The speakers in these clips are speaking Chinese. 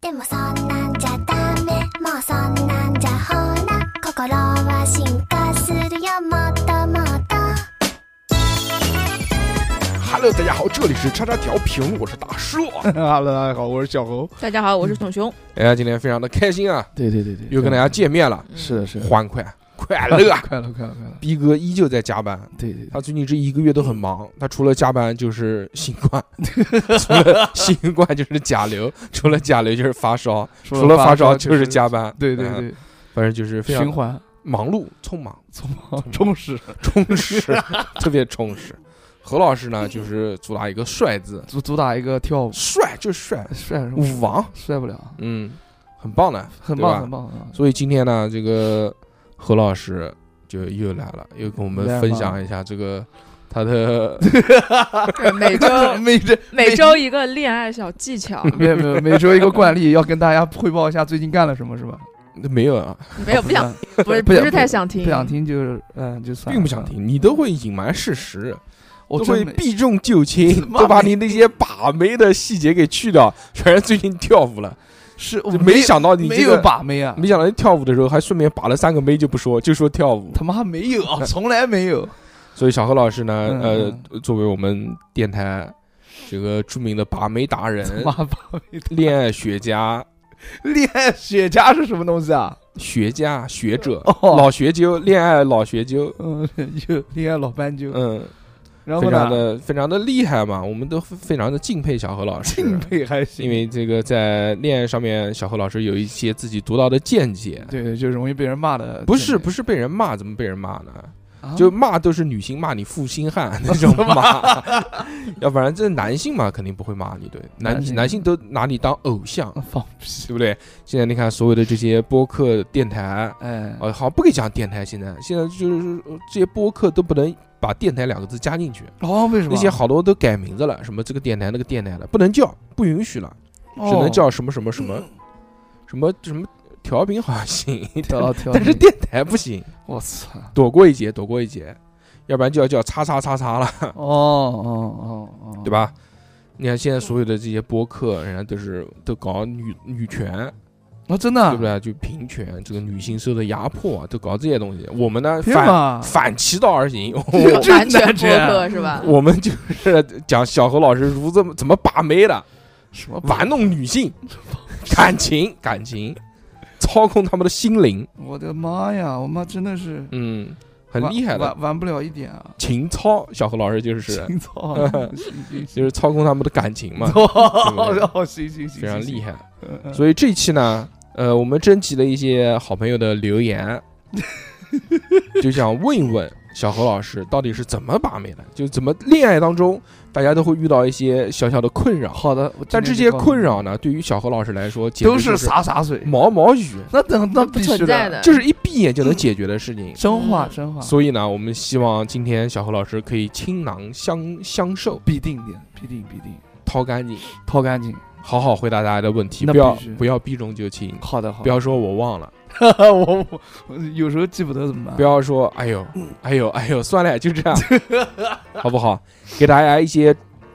でもそんなんじゃダメもうそんなんじゃほら心は進化するよもっともっと Hello，大家好，这里是叉叉调频，我是大硕。 Hello，大家好，我是小侯。大家好，我是董熊。大哎家今天非常的开心啊，对对对对，又跟大家见面了，是的，是的，欢快快乐。啊快乐，快乐，快乐。 逼哥依旧在加班，对对，对他最近这一个月都很忙，他除了加班就是新 冠，除了新冠就是甲流，除了甲流就是发烧，除了发烧就是加，班，对对嗯，对，反正就是非循常环，忙碌、匆忙、匆忙，充实， 充实， 特别充实。何老师呢，就是主打一个帅字， 主主打一个跳舞，帅就帅，帅什么？舞王，帅不了，嗯，很棒的，很对吧棒，很棒，很棒。所以今天呢，这个何老师就又来了，又跟我们来了分吗享一下这个他 的嗯每周 每周每周一个恋爱小技巧， 没有没有每周一个惯例，要跟大家汇报一下最近干了什么，是吧？哦没有啊，没哎有不想，不是不不想是太想听，不想听就是嗯，就算了并不想，听，你都会隐瞒事实，我都真会没避重就轻，妈都把你那些把妹的细节给去掉，全是最近跳舞了，是就没想到你没这有个，把 妹啊，没想到你跳舞的时候还顺便把了三个妹就不说，就说跳舞。他妈没有，从来没 有。所以小何老师呢，嗯呃，作为我们电台这个著名的把妹达人、妈把妹，恋爱学家、恋爱雪茄是什么东西啊？学家、学者、哦老学究，恋爱老学究，嗯， 就恋爱老斑鸠，嗯，然非后常呢，的非常的厉害嘛，我们都非非常的敬佩小何老师，敬佩还行，因为这个在恋爱上面，小何老师有一些自己独到的见解，对对，就容易被人骂的。不是不是，是被人骂，怎么被人骂呢？啊就骂都是女性骂你负心汉那 种骂，要不然这男性嘛肯定不会骂你，对，男男性男性都拿你当偶像，放屁，对不对？现在你看所有的这些播客电台，哎，呃，好像不给讲电台，现在现在就是呃这些播客都不能把电台两个字加进去，哦，为什么那些好多都改名字了，什么这个电台那个电台了，不能叫，不允许了，只只能叫什么什么什么，什么什么调频好像行，调到调，但是电台不行，我操，躲过一劫，躲过一劫，要不然就要叫叉叉叉叉了，哦哦哦哦，对？吧？你看现在所有的这些播客，人家都是都搞女女权，哦，真的啊，对不对？就平权，这个女性受的压迫，啊都搞这些东西。我们呢，别反嘛，反其道而行，这我这完全男播人客是吧？我们就是讲小何老师如怎么怎么把妹的，什么玩？弄女性，感情感情，操控他们的心灵，我的妈呀，我妈真的是嗯，很玩厉害的玩玩不了一点啊，情操。小何老师 就是行 操，行行就行，是操控他们的感情嘛， 对不对哦，行行行，非常厉害，害。嗯嗯所以这期呢，呃，我们征集了一些好朋友的留言， 就想问一问小何老师到底是怎么把妹的，就怎么恋爱当中大家都会遇到一些小小的困扰，好的，呃我但这今些天就告诉困你扰呢，对于小何老师来说，简直都就是洒洒水，毛毛雨，那等那不必须存在的，就是一闭眼就嗯能解决的事情。真话嗯真话，所以呢，我们希望今天小何老师可以倾囊相相授，必定的，必定必定掏干净，掏干净。好好回答大家的问题，那不要必须不要避重就轻，好啊的好不的，要说我忘了。 我我我有时候记不得怎么办？不要说哎呦，嗯哎呦，哎呦，算了，就 这样，好不好？给大家一些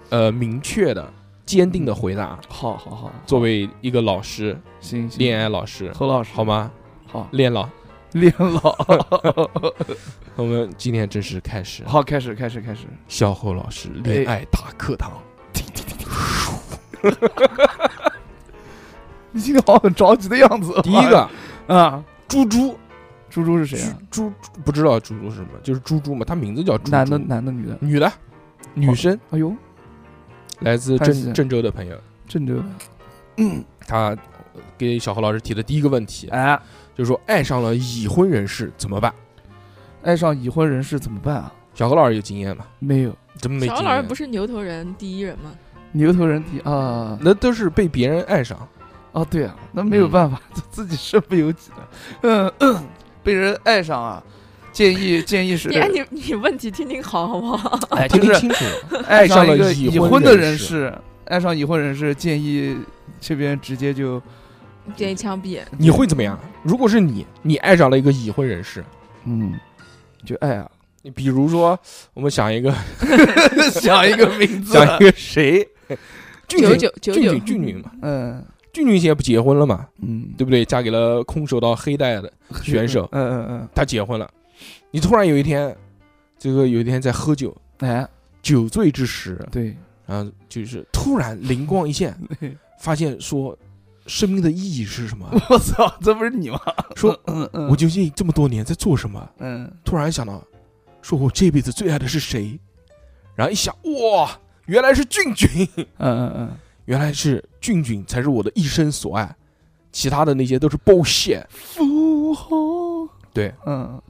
呃明确的、坚定的回答。好好好，作为一个老师，行行，恋爱老师，侯老师好？吗？好，恋老，练老， 我们今天正式开始。好开始开始开始，小侯老师恋哎爱大课 堂，你今天好像很着急的样子。第一个 啊，猪猪，猪猪是谁啊？猪猪不知道猪猪是什么，就是猪猪嘛，它名字叫猪猪。男的男的女的？女的，女生，哎呦，来自还郑是郑州的朋友，郑州的，他给小侯老师提的第一个问题，哎，就是说爱上了已婚人士怎么办？爱上已婚人士怎么办啊？小何老师有经验吗？没有真没经小验。老师不是牛头人第一人吗？牛头人体啊那都是被别人爱上，啊，对啊，那没有嗯办法， 自己身不由己的，嗯，嗯被人爱上啊。建议 建议是，你哎你你问题听听好好 不好？哎，听就听是清楚。爱上 了一个已已婚婚人的人士士，爱上已婚人士，建议这边直接就建议枪毙，你会怎么样？如果是你，你爱上了一个已婚人士，嗯，就爱啊，你比如说，我们想一个， 想一个名字想一个谁，俊九俊，九九俊九俊，俊俊嘛，嗯，俊俊现在不结婚了嘛，嗯，对不对？嫁给了空手道黑带的选手，嗯嗯他结婚了。你突然有一天，这个有一天在喝酒，嗯，哎，酒醉之时，对， 然后就是突然灵光一现，发现说生命的意义是什么？ 我操，这不是你吗？说嗯嗯，我究竟这么多年在做什么？嗯，突然想到，说我这辈子最爱的是谁？然后一想，哇，原来是俊 俊，嗯嗯嗯，原来是俊俊才是我的一生所爱，其他的那些都是 bullshit。富豪，对，嗯，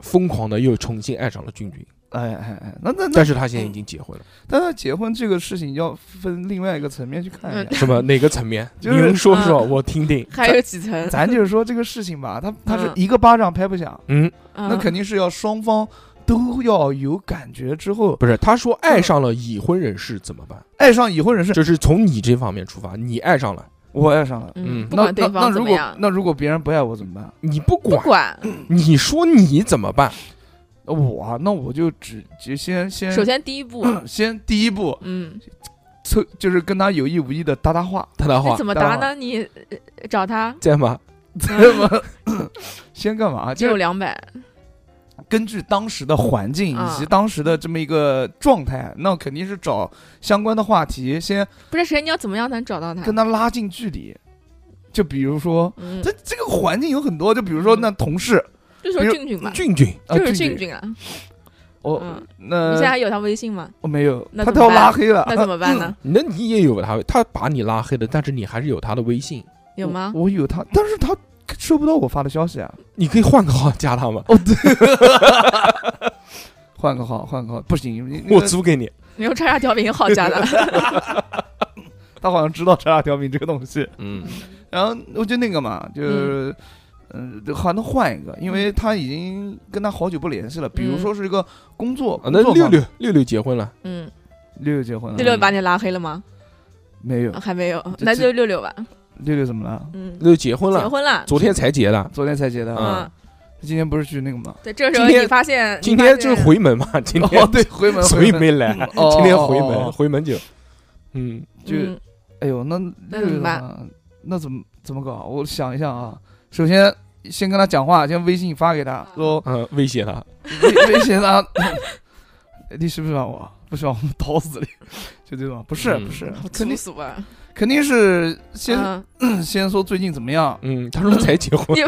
疯狂的又重新爱上了俊俊，哎哎哎，那那那，但是他现在已经结婚了，但是结婚这个事情要分另外一个层面去看一下。什么哪个层面？就是您说说，嗯我听听。还有几层？咱就是说这个事情吧，他他是嗯一个巴掌拍不响，嗯，那那肯定是要双方都要有感觉之后，不是，他说爱上了已婚人士怎么办？爱上已婚人士，就是从你这方面出发，你爱上了，我爱上了。嗯嗯，不那管那对那方如怎么果样，那如果别人不爱我怎么办？你不不管，管。嗯你说你怎么办？我啊那我就只只先先首先第一步，先第一步，嗯，凑就是跟他有意无意的搭搭话，他的那话怎么当答然呢？你呃找他在吗？那么嗯 先干嘛？只有就是两百，根据当时的环境以及嗯当时的这么一个状态，那肯定是找相关的话题，先不是谁？你要怎么样才能找到他跟？他拉近距离。就比如说，嗯，这这个环境有很多，就比如说那同事，就说比如俊俊吧，俊俊，啊嗯就是距离俊俊啊。哦嗯，那呃你现在还有他微信吗？我没有，那他怎都要么办拉黑啊了，嗯那怎么办呢？那你也有他，他把你拉黑了，但是你还是有他的微信，有吗？我我有他，但是他收不到我发的消息啊。你可以换个号加他吗？哦，对，换个号，换个号，不行，你那我个租给你，你用叉叉调频好加的， 他好像知道炸辣条饼这个东西。嗯，然后我就那个嘛，就是，嗯，就还能换一个，因嗯为他已经跟他好久不联系了。比如说是一个工作，啊，那工作六方六六六结婚了，嗯，六六结嗯婚了，六六啊把你拉黑了吗？没有？还没有，这那这就六六吧，六六怎么了？嗯，六结婚结了，婚了，昨天才结的，昨天才结的，嗯嗯，今天不是去那 个嘛？对，这时候今天你发现，今你天发就是现回门嘛，今哦天，对，回门，哎所以回门没来，哦今天回哦哦门哦回门酒，嗯，就嗯哎呦，那那六怎六么办呢那怎么怎么搞？我想一想啊，首先先跟他讲话，先微信发给他啊说， 嗯，威胁他，威威胁他，啊 你喜不喜欢我？不喜欢我们打死你， 就这种。不是嗯不是好，肯粗定俗啊，肯定是先嗯，先说最近怎么样，嗯，他说才结婚你，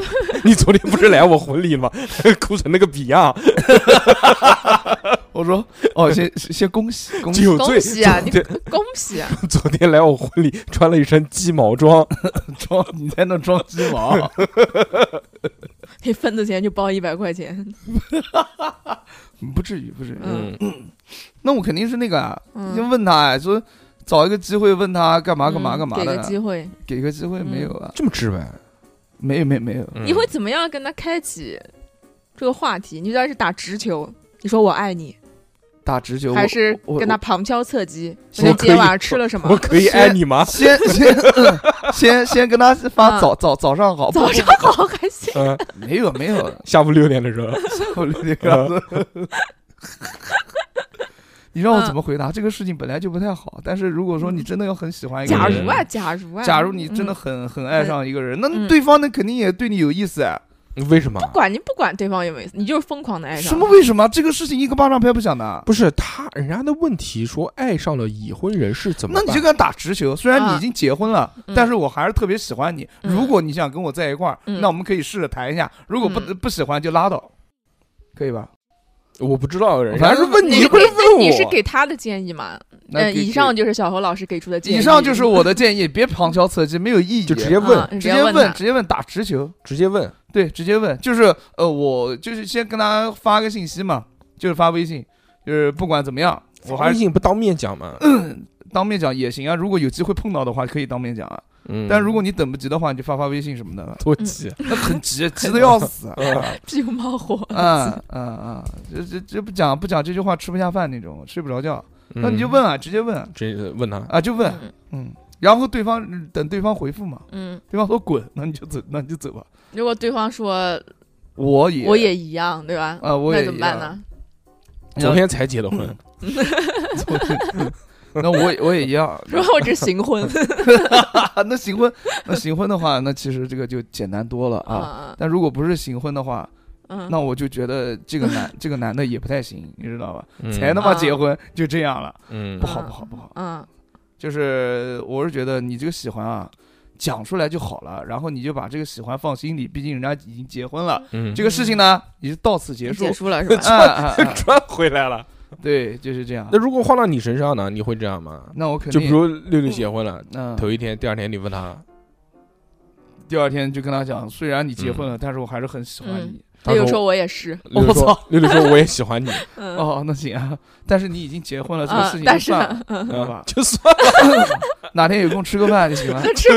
你昨天不是来我婚礼吗？ 哭成那个逼样，我说 哦，先先恭喜恭喜，酒醉，恭喜啊昨天恭喜 啊，昨天来我婚礼穿了一身鸡毛装，装 你在那装鸡 毛，你份子钱就包一百块钱，不至于不至于。嗯，那我肯定是那个啊，嗯先问他哎，说找一个机会问他干嘛干嘛嗯干嘛给的个，机会，嗯给个机会没有啊？这么直白，没有没有没有，嗯你会怎么样跟他开启这个话题？你就要是打直球，你说我爱你，打直球还是我我跟他旁敲侧击？我问他可今天以晚上吃了什么我？可以爱你吗？先 先嗯先先跟他发早早早上好，不嗯早上好还行， 嗯，没有没有，下午六点的时候，我理解了 你让我嗯怎么回答？这个事情本来就不太好，但是如果说你真的要很喜欢一个假人，如啊，假如啊，假如你真的嗯很很爱上一个人，那嗯对方那肯定也对你有意思啊。为什么？不管你不管对方有没有意思，你就是疯狂的爱上。什么？为什么这个事情一个巴掌拍不响的？不是他，人家的问题说爱上了已婚人士怎么那办？你就跟他打直球，虽然你啊已经结婚了，嗯但是我还是特别喜欢你。嗯如果你想跟我在一块儿，嗯那我们可以试着谈一下。如果不、嗯不喜欢就拉倒，可以吧？我不知道，人反家正是问你你，不是问我。你是给他的建议吗？那呃，可以以上就是小侯老师给出的建议。以上就是我的建议，别旁敲侧击，没有意义。就直接嗯问，直直接接问问，他，直接问打直球，直接问，对，直接问，就是呃，我就是先跟他发个信息嘛，就是发微信，就是不管怎么样，我还微是信不当面讲嘛。当面讲也行啊。如果有机会碰到的话，可以当面讲啊。嗯，但如果你等不及的话，你就发发微信什么 的，多急，那很急，急的要死。啊 屁股冒火。嗯嗯嗯，这这这不讲不讲这句话吃不下饭那种，睡不着觉。那你就嗯，问啊，直接问啊直接问他，啊，就问，嗯嗯，然后对方嗯等对方回复嘛，嗯，对方说滚，那你就走，那你就走吧。如果对方说我也我也一样，对吧？啊，我那也怎么一办样？呢？昨天才结的婚，昨天 那我也我也一 样。啊然后这行婚那行婚，那行婚的话，那其实这个就简单多了 啊。嗯啊，但如果不是行婚的话，嗯，那我就觉得这个男这个男的也不太行，你知道吧？嗯才他妈结婚就这样了，嗯不好不好不好。嗯就是我是觉得你这个喜欢啊，讲出来就好了，然后你就把这个喜欢放心里，毕竟人家已经结婚了。嗯，这个事情呢，也就到此结束结。束 了是吧？啊啊啊！转回来了。对，就是这样那。如果换到你身上呢？你会这样吗？那我肯就定，比如六六结婚了，嗯，头一天、第二天你问他，第二天就跟他讲，虽然你结嗯婚了，但是我还是很喜欢你。他那有时说候我也 是，六六我说，六六说我也喜欢你，嗯，哦，那行啊，但是你已经结婚了，这个啊事情但就是算了呢，，嗯，好吧？啊 就算哪天有空吃个饭 就行 了。吃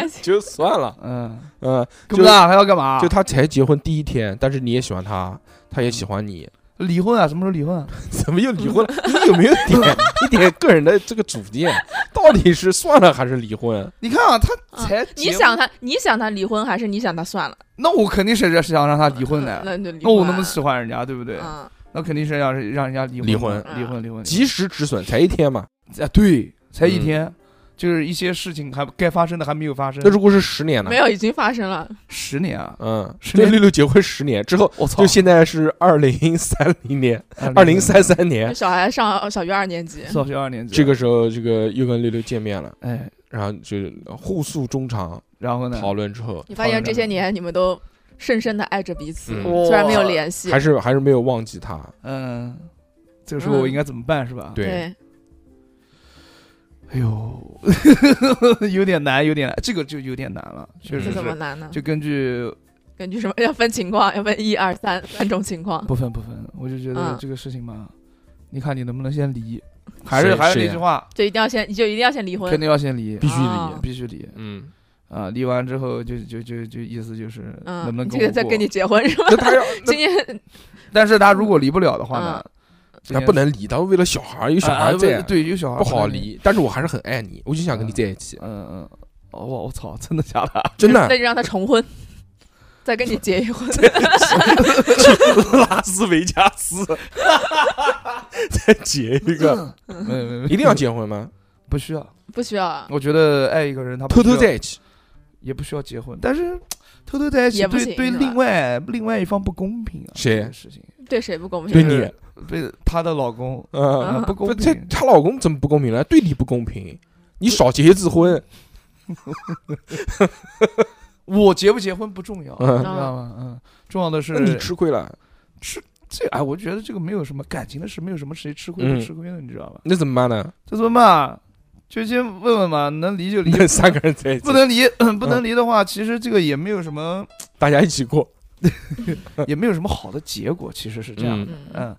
就就算了，嗯，嗯，干嘛还要干嘛？就他才结婚第一天，但是你也喜欢他，他也喜欢你，离婚啊？什么时候离婚啊？怎么又离 婚了？你有没有点 一点个人的这个主见？到底是算了还是离婚？你看啊，他啊才你结婚想他，你想他离婚还是你想他算了？那我肯定是想让他离婚的。那就 离那婚。我那么喜欢人家，对不对？啊，那肯定是让让人家离离婚啊婚嘛，嗯离婚，离婚。及时止损，才一天嘛。啊，对，才一嗯天，就是一些事情还该发生的还没有发生那。如果是十年呢没？有，已经发生了。十年啊！嗯，十年就六六结婚十年之后，我操就，现在是二零三零年，二零三三年，小孩上小学二年级，小学二年级，这个时候这个又跟六六见面了，哎，然后就呃互诉衷肠，然后呢？讨论之后你发现这些年你们都深深的爱着彼此，嗯虽然没有联系还，是还是没有忘记他。嗯，这个时候我应该怎么办是吧？对对，哎呦， 有点难，有点难，这个就有点难了，确实这嗯怎么是。难呢？就根据根据什么 要分情况，要分一二三三种情况。不分不分，我就觉得嗯这个事情嘛，你看你能不能先离，还是谁还是那谁句话，就一定要先，就一定要先离婚肯。定要先离，必须离啊必须离嗯，啊！离完之后就就就就意思就是能嗯，不能这跟个我再过跟你，结婚是吧？那他要今天但是他如果离不了的话呢，嗯这那件不能离，他为了小孩儿有事小啊孩不在，对，有小孩不好能。离。但是我还是很爱你，我就想跟你在一起，嗯嗯，哦我我操，真的假的？真 的啊那。就让他重婚， 再跟你结一 婚。拉斯维加斯，再结一嗯个，嗯没有没有没有，一定要结婚吗？不需要。不需要啊，我觉得爱一个人，他不偷偷需要在一起，也不需要结婚，但是偷偷在一起也不对行对是吧另外另外一方不公平啊！谁这个事情对谁不公对平？就你是，对她的老公嗯，啊啊不公不这平，她老公怎么不公平了？对你不公平，你少结一次婚，我结不结婚不重要，你知嗯，道吗？嗯，重要的是那你吃亏了，这哎，我觉得这个没有什么感情的事，没有什么谁吃亏不嗯吃亏的，你知道吧？那怎么办呢？这怎么办？就先问问嘛，能离 就离，那三个人在一起不，能离 不嗯能离的话，其实这个也没有什么，大家一起 过，也没有什么好的结果，其实是这样的。嗯嗯，啊嗯，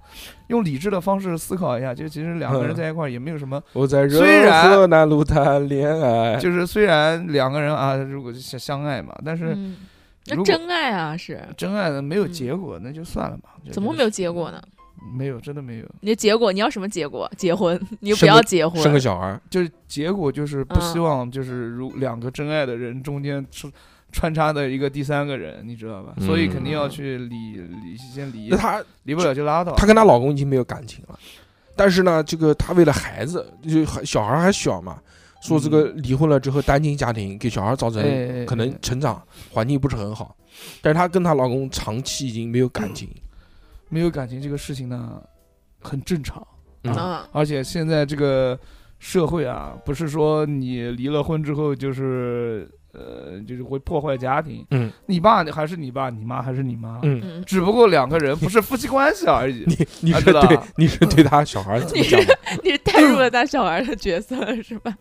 用理智的方式思考一下，就其实两个嗯人在一块儿也没有 什么我在虽然仁和南路谈恋爱，就是虽然两个人啊，如果相相爱嘛，但是嗯如那果真爱啊，是真爱的没有嗯结果，那就算了嘛。就怎么没有结果呢？没有，真的没有。你的结果你要什么结果？结婚，你就不生个要结婚生。个小孩儿，就是结果就是不嗯希望，就是如两个真爱的人中间穿穿插的一个第三个人，你知道吧？嗯所以肯定要去理理先离那，她离不了就拉倒。她跟她老公已经没有感情了，但是呢，这个她为了孩子，就还小孩还小嘛，说这个离婚了之后单亲家庭给小孩造哎哎哎成可能成长环境不是很好，但是她跟她老公长期已经没有感情，没有感情这个事情呢，很正常。嗯，嗯，而且现在这个社会啊，不是说你离了婚之后就是呃，就是会破坏家庭。嗯，你爸还是你爸，你妈还是你妈，嗯，嗯，只不过两个人不是夫妻关系而 已。你你啊是知道对了你是对她小孩怎么讲的？ 你是带嗯入了他小孩的角色是吧？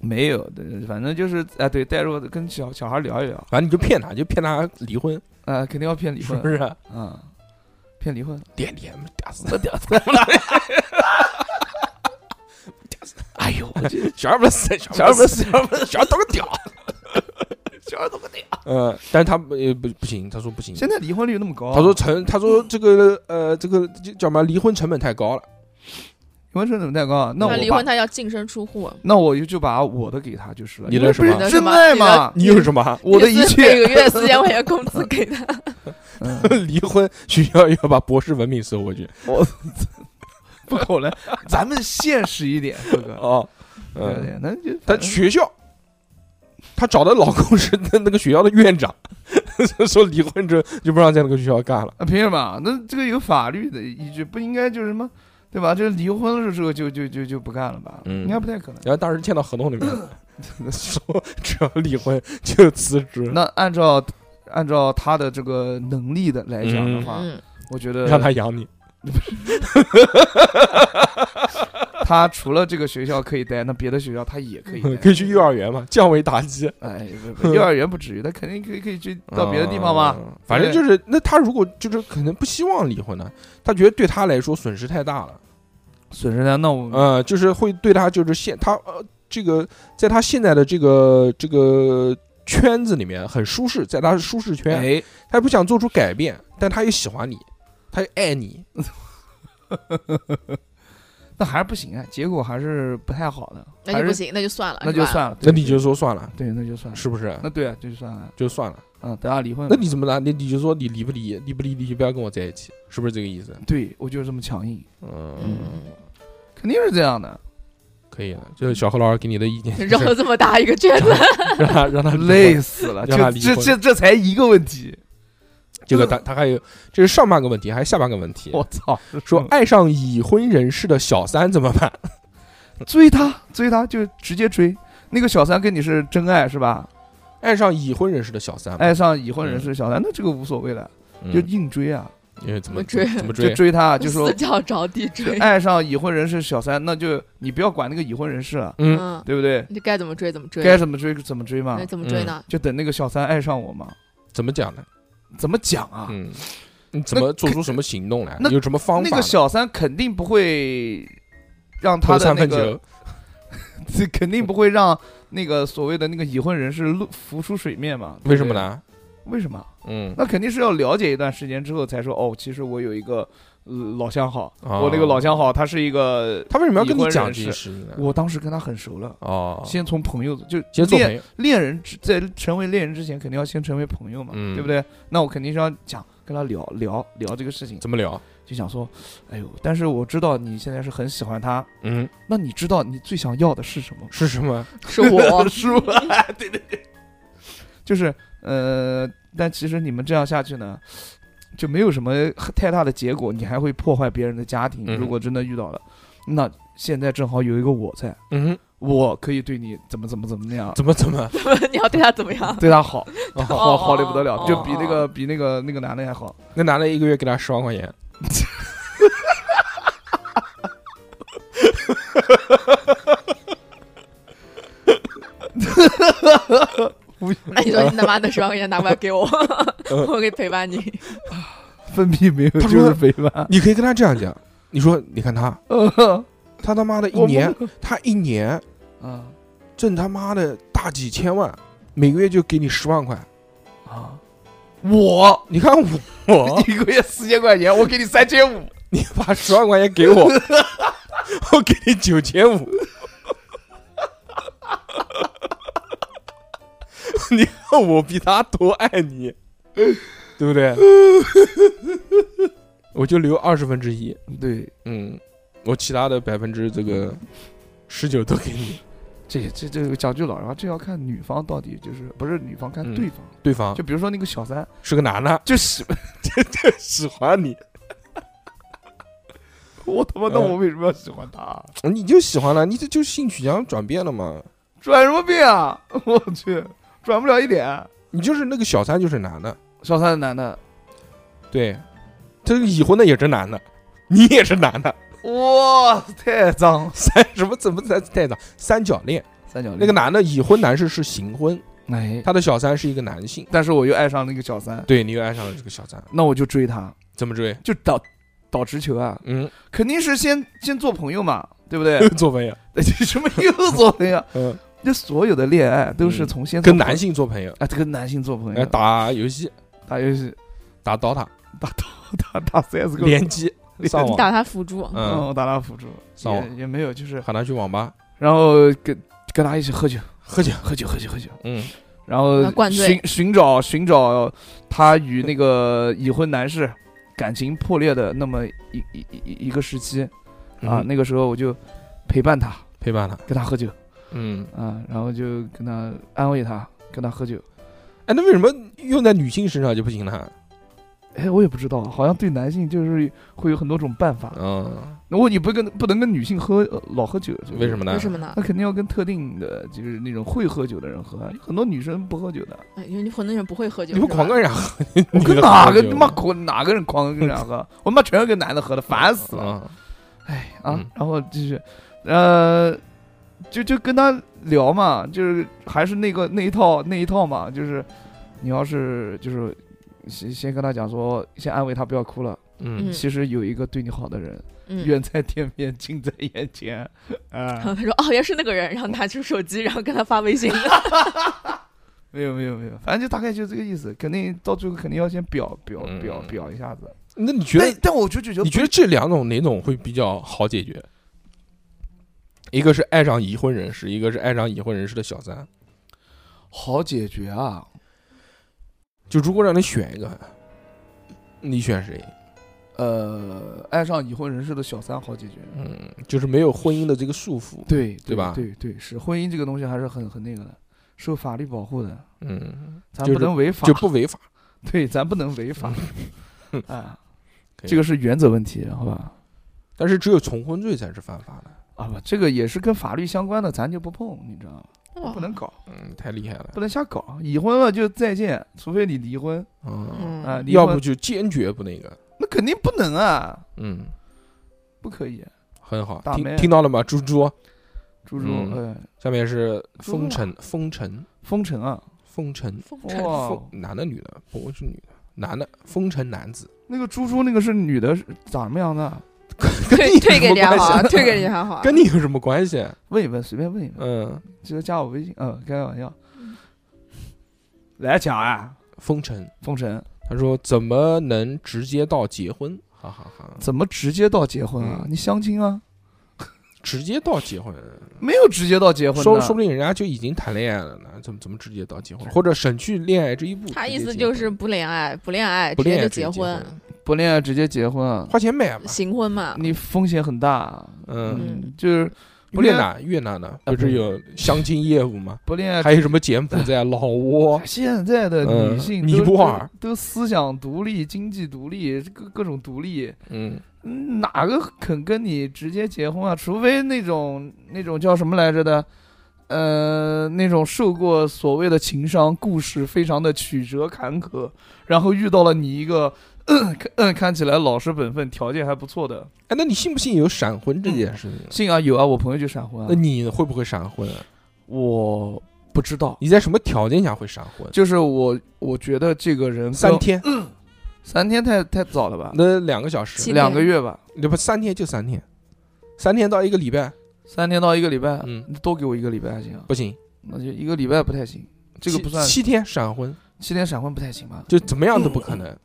没有，对反正就是啊，对，带入跟小小孩聊一聊，反正你就骗她，就骗她离婚，啊，肯定要 骗离是婚不是？啊，骗离婚。点点打死，我屌丝，哎呦，我这小孩不是小小孩孩不不是小孩不是是小孩都是屌，小孩怎么的？嗯，但是他呃不不行，他说不行，现在离婚率那么高，他说成，他说这个呃，这个这叫什么？离婚成本太高了。离婚成本太高，啊那我他离婚把他要净身出户，那我就就把我的给他就是了，你因为的什么不是真爱嘛，你有什么？我的一每切，个月四 千块钱工资给他，嗯离婚需要要把博士文凭收回去， 不可能，咱们现实一点，哥哥，哦，对不嗯，对？那就他学校，他找的老公是那那个学校的院长， 说离婚之后就不让在那个学校干了。啊，凭什么？那这个有法律的依据，不应该就是什么，对吧？就是离婚的时候就就就就不干了吧？嗯应该不太可能。然后当时签到合同里面说，只要离婚就辞职，那按照按照他的这个能力的来讲的话，嗯，我觉 得让他养你。他除了这个学校可以待，那别的学校他也可以 待，嗯可以去幼儿园嘛，降维打击。哎，不不幼儿园不至于，他肯定可以可以去到别的地方嘛。嗯反正就是，那他如果就是可能不希望离婚呢，他觉得对他来说损失太大了，损失呢？那我呃，就是会对他就是现他呃这个在他现在的这个这个圈子里面很舒适，在他的舒适圈，哎，他也不想做出改变，但他又喜欢你，他又爱你，那还是不行啊，结果还是不太好的，那还就不是行，那就算了，那就算了，那对你就说算了，对，那就算了，是不是？那对啊，就算了，就算了，嗯，等下离婚吧。那你怎么拿？你你就说你离不离，离不离，你不要跟我在一起，是不是这个意思？对我就是这么强硬，嗯，肯定是这样的，可以了，就是小何老师给你的意见， 绕了这么大一个圈子， 让他让他离婚累死了，就让他离这婚这这才一个问题，这个他他还有，这是上半个问题，还是下半个问题？ 我嗯操！说爱上已婚人士的小三怎么办？追他追他就直接追，那个小三跟你是真爱是吧？爱上已婚人士的小三，爱上已婚人士小三，那这个无所谓了，嗯哎就硬追啊，因为怎么怎么追怎么就追？啊追他，就说四脚着地追，爱上已婚人士小三，那就你不要管那个已婚人士了，嗯，嗯，对不对？你该怎么追怎么追，该怎啊嗯么追怎么追嘛那，怎么追呢？就等那个小三爱上我嘛。怎么讲呢？怎么讲啊？嗯，你怎么做出什么行动来？那有什么方那法个呢？小三肯定不会让他投的三那分个，球，这 肯定不会让那个所谓的那个已婚人士露浮出水面嘛？对不对为什么？呢？为什么？嗯，那肯定是要了解一段时间之后才说哦，其实我有一个、呃老相好，哦我那个老相好他是一个，他为什么要跟已你婚讲人这些士事情呢？我当时跟他很熟了，哦，先从朋友就先做朋恋友，恋人之在成为恋人之前，肯定要先成为朋友嘛，嗯对不对？那我肯定是要讲跟他聊聊聊这个事情，怎么聊？就想说，哎呦，但是我知道你现在是很喜欢他，嗯，那你知道你最想要的是什么吗？，是什么？是 我 是吧？对对对，就是呃，但其实你们这样下去呢，就没有什么太大的结果，你还会破坏别人的家庭。嗯如果真的遇到了，那现在正好有一个我在，嗯，我可以对你怎么怎么怎么样， 怎么怎么？你要对他怎么样？对 他好，哦，好好的不得了，哦就比那个比那个那个男的还好。那男的一个月给他十万块钱，嗯那哎你说你他妈的十万块钱拿过来 给我，我可以陪伴你。分泌没有他就说是肥吧？你可以跟他这样讲，你说，你看他，他他妈的一 我年，他一年啊挣他妈的大几千万，每个月就给你十万块。啊！我你看我，我 一个月四千块钱，我给你三千五，你把十万块钱给我， 我给你九千五。 你看我比他多爱你，对不 对？我就留二十分之一，对。嗯，我其他的百分之这个十九都给 你。这这这个讲句老实话，这要看女方到底就是不是女方看嗯对方，对方就比如说那个小三，是 个男的，就喜喜欢你， 我他妈那嗯我为什么要喜欢他？啊你就喜欢了，你这就性取向转变了嘛。转什么变啊？ 我去，转不了一点。你就是那个小三，就是男的，小三的男的，对，这个已婚的也是男的，你也是男的，哇，太脏！三什么怎么才太早？三角恋，三角恋那个，男的已婚男士是行婚，哎，他的小三是一个男性，但是我又爱上那个小三，对你又爱上了这个小三，那我就追他，怎么追？就倒倒直球啊，嗯，肯定是先先做朋友嘛，对 不对？ 做朋友，什么又做朋友？嗯， 就所有的恋爱都是嗯从先做跟朋男性做朋友，啊，跟男性做朋哎，友，打游戏，打游戏，打 DOTA， 打打 CSGO，联机，上你网，打他辅助，嗯，我打打辅助，上也网也没有，就是喊他去网吧然后跟跟他一起喝酒，喝酒，喝酒，喝酒，喝酒，嗯，然后啊灌醉寻寻找寻找他与那个已婚男士感情破裂的那么一一一一一个时期，啊，嗯那个时候我就陪伴他，陪伴他，跟他喝酒嗯，啊，然后就跟他安慰他，跟他喝酒。哎，那为什么用在女性身上就不行呢？哎，我也不知道，好像对男性就是会有很多种办法。嗯，那我你不跟不能跟女性喝呃老喝酒，为什么？么呢？为什么呢那？肯定要跟特定的，就是那种会喝酒的人喝。很多女生不喝 酒的，哎，因为你可能人不会喝酒，你不是吧狂跟人家喝？我你跟这哪喝个酒他妈狂哪个人狂跟人家喝？啊我他妈全是跟男的喝的，烦死了。嗯哎啊嗯，然后就是，呃，就就跟他聊嘛，就是还是那个那一套那一套嘛，就是你要是就是先先跟他讲说，先安慰他不要哭了，嗯嗯其实有一个对你好的人，嗯。远在天边，近在眼前， 然后啊，他说：“哦，原来是那个人。”然后拿出手机，然后跟他发微信。没有没有没有，反正就大概就这个意思，肯定到最后肯定要先表表表嗯表一下子。那你觉但得但我就觉得你觉得这两种哪种会比较好解决？一个是爱上已婚人士，一个是爱上已婚人士的小三。好解决啊，就如果让你选一个，你选谁？呃，爱上已婚人士的小三好解决，嗯，就是没有婚姻的这个束缚。对对吧对对，是婚姻这个东西还是很很那个的，受法律保护的，嗯，咱就不是能违法，就不违法。 对，咱不能违法 啊，可以这个是原则问题，好吧？但是只有重婚罪才是犯法的。啊不，这个也是跟法律相关的，咱就不碰，你知道吗？哇不能搞，嗯，太厉害了不。能瞎搞，已婚了就再见，除非你离婚嗯，啊，嗯，离要婚不就坚决不那个。那肯定不能啊，嗯，不可以，很好。大听妹听到了吗，猪猪？猪猪，嗯哎，下面是猪啊风尘，风尘，风尘啊，风尘，风尘哇风，男的女的？不是女的，男的，风尘男子。那个猪猪那个是女的，是长什么样子啊？退退给人家好啊，啊，退给人家好啊。 跟你有什么关系？问一问，随便问一问，嗯，直接加我微信，嗯，开个玩笑，来讲啊，风尘，风尘。他说怎么能直接到结婚？哈哈哈，怎么直接到结婚啊？嗯你相亲啊？直接到结婚，没有直接到结婚的，说说不定人家就已经谈恋爱了呢，怎么怎么直接到结婚？或者省去恋爱这一步？他意直接思结婚就是不恋爱，不恋爱，啊不直接恋爱啊就直接结婚，不恋爱直接结婚啊？花钱买嘛。行婚嘛。你风险很大。嗯，嗯，就是不越恋南越南的不不是是有相亲业务吗？不恋爱。还有什么柬埔寨、啊老挝？现在的女嗯性都尼泊尔都都思想独立、经济独立、各各种独立，嗯，嗯哪个肯跟你直接结婚啊？除非那种那种叫什么来着的，呃，那种受过所谓的情伤，故事非常的曲折坎坷，然后遇到了你一个。 嗯看嗯，看起来老实本分，条件还不错的，哎，那你信不信有闪婚这件事情？信啊，有啊，我朋友就闪婚、那啊。你会不会闪婚？啊我不知道，你在什么条件下会闪婚？就是我，我觉得这个人三跟天，三天太太早了吧，那两个小时，七天两个月吧，那不三天就三天，三天到一个礼拜，三天到一个礼拜，嗯，多给我一个礼拜还行啊，不行，那就一个礼拜不太行，这个七不算七天闪婚，七天闪婚不太行吧？就怎么样都不可能。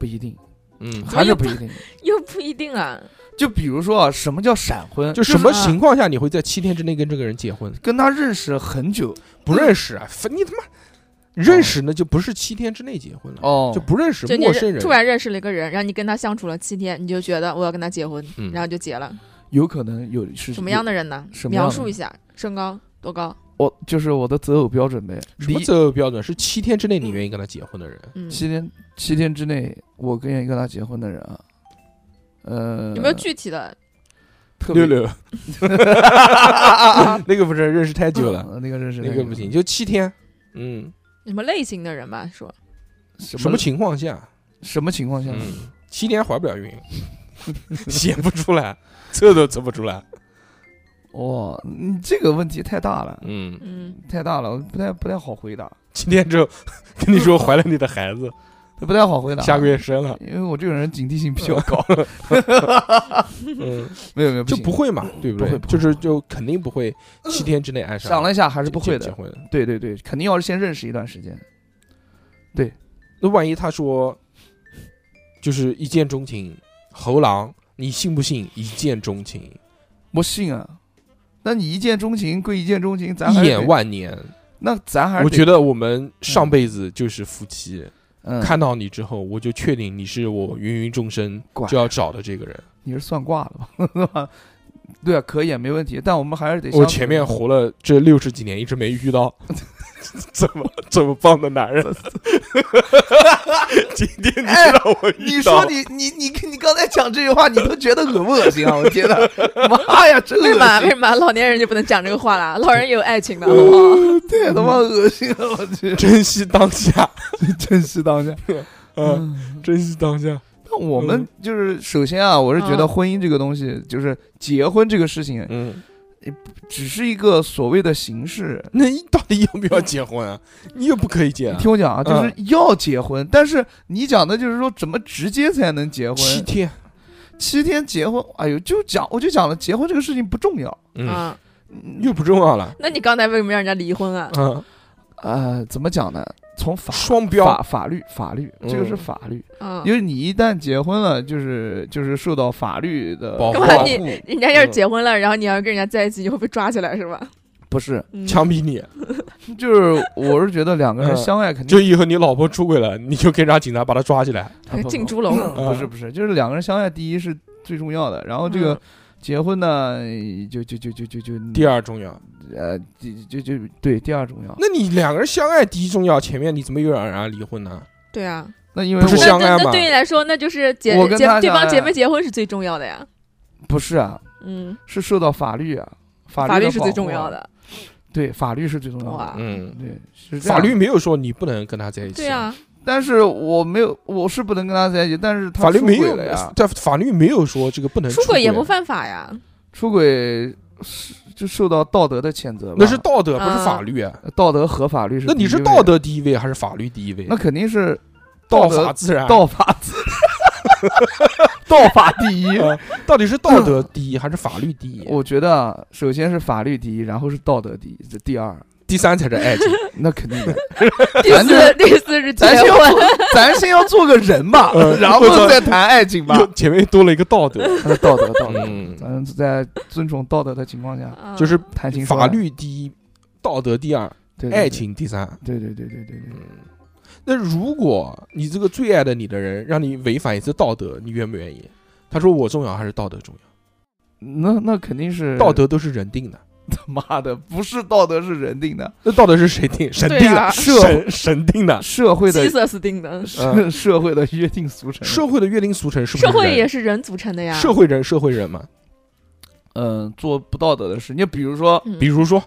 不一定，嗯，还是不一定。又不一定啊。就比如说啊，什么叫闪婚？就啊嗯什么情况下你会在七天之内跟这个人结婚？跟他认识很久不认识啊，分你他妈认识那就不是七天之内结婚了，哦就不认识就你陌生人突。然认识了一个人，然后你跟他相处了七天，你就觉得我要跟他结婚，嗯然后就结了。有可能有是什么样？的人呢什？么样的描述一下，身高多高？我就是我的择偶标准呗，什么离择偶标准是七天之内你愿意跟他结婚的人？嗯，七天七天之内，我跟愿意跟他结婚的人啊，呃，有没有具体的？特别 六，那个不是认识太久了，呃那个认识那个不行，，就七天。嗯，什么类型的人吧？说什什么情况下？什么情况下？嗯，七天怀不了孕，写不出来，测都测不出来。哇，你这个问题太大了，嗯，嗯，太大了，不太不太好回答，七天之后 跟你说怀了你的孩 子，不太好回答。下个月生了，因为我这个人警惕性比较 高，嗯，没有没有就不不行会嘛，对嗯不对会？不会就是就肯定不会七天之内爱上。想了一下还是不会结的，婚。对对对，肯定要是先认识一段时间。那万一他说就是一见钟情，猴狼，你信不信一见钟情，我信啊，那你一见钟情归一见钟情，咱一还是眼得，万年？那咱还是我觉得得我们上辈子就是夫妻，嗯看到你之后，我就确定你是我芸芸众生管就要找的这个人。你是算卦了吧？对吧？对啊，可以啊，没问题。但我们还是得我相前处面活了这六十几年，一直没遇 到这么这么棒的男人。今天你让我哎你遇到 说了，你你你你刚才讲这句话，你都觉得很恶心啊！我天哪，妈呀，真为什么？恶为心，什么老年人就不能讲这个话啦？老人也有爱情的，好不好？太他妈恶心了！我去，珍惜当下，真是当下。嗯，珍惜当下。那我们就是首先啊，我是觉得嗯婚姻这个东西，就是结婚这个事情，嗯，只是一个所谓的形式。 那你到底要不要结婚啊？你也不可以结你啊。听我讲啊，就嗯是要结婚，但是你讲的就是说怎么直接才能结婚？七天，七天结婚，哎呦，就讲我就讲了，结婚这个事情不重要。嗯，啊，又不重要了。那你刚才为什么让人家离婚啊？嗯，呃，怎么讲呢？从法双标法，法律法律，这个是法律，啊嗯因，为你一旦结婚了，就是就是受到法律的保护啊干嘛保你嗯护，人家要是结婚了，然后你要跟人家在一起，以后被抓起来是吧？不是，嗯枪毙你！就是我是觉得两个人嗯相爱肯定就以后你老婆出轨了，你就可以让警察把她抓起来。啊不哎进不猪笼。嗯不是不是，就是两个人相爱，第一是最重要的，然后这个嗯结婚呢，哎就就就就就就第二重要，呃，就就就对第二重要。那你两个人相爱第一重要，前面你怎么又让人家离婚呢？对啊，那因为不我是相爱那那嘛对你来说，那就是结我跟结他对相方爱姐妹结婚是最重要的呀。不是啊，嗯，是受到法律啊，法法律律的是最保护重啊要，的。对，法律是最重要的哇。嗯，对，是这法样律没有说你不能跟他在一起，对啊，但是我没有，我是不能跟他在一起。但是他法律出没轨有了呀，在法律没有说这个不能出轨轨也不，犯法呀。出轨是就受到道德的谴责吧。那是道德，不是啊法律啊。道德和法律是。那你是道？德第一位还是法律第一位？啊那肯定是道德法自然，道法 道法第一。啊到底是道德第一还是法律第一？ 我觉得啊，首先是法律第一，然后是道德第一，这第二，第三才是爱 情。那肯 定的。第咱就是四第四是结咱先要婚，做，咱先要做个人吧嗯，然后再谈爱情吧。又前面多了一个道德，呃道德，道德，嗯，咱在尊重道德的情况下 嗯就是谈情说法爱，律第一，道德第二，对爱，情第三。对对对对对对对对，那如果你这个最爱的你的人让你违反一次道德，你愿不愿意？他说我重要还是道德重要？那那肯定是道，德都是人定的，他妈的，不是道德是人定的，那道德是谁定？神对定的，啊神神定的。社会的 鸡色死定的。社社会的约定俗成，社会的约定俗成是不是社人？会也是人组成的呀。社会人，社会人嘛。嗯做不道德的事，你比如说，嗯比如说，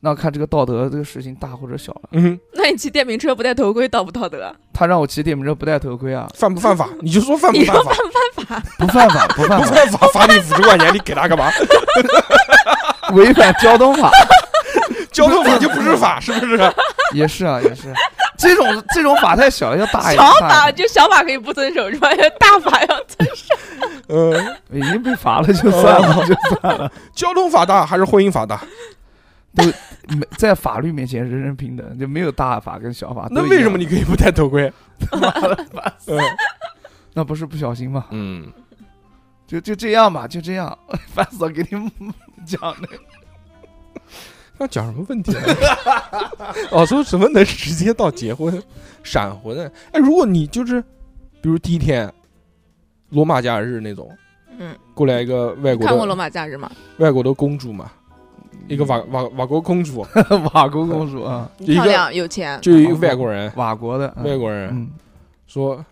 那看这个道德这个事情大或者小了，嗯，那你骑电瓶车不戴头盔，道不道德？啊他让我骑电瓶车不戴头盔啊， 犯不犯 法？你就说犯不你说犯犯法？不犯法？不犯法，不犯不法，犯法，罚你五十块钱，你给他干 嘛？违反交通法交通法就不是法，是不是？也是啊，也是，这种这种法太小了，要大一小点，哎大法一点就小法可以不遵守是吧？大法要遵嗯，已经被罚了 就算哦了，就算了，交通法大还是婚姻法大？没在法律面前人人平等，就没有大法跟小法，那都一样为什么你可以不戴头 盔？那不是不小心吗？嗯，就就这样吧，就这样， 烦死了，给你们讲的。那讲什么问题、啊？ 哦，说什么能直接到结婚、闪婚呢？哎，如果你就是，比如第一天，罗马假日那种，嗯，过来一个外国看过《罗的马嗯假日》吗？外国的公主嘛，一个瓦瓦瓦国公 主， 瓦国公主啊，一漂个亮有钱，就一个外国人，瓦国的，嗯外国人嗯，说：“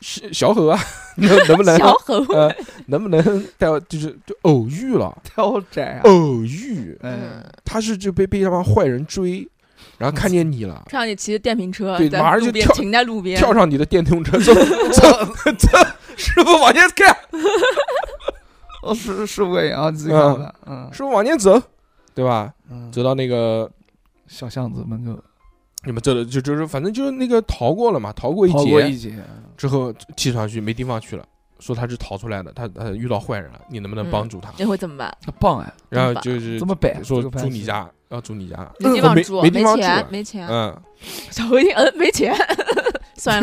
小小何啊， 能能不能小猴，呃，能不能带我就是就偶遇了？挑窄啊，偶遇， 嗯，嗯，他是就被被那帮坏人追，然后看见你了，让你骑着电瓶车，对在马上就路边跳停在路边，跳上你的电动 车，走走走，师傅往前看，哦，是是我也啊，自己看的，嗯师傅往前走，对吧？嗯，走到那个小巷子门口，你们走的就就是反正就是那个逃过了嘛，逃过一逃过一劫劫，之后气喘吁吁没地方去了。”说他是逃出来的，他他遇到坏人了，你能不能嗯帮助他？你会怎么办？那棒哎，然后怎么办就是这么摆，说这住个番你茄，家，要住你家，没地我方呃没住，没地方住钱啊，没钱。嗯，小何一听，嗯， 没钱，算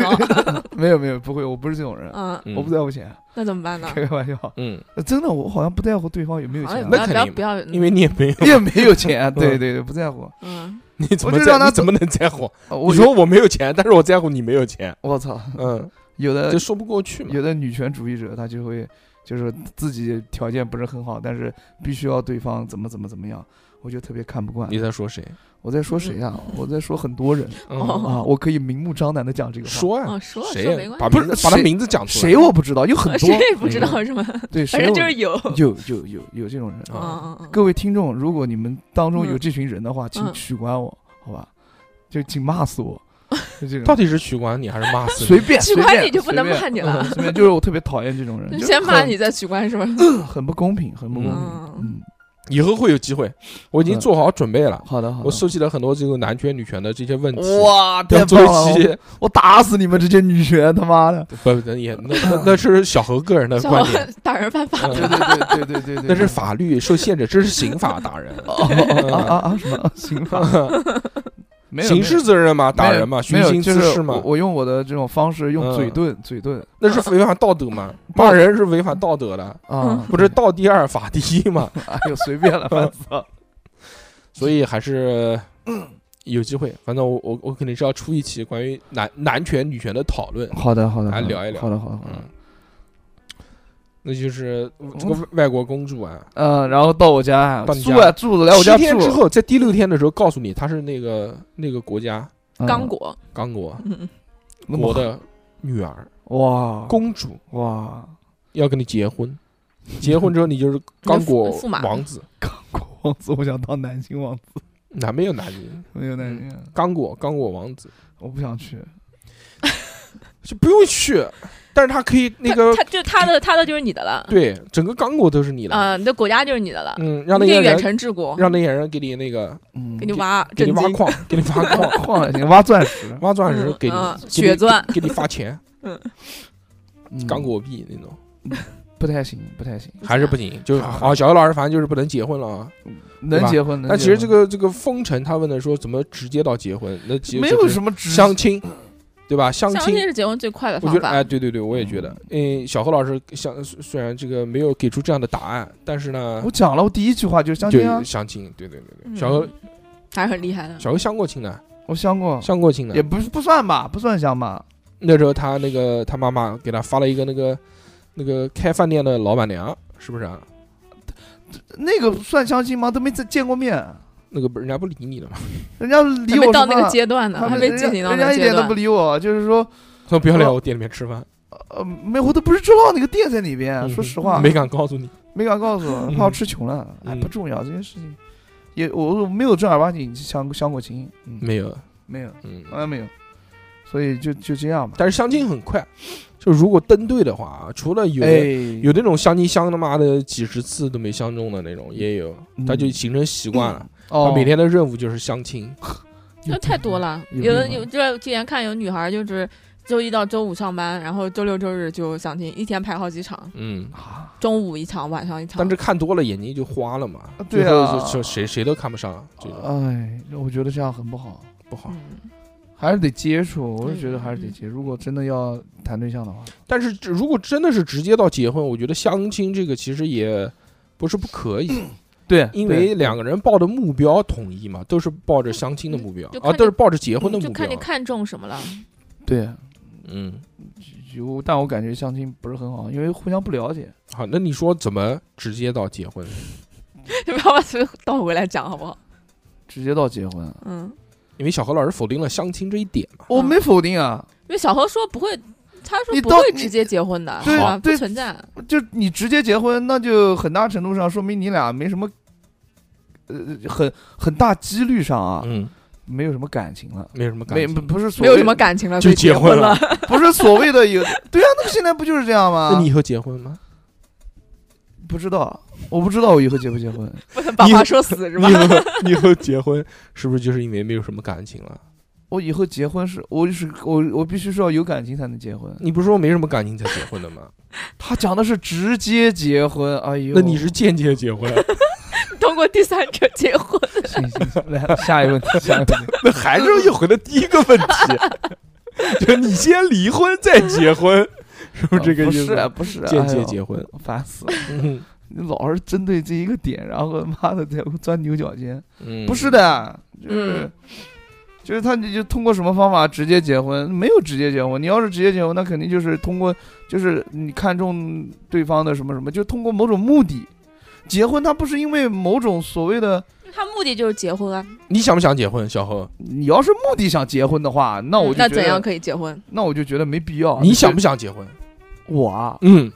了，没有没有，不会，我不是这种人，嗯，嗯我不在乎钱，那怎么办呢？开个玩笑，嗯，呃真的，我好像不在乎对方有没有好像也钱不那啊，要不肯要定不要，因为你也没有， 也没有 钱，啊对对对，不在乎，嗯，你怎么我就在让他你怎么能在乎？呃你我说有我没有钱，但是我在乎你没有钱，我操，嗯，有的这说不过去嘛。有的女权主义者，她就会就是自己条件不是很好，但是必须要对方怎么怎么怎么样，我就特别看不惯。你在说谁？我在说谁呀、啊我在说很多人嗯， 哦啊，我可以明目张胆的讲这个话。说呀哦，，说啊谁说没呀？关把嗯系，不啊名是字把他谁名字讲出来。谁我不知道，有很谁多也不知道是吗？ 对，反谁正我就是有，有有有有这种人。嗯啊？嗯嗯，各位听众，如果你们当中有嗯这群人的话，请嗯取关我，好吧？就请骂死 我，就这种到底是取关你还是骂死随你？便取随关便你就不能随便骂你了嗯随便就是我特别讨厌这种人，就是先骂很你再取关是吧？嗯很不公平，很不公平嗯。嗯，以后会有机会，我已经做好准备了。好的好嗯我的。收集了很多这个男权女权的这些问题，哇，要太做棒一了！期。我打死你们这些女权，他妈的！不不，也那那那是小何个人的小观点， 打人犯嗯 法，对对对对对对对， 那是法律受限制，这是刑法打人，哦啊啊啊！什么刑法？没有刑事责任嘛，打人嘛，没寻有，衅就滋是事我嘛，我用我的这种方式，用嗯嘴遁，嘴遁那是违反道德嘛，骂人是违反道德的， 啊，嗯不是道第二法第一嘛， 哎呦，随便了，烦死了。所以还是有机会，反正我我我肯定是要出一期关于男男权女权的讨论， 好的，好的，来好的聊一聊好的，好的，好的嗯。，那就是这个外国公主啊，嗯，然后到我家到你家住啊住来我家七天住之，后，在第六天的时候告诉你，她是那个那个国家嗯刚果，刚果嗯，那国么的女儿哇公主哇，要跟你结 婚，结婚之后你就是刚果驸驸马王子，刚 果王子，我想当南京王子，哪没有男人？没有南嗯京，刚果刚果王子我不想去。就不用去，但是他可以那个他他就他的他的就是你的了，对整个刚果都是你的，啊，你的国家就是你的了，嗯，让那你可些以远人程治国，让那些人给你那个嗯，给你挖给震你惊，挖矿，给你挖矿， 矿矿也行， 挖钻石。挖钻石给你嗯嗯给你血钻给你发 钱，嗯刚果币那种。不太行，嗯不太行，还是不行，就是啊，小姚老师反正就是不能结婚了啊。能吧结婚能结婚。但其实这个这个封城，他问的说怎么直接到结婚，那其实没就有是什么直相亲，对吧？相相亲亲，是结婚最快的我方觉得法，哎，对对对，我也觉得。嗯，小何老师想虽虽然这个没有给出这样的答案，但是呢我，讲了，我第一句话就是相亲啊就，相亲，对对对对，嗯小何还是很厉害的。小何相过亲的，我相过，相过亲也的。不是不算吧，不算相吧。那时候他那个他妈妈给他发了一个那个那个开饭店的老板娘，是不是啊？那个算相亲吗？都没再见过面，那个不人家不理你了嘛， 人家还理没我到什那么啊个阶段呢，他还们没人家进行到人那家个一阶点都段不。理我，就是说，说不要来我店里面吃饭。呃，没，我都不是知道那个店在哪嗯边，说实话，没敢告诉你。没敢告诉我，嗯怕我吃穷了。哎，嗯不重要，这件事情也我我没有正儿八经相相过亲，嗯，没有，没有，嗯，从来没有，所以就就这样吧。但是相亲很快，就如果登对的话啊，除了有的、哎，有那种相亲相他妈的几十次都没相中的那种，也有，嗯他就形成习惯了。哦，他每天的任务就是相亲，那太多了，嗯有病吧有的有这之前看有女孩就是周一到周五上班，然后周六周日就相亲，一天排好几场，嗯，啊，中午一场，晚上一场。但这看多了眼睛就花了嘛，对最啊后就就谁谁都看不上，这种哎，我觉得这样很不好，不好。嗯，还是得接触。我是嗯觉得还是得嗯接，如果真的要谈对象的话，但是这如果真的是直接到结婚，我觉得相亲这个其实也不是不可以，嗯对因为两个人抱的目标统一嘛，都是抱着相亲的目标就啊，看你都是抱着结婚的就目标看你。看中什么了。对，嗯，有，但我感觉相亲不是很好，因为互相不了解。好，那你说怎么直接到结婚？ 你不要把所有倒回来讲好不好？直接到结啊婚，嗯，因为小何老师否定了相亲这一点嘛。我没否定啊，因为小何说不会，他说你不到会你直接结婚的，对是吧？不对存在。就你直接结婚，那就很大程度上说明你俩没什么，呃，很很大几率上啊，嗯，没有什么感情了，没有什么感没情不不是所没谓有什么感情了，就所以结婚婚了。不是所谓的有，对啊，那个现在不就是这样那啊吗你？以后结婚吗？不知道，我不知道我以后结不结婚，不能把你话说死是吧你？以后你以后结婚是不是就是因为没有什么感情了？我以后结婚是，我是我我必须是要有感情才能结婚。你不是说没什么感情才结婚的 吗？他讲的是直接结婚，哎呦，那你是间接结婚，通过第三者结婚，行行行，来下一个问题，下一个问题，那还是又回到第一个问题，就是你先离婚再结婚，是 不是这个啊不意思？ 是不是间接婚结婚，，哎呦烦死了。嗯你老是针对这一个点，然后妈的在钻牛角尖。嗯不是，的，就是嗯就是他你就通过什么方法直接结婚？没有直接结婚，你要是直接结婚，那肯定就是通过就是你看中对方的什么什么，就通过某种目的。结婚他不是因为某种所谓的，他目的就是结婚啊，你想不想结婚，小何？你要是目的想结婚的话，那我就嗯那觉怎得样可以结婚？那我就觉得没必要。你想不想结婚？我啊？嗯，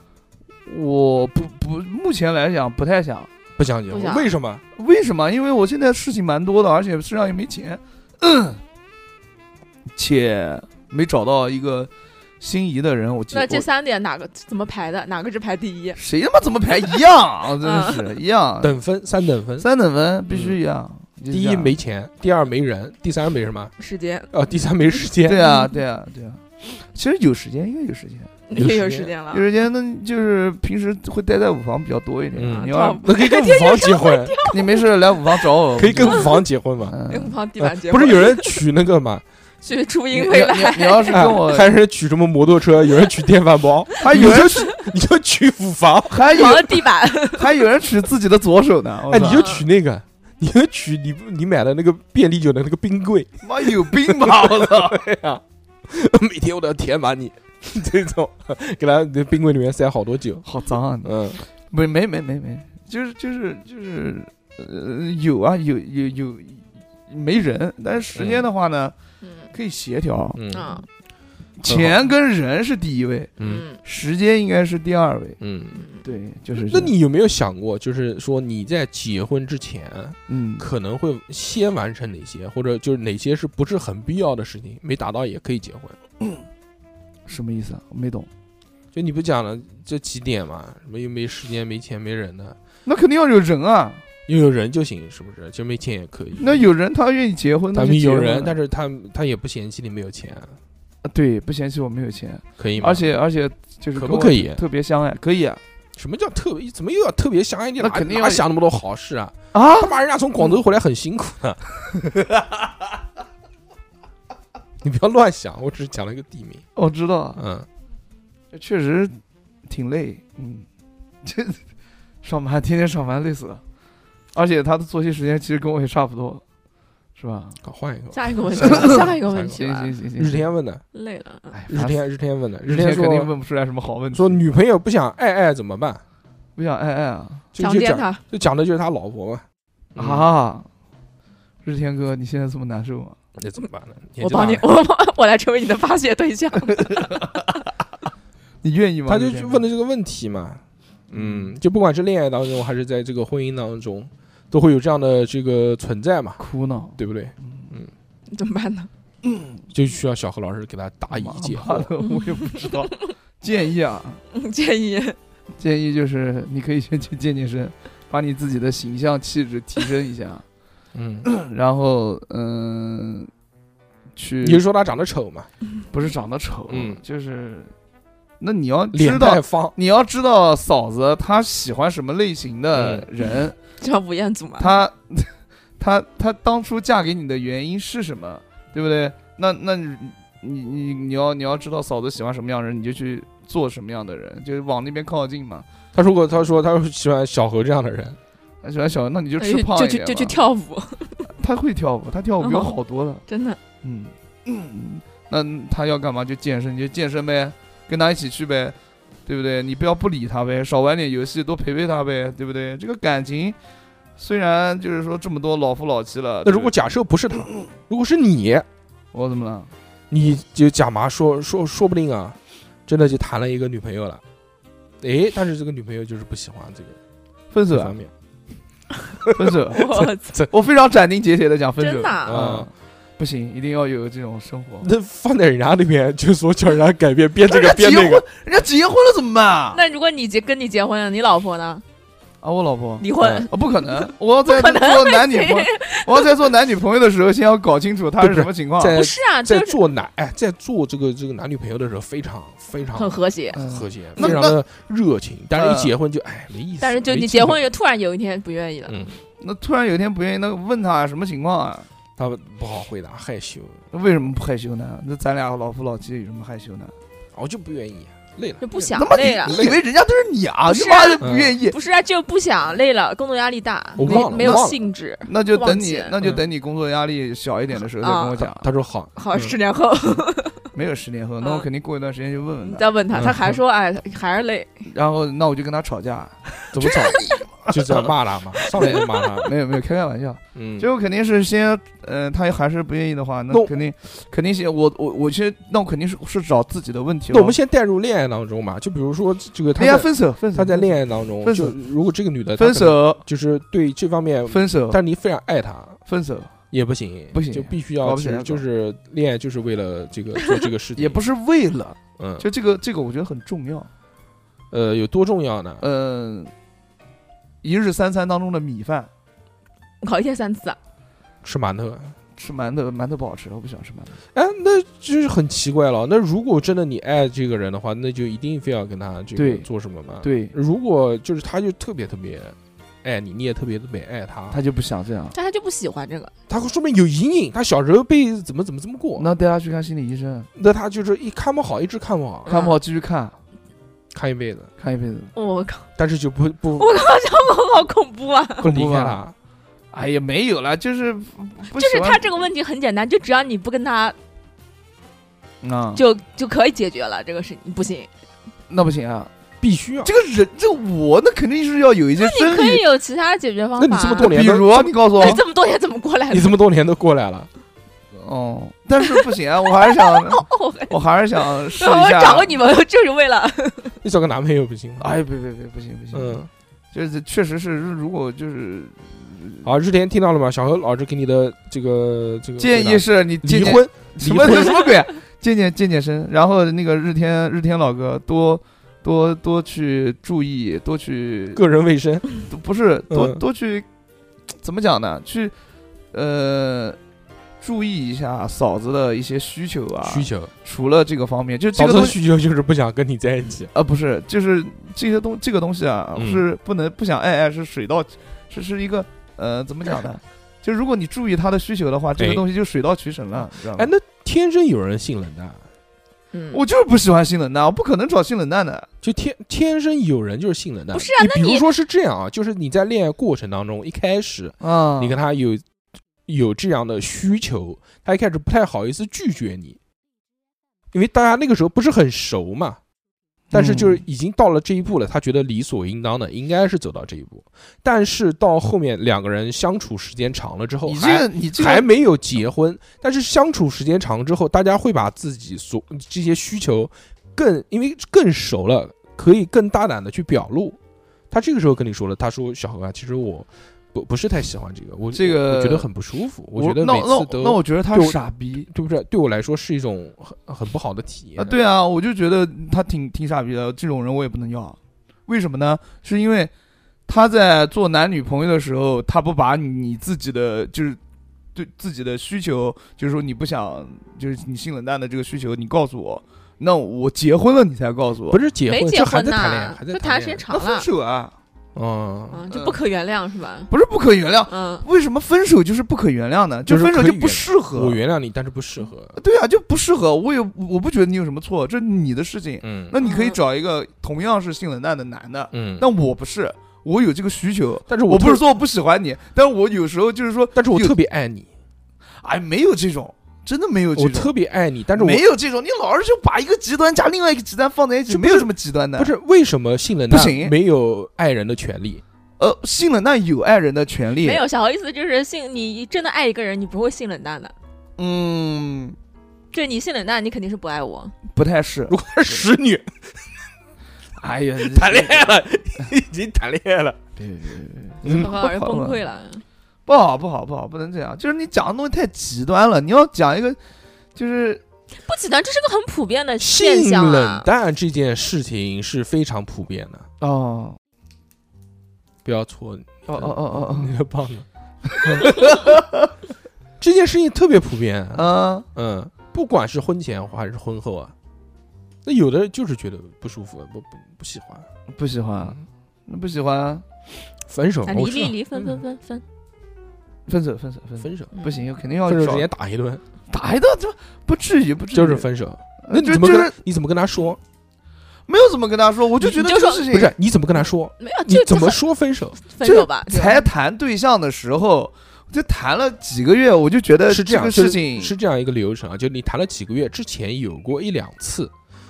我不不，目前来讲不太想。不想结不婚，想为什啊么？为什么？因为我现在事情蛮多的，而且身上也没钱， 且没找到一个心仪的人。我记那得这三点哪个怎么排的？哪个是嗯排第一？谁他妈怎么排一样啊？ 真是一样，等分三等分，三啊等分必须一样。就是嗯第这一样没钱，第二没人，第三没什么，时间呃，第三没时间。对啊，对啊，对啊。其实有时间，应该有时间，有也时有时间间了有。时间那就是平时会待在舞房比较多一点。嗯你要跳那可以跟五房结 婚，你没事来舞房找我，可以跟五房结婚嘛？那嗯，不哎放 地呃板结不婚，是有人娶那个嘛？去初你音你未来，你你要是哎跟 我，还是娶什么摩托车？有人娶电饭 煲，还你有人就娶你就娶五房，还有 忙了地板，还有人取自己的左手呢，我哎，操你就娶那个， 你就娶你你买的那个便利酒的那个冰柜， 妈有病吧！我操！每天我都要填满你， 这种给他那冰柜里面塞 好多酒，好脏啊！嗯，没没没没没，就是就是就是，呃，有啊有有有，没人，但是时间的话呢，嗯可以协调。嗯嗯钱跟人是第一位，嗯嗯时间应该是第二位。嗯。嗯，对，就是这那样。你有没有想过，就是说你在结婚之前嗯，可能会先完成哪些，或者就是哪些是不是很必要的事情，没达到也可以结婚？什么意思啊？我没懂。就你不讲了这几点嘛，什么又没时间、没钱、没人的，那肯定要有人啊，又有人就行，是不是？就没钱也可以。那有人他愿意结婚，那他就们结有婚人了，但是他他也不嫌弃你没有钱，啊对不嫌弃我没有钱，可以吗？而且而且就是可跟不我可以特别相爱？可以啊什么叫特别？怎么又要特别相爱？你那哪肯定哪要想那么多好事啊？啊！他妈人家从广州回来很辛苦啊的。 你不要乱想，我只是讲了一个地名。我知道啊，嗯，确实挺累，嗯，这上班天天上班累死了，而且他的作息时间其实跟我也差不多，是吧？好，换一个吧。下一个问题吧，下一个问题行吧行，行行，日天问的，累了，嗯哎，日烦死天日天问的，日天天肯定说问不出来什么好问题，说女朋友不想爱爱怎么办？不想爱爱啊就强就奸讲他，就讲的就是他老婆嘛。嗯，啊！日天哥，你现在这么难受吗？那怎么办呢？年纪我帮你，大了我我我来成为你的发泄对象。 你愿意吗？他就日天哥问了这个问题嘛。嗯，就不管是恋爱当中还是在这个婚姻当中，都会有这样的这个存在嘛，哭闹，嗯对不对？怎么办呢？就需要小何老师给他答疑解妈惑。的，我也不知道。建议啊，嗯建议建议就是你可以先去健健身，把你自己的形象气质提升一下。嗯，然后嗯、去你就说他长得丑嘛，不是长得丑，嗯就是那你要脸知道太，方，你要知道嫂子她喜欢什么类型的人，叫吴彦祖嘛，她 她她当初嫁给你的原因是什么，对不对？那那你你你你要你要知道嫂子喜欢什么样的人，你就去做什么样的人，就是往那边靠近嘛。他说过，他说他喜欢小何这样的人，她喜欢小，那你就那吃胖哎就一点去嘛就去。跳哦舞，她会跳舞，她跳舞比我好多了。真的嗯，那他要干嘛就健身，你就健身呗，跟他一起去呗，对不对？你不要不理他呗，少玩点游戏，多陪陪他呗，对不对？这个感情虽然就是说这么多老夫老妻了，呃那如果对假设不是他，如果是你，不对我怎么了？你就假麻说说，说不定啊，真的就谈了一个女朋友了，诶，但是这个女朋友就是不喜欢这个分手这啊方，面，分手！ 我操我非常斩钉截铁的讲分手，真的啊啊、不行，一定要有这种生活。那放在人家那边就说叫人家改变， 变这 个变那个，人家结婚了怎么办啊？那如果你结跟你结婚了，你老婆呢？啊，我老婆。离婚？嗯啊，不可 能！我要在做男女 朋友，我要在做男女朋友的时候，先要搞清楚他不是是什么情况。在不是啊，就在是做男哎，在做这个这个男女朋友的时候，非常非常很和谐。嗯和谐，那非常的热情，但是一嗯结婚就哎没意思。但是就没你劲结婚了，也突然有一天不愿意了，嗯，那突然有一天不愿意，那问他什么情况啊？他不好回答，害羞，那为什么不害羞呢？那咱俩老夫老妻有什么害羞呢？我就不愿意啊。累了，就不累了想他妈累了。你以为人家都是你啊？不啊是他啊妈的不愿意，不是啊，就不想累了，工作压力大，我没忘了没我有忘了嗯兴致。那就等你忘记，那就等你工作压力小一点的时候再啊跟我讲。他说好，好，嗯十年后没有十年后，那我啊肯定过一段时间就问问你他，再问他，嗯他还说哎，还是累。然后那我就跟他吵架。怎么吵，就这样骂他嘛，上来就骂他， 没有没有，开开玩笑。嗯，结果肯定是先，呃，他还是不愿意的话，那那我肯定肯定先我我我先，那我肯定是是找自己的问题了。那我们先带入恋爱当中嘛，就比如说这个他人家在分手，分手，他在恋爱当中，分就手如果这个女的她分可能手，就是对这方面，分手，但是你非常爱她。分手，也不行，不行就必须搞要，不其起来实就是恋爱就是为了这个做这个事情， 也不是为了，嗯，就这个这个我觉得很重要。呃有多重要呢？嗯，一日三餐当中的米饭，考一天三次啊，吃馒头，啊吃馒头，馒头不好吃，我不喜欢吃馒头。哎，那就是很奇怪了。那如果真的你爱这个人的话，那就一定非要跟他这个对做什么嘛？，对，如果就是他就特别特别爱你，你也特别特别爱他，他就不想这样，但他就不喜欢这个。他会说明有阴影，他小时候被怎么怎么怎么过，那那带他去看心理医生，那他就是一看不好，一直看不好，看不好继续看，看一辈子，看一辈子。我靠，但是就不不我靠，这个好恐怖啊！不离恐怖开吧他。哎呀，没有啦，就是不就是喜欢他这个问题很简单，就只要你不跟他啊，就就可以解决了，这个事情不行。那不行啊，必须要这个人，这我那肯定是要有一些你真可以理。有其他解决方法那啊。你这么多年比如啊你告诉我那，你这么多年怎么过来的你？这么多年都过来了，哦，但是不行啊，我还是想，哦，我还是想试一我下。找过你们就是为了你找个男朋友不行吗？哎，别别别，不行不行，嗯，就是确实是，如果就是好，日天听到了吗？小何老师给你的这个这个建回议是你答健离健婚，什么离婚什么鬼，健健健健身，然后那个日天日天老哥多多多去注意，多去个人卫生，不是多嗯多去怎么讲呢？去呃。注意一下嫂子的一些需求啊，需求，除了这个方面，就这嫂个子东的西需求就是不想跟你在一起。啊，不是，就是这些东这个东西啊，嗯是不能不想爱爱是水到，是是一个呃怎么讲呢？ 就如果你注意他的需求的话，这哎个东西就水到渠成了，知道吗哎，？那天生有人性冷淡，嗯，我就是不喜欢性冷淡，我不可能找性冷淡的。就天天生有人就是性冷淡。不是啊你那比如你说是这样啊，就是你在恋爱过程当中，一开始啊，你跟他有有这样的需求，他一开始不太好意思拒绝你，因为大家那个时候不是很熟嘛。但是嗯就是已经到了这一步了，他觉得理所应当的，应该是走到这一步。但是到后面两个人相处时间长了之后，你哦这还个你这还个没有结婚，但是相处时间长之后，大家会把自己所这些需求更因为更熟了，可以更大胆的去表露。他这个时候跟你说了，他说：“小何啊，其实我不不是太喜欢这个，我这个我觉得很不舒服，我觉得那每那次我都那我觉得他对我傻逼对不对？对我来说是一种很很不好的体验。啊，对啊，我就觉得他挺挺傻逼的，这种人我也不能要。为什么呢？是因为他在做男女朋友的时候，他不把你自己的就是对自己的需求，就是说你不想，就是你性冷淡的这个需求，你告诉我，那我结婚了你才告诉我，不是是结没婚，结这还婚在谈恋爱，呐还，在就谈时恋间爱。长那分了，手啊，嗯，哎嗯，就不可原谅是吧？不是不可原谅。嗯，为什么分手就是不可原谅呢？就是分手可以就不适合我。原谅你，但是不适合。对啊，就不适合。我也我不觉得你有什么错，这是你的事情。嗯，那你可以嗯找一个同样是性冷淡的男的，嗯，但我不是，我有这个需求。但是我不特是，说我不喜欢你，但是我有时候就是说，但是我有特别爱你，哎，没有这种，真的没有这我种，特别爱你，但是我没有这种。你老是就把一个极端加另外一个极端放在一起，这不没是有这么极端的。不，是为什么性冷淡不行没有爱人的权利？呃，性冷淡有爱人的权利，没，有，小何意思就是性，你真的爱一个人，你不会性冷淡的。嗯，对你性冷淡，你肯定是不爱我。不太是。如果是使女哎呀，谈恋爱了， 已经谈恋爱了，别别别别，嗯小何老师崩溃了，不好不好不好，不能这样。就是你讲的东西太极端了，你要讲一个，就是不极端，这是个很普遍的现性象冷啊。淡这件事情是非常普遍的，哦不要戳哦哦哦你的棒子。 这件事情特别普遍，哦，嗯，嗯，不管是婚前还是婚后啊，那有的人就是觉得不舒服，不不不喜欢，嗯不喜欢，那不喜欢，分手，啊我嗯离知离道离，分分分分，分手分手分手，分手，嗯不行，肯定要分手找直接打一顿，打一顿，这不至于不至于，就是分手。嗯呃那你就怎么就是跟你怎么跟他说？没有怎么跟他说，我就觉得你就这说个事情不是啊你怎么跟他说？没有你就怎么就说分手？分手吧？就才谈对象的时候，就谈了几个月，我就觉得是这样，呃个就事是情是这样一个流程啊，就你谈了几个月之前有过一两次，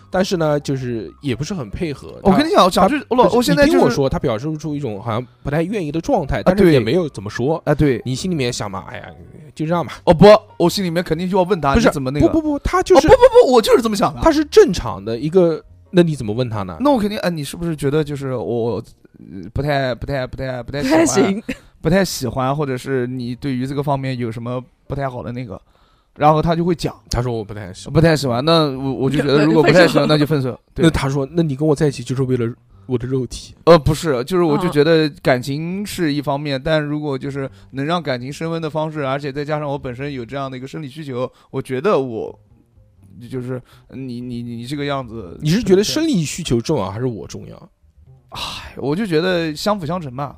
但是呢，就是也不是很配合。我他跟你讲，讲句不我老是我你现在听我就是啊说，他表示出一种好像不太愿意的状态，但是对也没有怎么说。啊，对，你心里面想嘛，哎呀，就这样吧。哦不，我心里面肯定就要问他，不是你怎么那个？不不不，他就是哦不不不，我就是这么想的。他是正常的一个，那你怎么问他呢？那我肯定，哎，你是不是觉得就是我呃不太不太不太不太不喜欢太啊行，不太喜欢，或者是你对于这个方面有什么不太好的那个？然后他就会讲他说我不太喜欢。不太喜欢，那我我就觉得就如果不太喜欢，分手那就分手。对那，他说，那你跟我在一起就是为了我的肉体，呃，不是，就是我就嗯觉得感情是一方面，但如果就是能让感情升温的方式，而且再加上我本身有这样的一个生理需求，我觉得我就是你你你这个样子，你是觉得生理需求重要还是我重要？我就觉得相辅相成吧，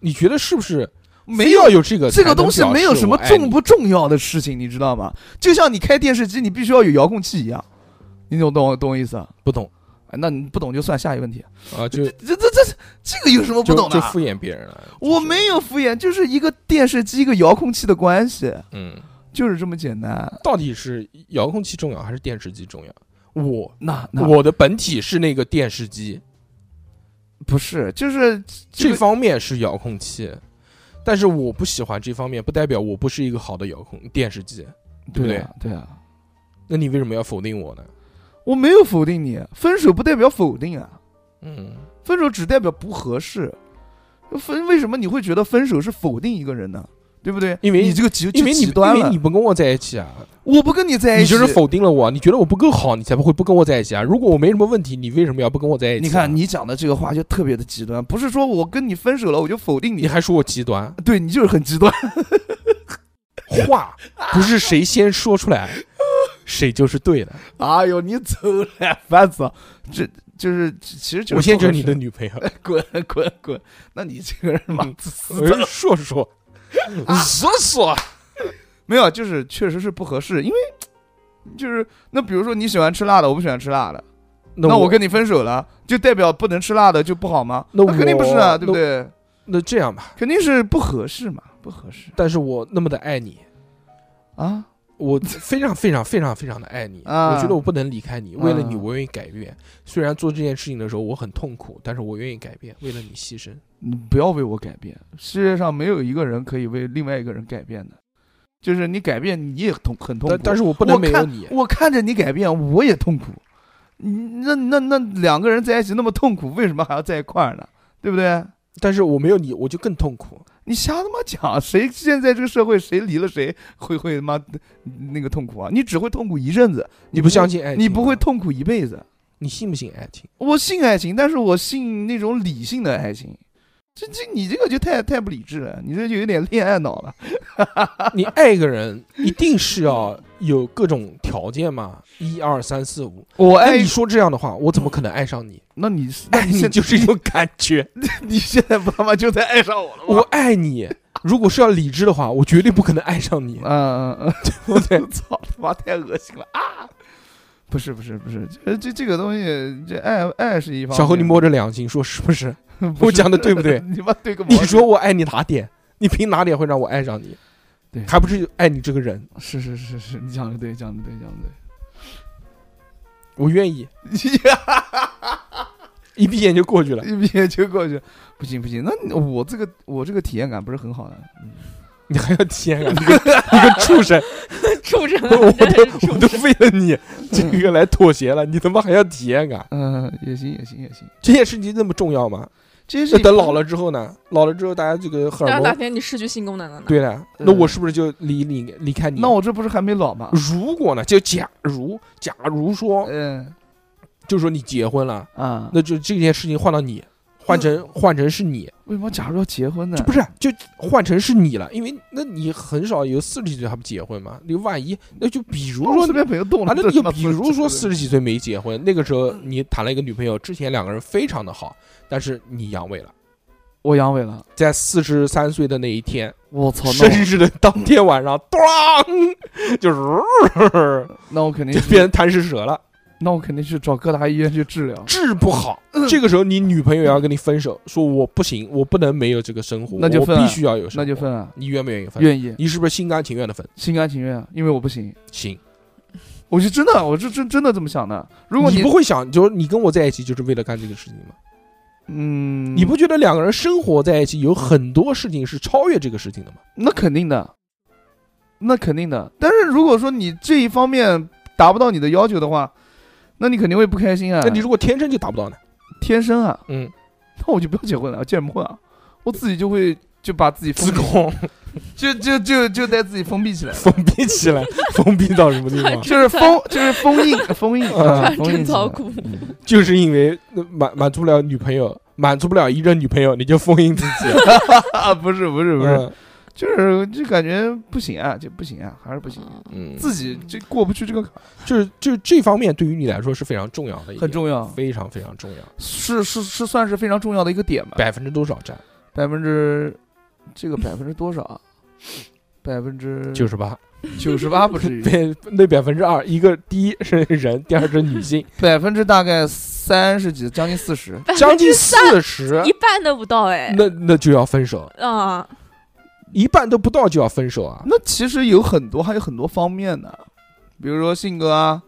你觉得是不是？没有要有这个这个呃才能东西表没有示什我么爱重你不重要的事情，你知道吗？就像你开电视机，你必须要有遥控器一样，你懂懂我懂我意思啊？不懂哎那你不懂就算下一个问题，啊，就这这这这个有什么不就懂的就啊？敷衍别人了。我就是没有敷衍，就是一个电视机一个遥控器的关系，嗯，就是这么简单。到底是遥控器重要还是电视机重要？我那那我的本体是那个电视机，不是，就是这这个方面是遥控器，但是我不喜欢这方面，不代表我不是一个好的遥控电视机。对不对啊对啊，那你为什么要否定我呢？我没有否定你，分手不代表否定啊，嗯，分手只代表不合适。分为什么你会觉得分手是否定一个人呢？对不对？因为你这个极因为就你极端因了为你，不跟我在一起啊，我不跟你在一你起，就是否定了我，你觉得我不够好，你才不会不跟我在一起啊。如果我没什么问题，你为什么要不跟我在一起啊、你看你讲的这个话就特别的极端，不是说我跟你分手了我就否定你你，还说我极端，对你就是很极端。 话不是谁先说出来，谁就是对的。哎呦，你走了，烦死了！这就是其实就是我现在就是你不合的适女朋友。 滚滚滚，那你这个人嘛，自啊私的呃说说，说说，没有，就是确实是不合适，因为就是那比如说你喜欢吃辣的，我不喜欢吃辣的，那那我跟你分手了，就代表不能吃辣的就不好吗？那肯定不是啊，我对不对？那这样吧，肯定是不合适嘛，不合适但是我那么的爱你，啊！我非常非常非常非常的爱你，啊我觉得我不能离开你，为了你啊我愿意改变。虽然做这件事情的时候我很痛苦，但是我愿意改变，为了你牺牲。你嗯不要为我改变，世界上没有一个人可以为另外一个人改变的，就是你改变你也痛很痛苦但，但是我不我能没有看你，我看着你改变，我也痛苦。嗯那那那两个人在一起那么痛苦，为什么还要在一块儿呢？对不对？但是我没有你我就更痛苦。你瞎他妈讲，谁现在这个社会谁离了谁会会他妈的那个痛苦啊？你只会痛苦一阵子，你不不相信爱情？你不会？痛苦一辈子。你信不信爱情？我信爱情，但是我信那种理性的爱情。这这你这个就太太不理智了，你这就有点恋爱脑了。你爱一个人一定是要有各种条件嘛？一二三四五。我那爱你，说这样的话，我怎么可能爱上你？那你 那爱你你哎现就是一种感 觉。你现在不他妈就在爱上我了我吗？爱你，如果是要理智的话，我绝对不可能爱上你 嗯，嗯嗯。对不 对？ 操他妈太恶心了啊！不是不是不是，这这这个东西，这爱爱是一方面。小何，你摸着良心说是不是？ 我不是讲的对不对？ 你妈对个毛你线！说我爱你哪点？你凭哪点会让我爱上你？对还不是爱你这个人？是是是是，你讲的对，讲的对，讲的我愿意， 对。一闭眼就过去了。 一眼就过去，不行不行，那我这个我这个体验感不是很好的。你还要天啊！ 你个你个畜生！畜生啊，我真都是畜我生都为了你这个来妥协了，你他妈还要体验感？嗯、也行也行也行。这件事情那么重要吗？这那是 等老了之后呢？老了之后，大家这个荷尔让哪蒙天你失去性功能了呢？对了，那我是不是就离离离开你？那我这不是还没老吗？如果呢，就假如假如说，嗯就说你结婚了，啊，那就这件事情换到你，换成换成是你，为什么假如要结婚呢就？不是就换成是你了，因为那你很少有四十几岁还不结婚嘛，你万一那就比如我说这。边朋友动了啊，，那这就他妈比如说这四十几岁嗯没结婚，那个时候你谈了一个女朋友，之前两个人非常的好，但是你阳痿了，我阳痿了，在四十三岁的那一天，我操，那生我日的当天晚上，咣，就是那我肯定就是变成贪吃蛇了。那我肯定去找各大医院去治疗，治不好，嗯这个时候你女朋友要跟你分手，说我不行，我不能没有这个生活，那就分我啊必须要有生活，那就分。啊，你愿不愿意分？愿意，你是不是心甘情愿的分？心甘情愿啊，因为我不行，行，我是真的，我是真真的这么想的。如果你不会想，就是你跟我在一起就是为了干这个事情吗？嗯，你不觉得两个人生活在一起有很多事情是超越这个事情的吗？那肯定的，那肯定的。但是如果说你这一方面达不到你的要求的话，那你肯定会不开心啊。那你如果天生就达不到呢？天生啊，嗯，那我就不要结婚了，我见什么婚啊？我自己就会就把自己封自闭，控 就就就就在自己封闭起来了，封闭起来，封闭到什么地方？就是封就是封印封 印啊，嗯封印真起来草。谷，就是因为呃满满足不了女朋友，满足不了一任女朋友，你就封印自己， 啊，不是不是是 不是，？就是就感觉不行啊，就不行啊，还是不行，嗯，自己这过不去这个坎儿，就是就是这方面对于你来说是非常重要的一点，很重要，非常非常重要，是是是算是非常重要的一个点吧。百分之多少占？百分之这个百分之多少啊？百分之九十八，九十八不 至于，对， 那百分之二，一个第一是人，第二是女 性，百分之大概三十几，将近四十。将近四十，一半都不到哎。那那就要分手，啊，一半都不到就要分手啊！那其实有很多，还有很多方面呢，比如说性格啊，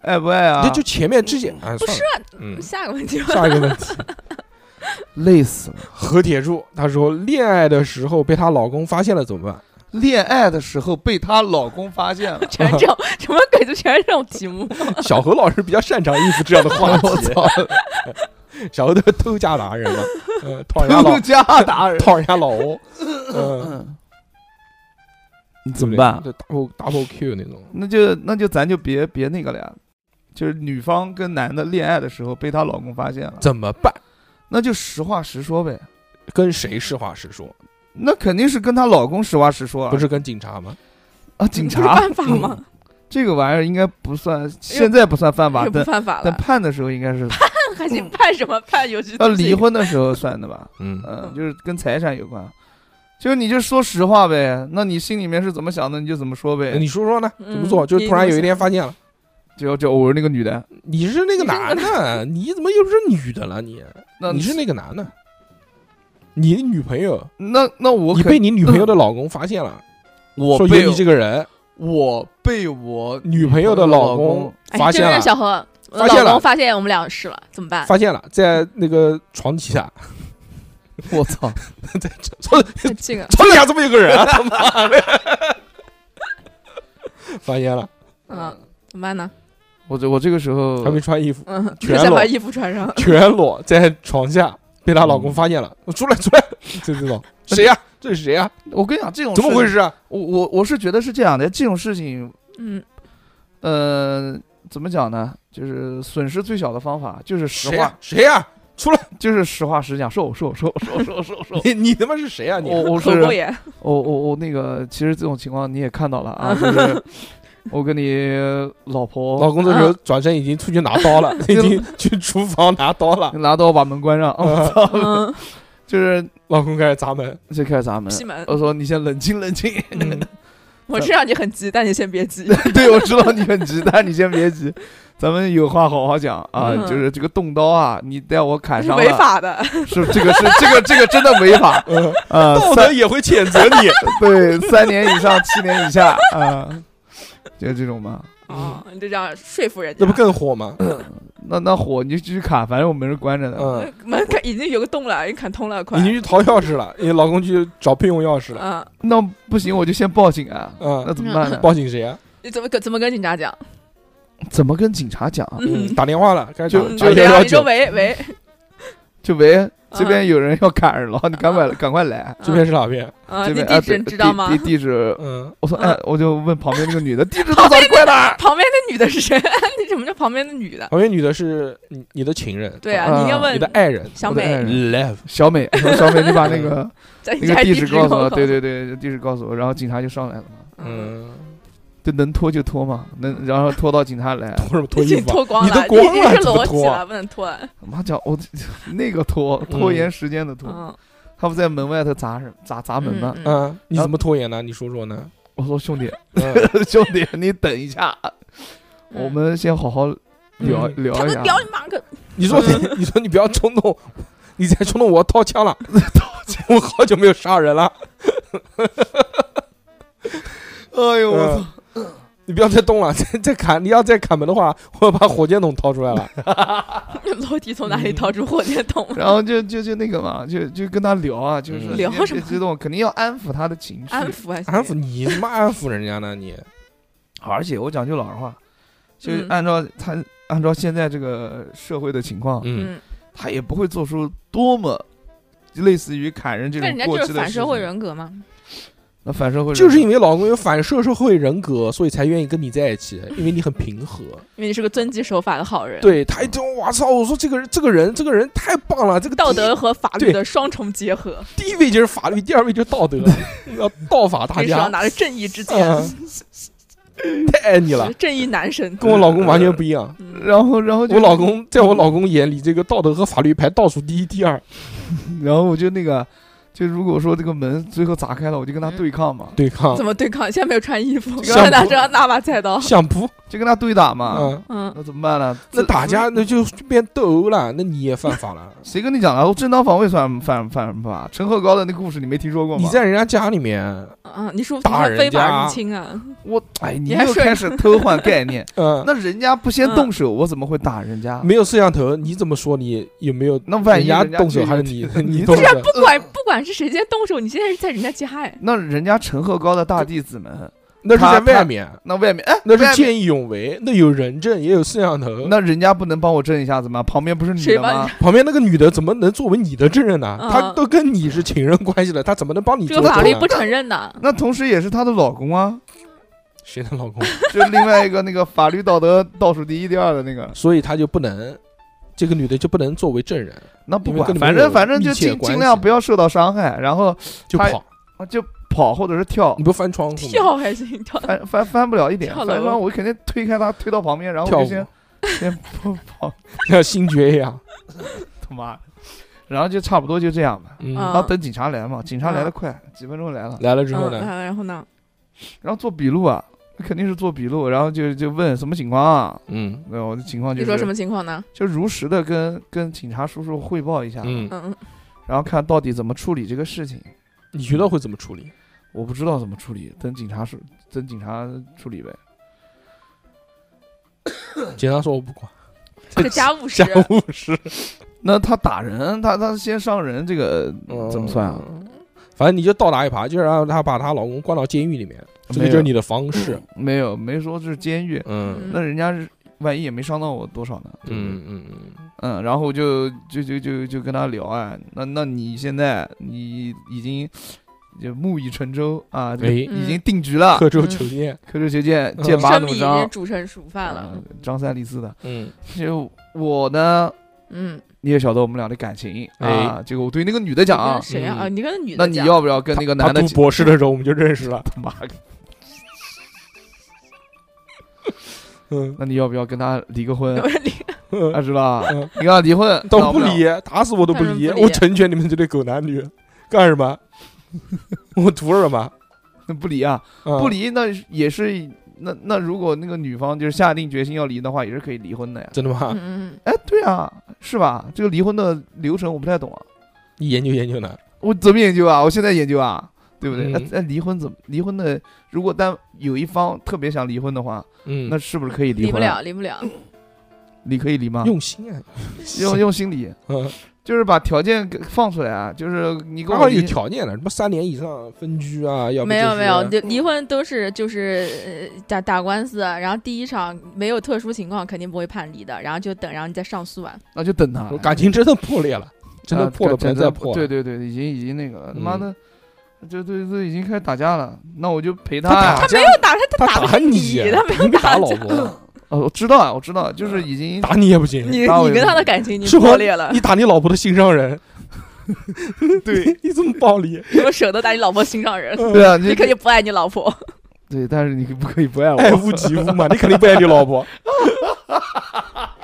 爱不爱啊，这就前面之前啊，不算是了，嗯，下个问题吧。，下一个问题， 累死了。何铁柱他说，恋爱的时候被她老公发现了怎么办？恋爱的时候被她老公发现 了全是这种什么鬼？就全是这种题目。 小何老师比较擅长应付这样的话我题，操， 小何都是偷家达 人嘛，呃，讨人家老陆家达人，讨人家老欧，嗯，嗯你 怎么办？对不对就？double double Q 那种，那就那就咱就别别那个了呀，就是女方跟男的恋爱的时候被她老公发现了，怎么办？那就实话实说呗。跟谁实话实说？那肯定是跟她老公实话实说啊，不是跟警察吗？啊，警不是察犯法吗？这个玩意儿应该不算，现在不算犯法也，不但犯法但了，判的时候应该是还行，判什么判有期要徒离刑？婚的时候算的吧？嗯，嗯，嗯就是跟财产有关，就你就说实话呗，那你心里面是怎么想的你就怎么说那呗，呃哎你说说呢？嗯怎么做？就突然有一天发现了，就就我是那个女的，你是那个男的，你怎么又不是女的了？你那你是那个男的，你女朋友，那那我你肯被你女朋友的老公发现了，我说被有你这个人，我被我女朋友的老公哎发这现边了的，小何，我发现老了公发现我们俩是了，怎么办？发现了，在那个床底下， 我操，床这个，床底下怎么有个 人啊？他妈的！发现了，嗯，怎么办呢？ 我这我这个时候还没穿衣服，嗯，全就先裸把衣服穿上。全裸在床下，被她老公发现了，我出来出来，就这 种，谁呀？这是谁呀？我跟你讲这种怎么回事？事啊？我我我是觉得是这样的，这种事情嗯，呃，怎么讲呢？就是损失最小的方法就是实谁话呀？，谁呀？出来！就是实话实讲，是我是我是我是我是我是我是我。你你他妈是谁啊？ 你我我是口播也我我我那个，其实这种情况你也看到了啊，就是 我跟你老老婆公这时候转身已经出去拿刀 了，已经去厨房拿刀了。拿刀把门关上，啊 呃嗯，就是老公开始砸门，就开始砸门。西门， 我说你先冷静冷 静，嗯我知道你很急，但你先别 急。对我知道你很急，但你先别急，咱们有话好好讲啊。嗯就是这个动刀啊，你带我砍是伤了，违法的，是这个是这个这个真的 违法呃啊，道三德也会谴责 你。 对三年以上七年以下啊，就这种嘛。哦，你就这样说服人家，那不更火吗？那那火你就继续砍，反正我门是关着的。嗯，呃门砍已经有个洞了，已经砍通了，快已，经去淘钥匙了，你老公去找备用钥匙了。嗯，那不行，我就先报警啊。那嗯，怎么办呢？报警谁啊？你怎么跟怎么跟警察讲？怎么跟警察讲？啊嗯，打电话了，该就嗯就打对幺呀，幺你说九。喂喂，就嗯喂，这边有人要砍人了，你赶快赶快来。这边是哪边？啊，这你边地啊址对你知道吗地？地地址，嗯，我说嗯哎，我就问旁边那个 女的，地址多少？你快点！旁边那女的是谁？ 你怎么叫旁边的女的？旁边女的是你你的情人，对啊，嗯你应该你问的爱人嗯小我的爱美，人 love。小 美，我说小美，你把那个在你那家个地址址告诉我我，对，对对，地址告诉我，然后警察就上来了嘛，嗯， 嗯，就能拖就拖嘛，能然后拖到警察来，脱什么脱已衣经服啊？ 脱光你了，都已光经了，是怎么裸体脱啊？了，不能脱了，妈讲我 那个拖拖延时间的拖，嗯，他不在门外头砸人砸砸门吗？嗯，嗯嗯，你怎么拖延呢？你说说呢？我说兄弟 嗯兄弟，你等一下，我们先好好聊嗯嗯他聊一们下，表你 妈个，你说你，你说你不要冲动，你再冲动我要掏枪 了，我好久没有杀人了，哎呦嗯我操！你不要再动了，再再砍，你要再砍门的话，我要把火箭筒掏出来 了。楼梯从哪里掏出火箭筒？然后就就就那个嘛，就就跟他聊啊，就是嗯聊别什别么激动，肯定要安抚他的情绪。安抚还是安抚你他妈安抚人家呢你，而且我讲句老实话，就嗯按照他、按照现在这个社会的情况，嗯，嗯，他也不会做出多么类似于砍人这那种人家过就是激的反事社会情，人格嘛。那反社会人就是因为老公有反社会人格，所以才愿意跟你在一起，因为你很平和。因为你是个遵纪守法的好人，对他一听，我操！我说这个人，这个人，这个人太棒了，这个道第德和法律对的双重结合，第一位就是法律，第二位就是道德，要道法大你手上家。拿着正义之剑， 嗯，太爱你了，正义男神。跟我老公完全不一样。嗯，然后然后就我老，公在我老公眼里，这个道德和法律排倒数第一、第二。然后我就那个，就如果说这个门最后砸开了，我就跟他嗯对抗嘛，对抗怎么对抗？现在没有穿衣服，像刚才拿着拿把菜刀， 相扑，就跟他对打嘛。嗯，嗯，那怎么办呢？那这打架那就变斗殴了，那你也犯法了。谁跟你讲了？正当防卫算犯犯什么法？陈鹤高的那故事你没听说过吗？你在人家家里面，啊，你说打他人非家法入侵啊？我哎，你还又顺开始偷换概念。 嗯，那人家不先动手，我怎么会打人家？没有摄像头，你怎么说你有没有？那万一人家动手就还是 你你这动手？不管不管是谁先动手，你现在是在人家家哎，那人家陈鹤高的大弟子们，那是在他外他面，那外面哎，那是外面见义勇为，那有人证也有摄像头。那人家不能帮我证一下子吗？旁边不是你谁的帮吗你？旁边那个女的怎么能作为你的证人呢？嗯她都跟你是情人关系了，她怎么能帮你这做个证法律呢不承认的。那同时也是她的老公啊，谁的老公， 就另外一个那个法律道德倒数第一、第二的那个。所以她就不能，这个女的就不能作为证人，那不因为跟管，你反们有正反正密就切尽关尽量系不要受到伤害，然后就她跑。就跑或者是跳你，不翻窗户 吗？跳还行，跳翻翻翻不了一点，跳翻楼不了我肯定推开他推到旁边，然后我就跳先先跑 跑，舞，像星爵一样。他妈的，然后就差不多就这样吧。嗯，啊然后等警察来嘛，警察来的快，几分钟来了。来了之后嗯，呢？然后呢？然后做笔录啊，肯定是做笔录，然后就就问什么情况啊？嗯那我的情况就你是说什么情况呢？就如实的跟跟警察叔叔汇报一下，嗯，嗯，然后看到底怎么处理这个事情。你觉得会怎么处理？我不知道怎么处理，等警察处等警察处理呗。警察说我不管，这个加五十加，五 十，那他打人，他他先伤人，这个嗯怎么算啊？？反正你就倒打一耙，就让她把她老公关到监狱里面，这个没就是有你的方式。没有没说这是监狱，嗯那人家是万一也没伤到我多少呢？对不对嗯嗯嗯，嗯，然后就就就就就跟他聊啊，那那你现在你已经就木已成舟啊，这个哎已经定局了。刻舟求剑。刻舟求剑，嗯剑拔生米弩已张经，煮成熟饭了啊。张三李四的。嗯，就我呢，嗯，你也晓得我们俩的感情啊哎。这个我对那个女的讲你啊跟，谁嗯啊？啊，你跟女那的你讲， 要不要跟那个他男的读结？博士的时候我们就认 识了。他 妈的，嗯，那你要不要跟他离 个婚？嗯啊，是吧嗯？你跟他离婚，都不闹了理，打死我都不当然理，不理啊我成全你们这对狗男女，干什么？ 我图什么？那不离啊，嗯不离那也是那那如果那个女方就是下定决心要离的话，也是可以离婚的呀。真的吗？嗯，嗯哎，对啊，是吧？这个离婚的流程我不太懂啊，你研究研究呢？我怎么研究啊？我现在研究啊，对不对？嗯那、那离婚怎么离婚的？如果单有一方特别想离婚的话，嗯，那是不是可以离离不婚啊？了，离不了。离可以离吗？用心啊， 用用心理，嗯，就是把条件给放出来啊，就是你跟刚我好有离，条件的，什么三年以上分居啊，要不没就有是没有，就离婚都是就是呃打打官司，然后第一场没有特殊情况肯定不会判离的，然后就等，然后你再上诉啊。那就等他感情真的破裂了，真的啊破了，感不能真再的破了。对对对，已经已经那个了，他妈嗯的，这这这已经开始打架了，那我就陪他呀打。架，他打他他打的打是你，他没有你打打老架婆，哦，我知道啊，我知道，就是已经打你也不行，你打我你也跟不他的行感情已是经吗破裂了你，打你老婆的心上人， 对 你这么暴 力，嗯我舍得打你老婆心上 人，对啊，你你可以不爱你老婆。对，但是你不可以不爱我，爱屋及乌 嘛，你肯定不爱你老婆，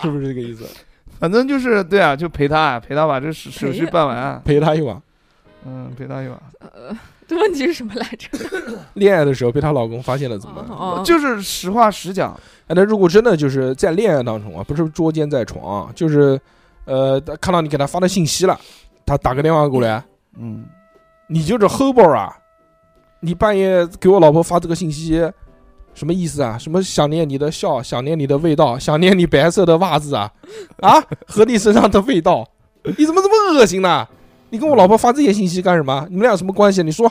是不是这个意思？反正就是对嗯啊，就陪他啊陪他把这手手续办完啊，陪她一晚，嗯，陪他一晚。呃，这问题是什么来着？恋爱的时候被她老公发现了怎么办？哦，就是实话实讲，哎，那如果真的就是在恋爱当中啊，不是捉奸在床啊，就是呃，他看到你给他发的信息了，他打个电话过来，啊嗯，你就是 hobo 啊，你半夜给我老婆发这个信息，什么意思啊？什么想念你的笑，想念你的味道，想念你白色的袜子啊，啊，和你身上的味道，你怎么这么恶心呢？你跟我老婆发这些信息干什么？你们俩有什么关系？你说，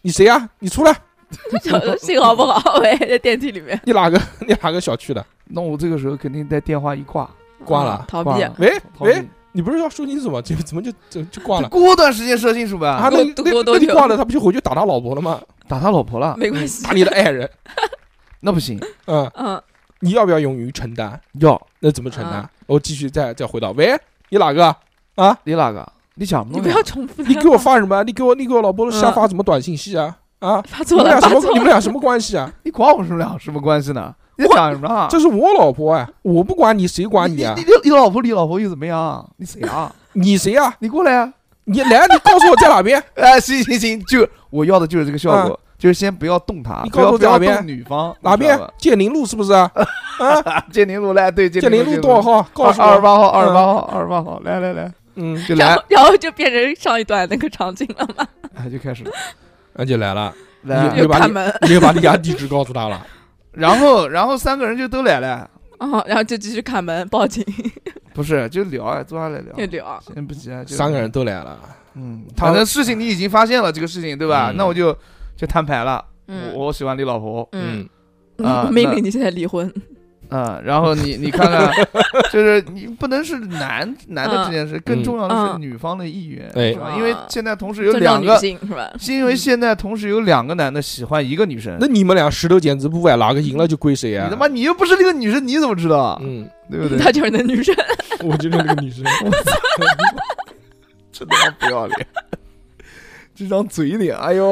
你谁呀、你出来，这信号不好，喂，在电梯里面你哪个你哪个小区的？那我这个时候肯定在电话一挂， 挂了哦逃避挂，了喂逃避喂，你不是要说清楚吗？这怎么就就就哎挂了？啊过段时间射清楚他吧，那多那多那多你久挂了，他不就回去打他老婆了吗？打他老婆了，啊没关系打。你的爱人，那不行，嗯，嗯，你要不要勇于承担？要那怎么承担啊？我继续再再回到，喂，你哪个啊？你哪个？你讲你不不要重复。你给我，发什么？你 给我你给我老婆嗯瞎发什么短信息啊？啊，发你错们了，俩发什么错你们了。俩什么关系啊？你管我们俩什么关系呢？你在讲什么啊？这是我老婆哎，我不管你，谁管你你啊你？你你老婆，你老婆又怎么样？你谁啊？你谁呀？你过来啊！你来，你告诉我在哪边？ 哎，行行行，就我要的就是这个效果，就是先不要动他，你不告要诉我不要哪边动女方，哪边你知道吧？建宁路是不是啊？ 建宁路来，对，建建宁路路多少？号？告诉二二十我。八号，二十八号，二十八号，来来来，嗯， 就然来后，然后就变成上一段那个场景了嘛，哎，就开始了那就来了， 来你又就把看门，你就把你家地址告诉他了。然后然后三个人就都来了，哦，然后就继续看门，报警，不是就聊啊，坐下来哦又聊，聊。先不急啊， 就三个人，都来了，嗯，他反正事情你已经发现了这个事情对吧？嗯那我就就摊牌了，嗯我我喜欢你老婆，嗯，啊我命那令你现在离婚。嗯，然后你你 看看，就是你不能是男男的这件事，更重要的是嗯女方的意愿，哎是吧？因为现在同时有尊啊两重女个，性是吧？是因为现在同时有两个男的喜欢一个女生那，你们俩石头剪子布啊，哪个赢了就归谁呀、你他妈你又不是那个女生，你怎么知道啊？嗯， 对不对？她就是那女生，我就是那个女生。真他妈不要脸，这张嘴脸，哎呦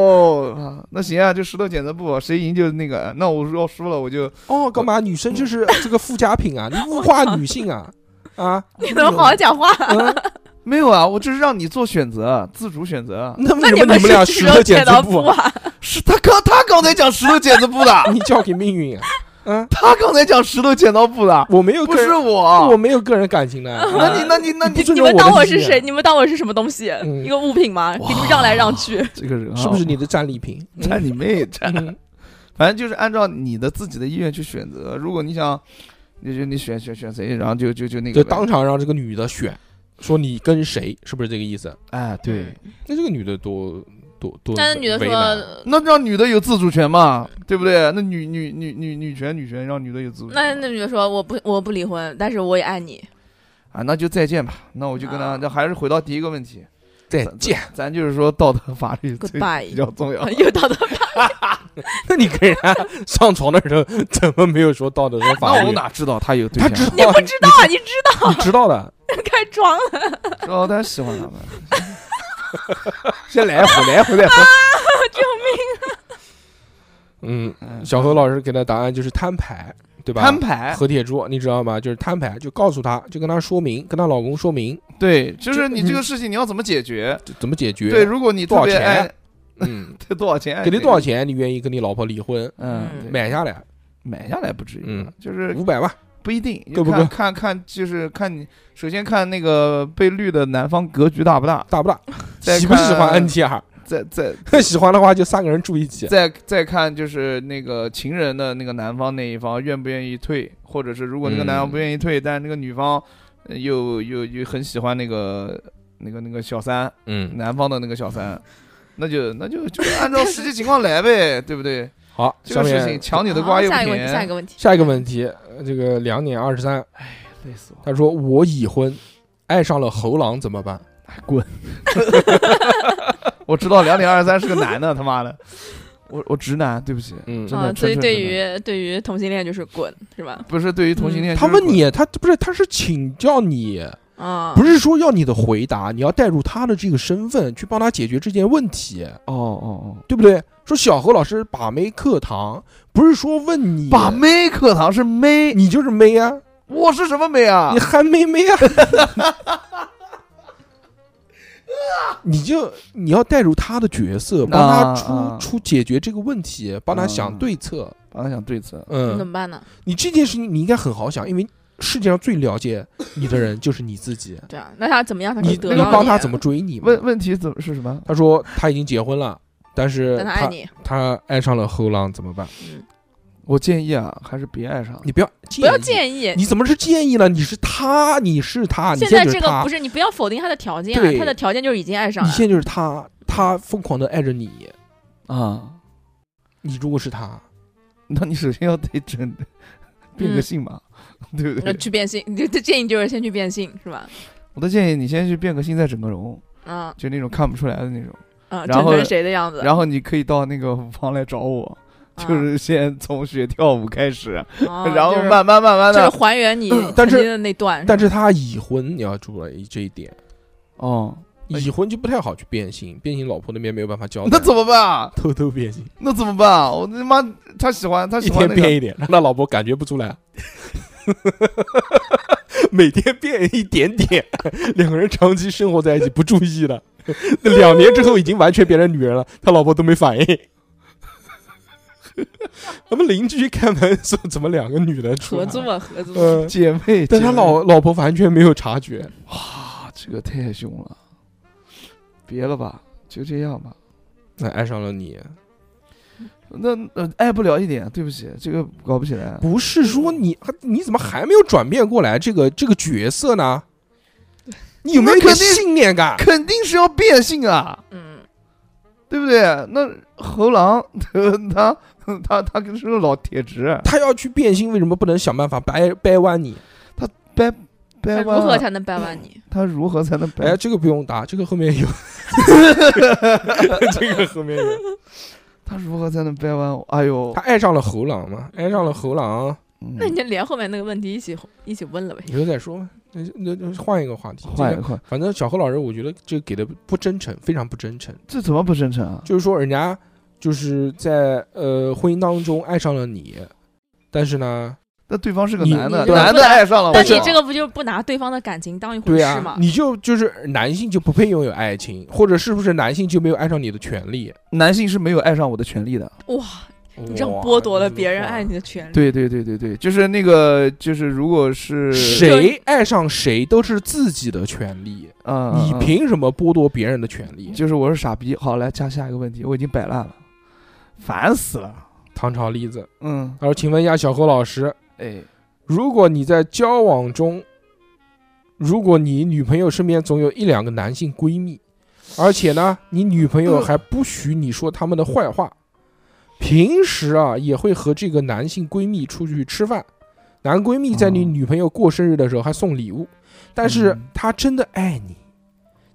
啊！那行啊，就石头剪子布，谁赢就那个。那我要输了，我就哦，干嘛？女生就是这个附加品啊，你物化女性啊啊！你怎么好好讲话？嗯，没有啊，我这是让你做选择，自主选择。那那为什么们你们俩是石石头剪剪子刀布布啊？啊？是他刚他刚才讲石头剪子布的， 你交给命运啊？嗯，他刚才讲石头剪刀布的，我没有不个是人，哦我。 我没有个人感情的。啊那你那你那你不你尊你重们当我我的意是见谁？？你们当我是什么东西？嗯一个物品吗？给你们让来让去。这个人是不是？你的战利品？看你妹！嗯 占， 反正就是按照你的自己的意愿去选择。如果你想，你就你选选选谁，然后就就就那就个呗。当场让这个女的选，说你跟谁？是不是这个意思？哎，对，那这个女的多多多为但难，是女的说，那让女的有自主权嘛，对不对？那女女女女女权女权让女的有自主权那嘛。那女的说我不我不离婚，但是我也爱你。啊，那就再见吧。那我就跟他，啊那还是回到第一个问题， 再咱见。 咱咱就是说道德法律最 Goodbye 比较重要。 又到他那你跟人家上床的时候怎么没有说道德和法那律我？哪知道他有对他象？知你道，不知道，啊你知你知道的。道开装了。知道他喜欢他们。先来一壶，来一壶，来一壶。嗯，嗯小何老师给的答案就是摊牌，对吧？摊牌，和铁桌，你知道吗？就是摊牌，就告诉她，就跟她说明，跟她老公说明对，就是你这这个嗯事情你要怎么解决？这怎么解决。对，，如哎果你多特少别钱爱，嗯，得多少钱？给你多少？钱，你愿意跟你老婆离婚，嗯，买买下来买下来不至于，嗯就是五百万，不一定，够不看够看看，就是看你首先看那个被绿的男方格局大不大，大不大？再喜不喜欢看 NTR？再再 喜欢的话就三个人住一起。再再看就是那个情人的那个男方那一方愿不愿意退，或者是如果那个嗯男方不愿意退，但那个女方呃又又又很喜欢那个那个那个小三，嗯，男方的那个小三，那就那就就按照实际情况来呗，对不对？好，这下个事情面抢你的好瓜又不下一个问题，下一甜，个问题，下一个问题，呃这个两点二十三，哎累死我！他说我已婚，爱上了猴狼怎么办？滚！我知道两点二三是个男的，他妈 的，我我直男，对不起，嗯真的啊，所纯以纯对直男于对于同性恋就是滚是吧？不是对于同性恋，嗯他就是问你，他不是，他是请教你，啊，不是说要你的回答，你要带入他的这个身份去帮他解决这件问题，滚，哦哦哦，对不对？说小何老师把妹课堂，不是说问你把，妹课堂是妹，你就是妹啊，啊 我是什么妹啊你？憨妹妹啊，你就你要带入他的角色，帮他出、啊啊出解决这个问题，帮他想嗯对策。帮他想对策，嗯，怎么办呢？你这件事情你应该很好想，因为世界上最了解你的人就是你自己。对啊，那他怎么样才能你得啊你到帮他怎么追你嘛？问问题怎么是什么？他说他已经结婚了，但是但他爱他你，他爱上了后浪怎么办？嗯，我建议啊，还是别爱上。你不要不要建议，建议。你怎么是建议了？你是他，你是他，你现在在就是这个他不，是你不要否定他的条件啊对，他的条件就是已经爱上你了。现在就是他，他疯狂的爱着你。啊，你如果是他，那你首先要得真的 变个性吧，嗯对不那对？去变性，你的建议就是先去变性是吧？我的建议你先去变个性，再整个容，嗯就那种看不出来的那种。嗯，啊然整后成谁的样子？然后你可以到那个舞房来找我，啊就是先从学跳舞开始，啊， 然后就是慢嗯慢慢慢就是的。还原你但曾是经的那段。但是他已婚，你要注意这一点。哦，哎已婚就不太好去变性，变性老婆那边没有办法交代， 那怎么办啊？偷偷变性，那怎么办啊？我他妈他喜欢他一喜欢天那变个，一 点，让他老婆感觉不出来。 每天变一点点，两个人长期生活在一起不注意了，那两年之后已经完全变成女人了，他老婆都没反应。 他们邻居开门说：“怎么两个女的出来合了作合作，嗯，姐妹，但他姐妹老老婆完全没有察觉。哇，啊这个太凶了，别了吧，就这样吧。那爱上了你，那呃，爱不了一点，对不起，这个搞不起来。不是说你你怎么还没有转变过来这个这个角色呢？你有没有一那点肯定信念感？肯定是要变性啊，嗯，对不对？那猴狼 他他他跟是个老铁直，他要去变性，为什么不能想办法掰掰弯你？那掰如何弯啊才能掰弯你？他如何才能哎，掰？这个不用答，这个后面有， 这个后面有。他如何才能掰弯我？哎呦他，爱上了猴狼嘛？爱上了猴狼，嗯那你就连后面那个问题一起一起问了呗。以后再说吧。那就那就换一个话题，换这一个换，反正小何老师，我觉得这给的不真诚，非常不真诚。这怎么不真诚啊？就是说人家就是在呃婚姻当中爱上了你，但是呢，那对方是个你男的，你男的爱哦上了我，但是你这个不就不拿对方的感情当一回对事啊吗，？你就就是男性就不配拥有爱情，或者是不是男性就没有爱上你的权利？男性是没有爱上我的权利的。哇，你你这样剥夺了别人爱你的权利。对对对对对，就是那个，就是如果是谁爱上谁都是自己的权利，啊，你嗯凭什么剥夺别人的权利？就是我是傻逼。好，来加下一个问题，我已经摆烂了，烦死了。唐朝例子，嗯，他说：“请问一下小侯老师，哎，如果你在交往中，如果你女朋友身边总有一两个男性闺蜜，而且呢，你女朋嗯友还不许你说他们的坏话，平时啊也会和这个男性闺蜜出去吃饭，男闺蜜在你哦女朋友过生日的时候还送礼物，但是嗯他真的爱你，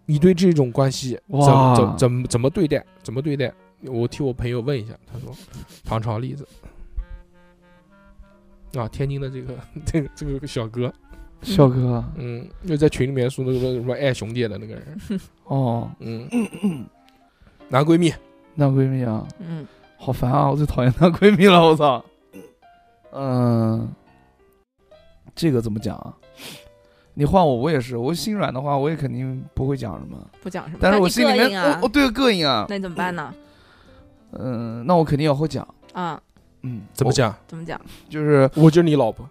你对这种关系怎哇怎怎么怎么对待？怎么对待？我替我朋友问一下，他说唐朝例子。啊，天津的这个 这个这个小哥，笑哥，嗯，就在群里面说那个什么爱熊姐的那个人，哦，嗯，男闺蜜，男闺蜜啊，嗯，好烦啊！我最讨厌男闺蜜了，我操。嗯，这个怎么讲啊？你换我，我也是，我心软的话，我也肯定不会讲什么。不讲什么。但是那我你心里膈面，应啊我我，对膈应啊。那你怎么办呢？嗯，那我肯定要会讲。啊，嗯，怎么我？讲？怎么讲？就是我就是你老婆，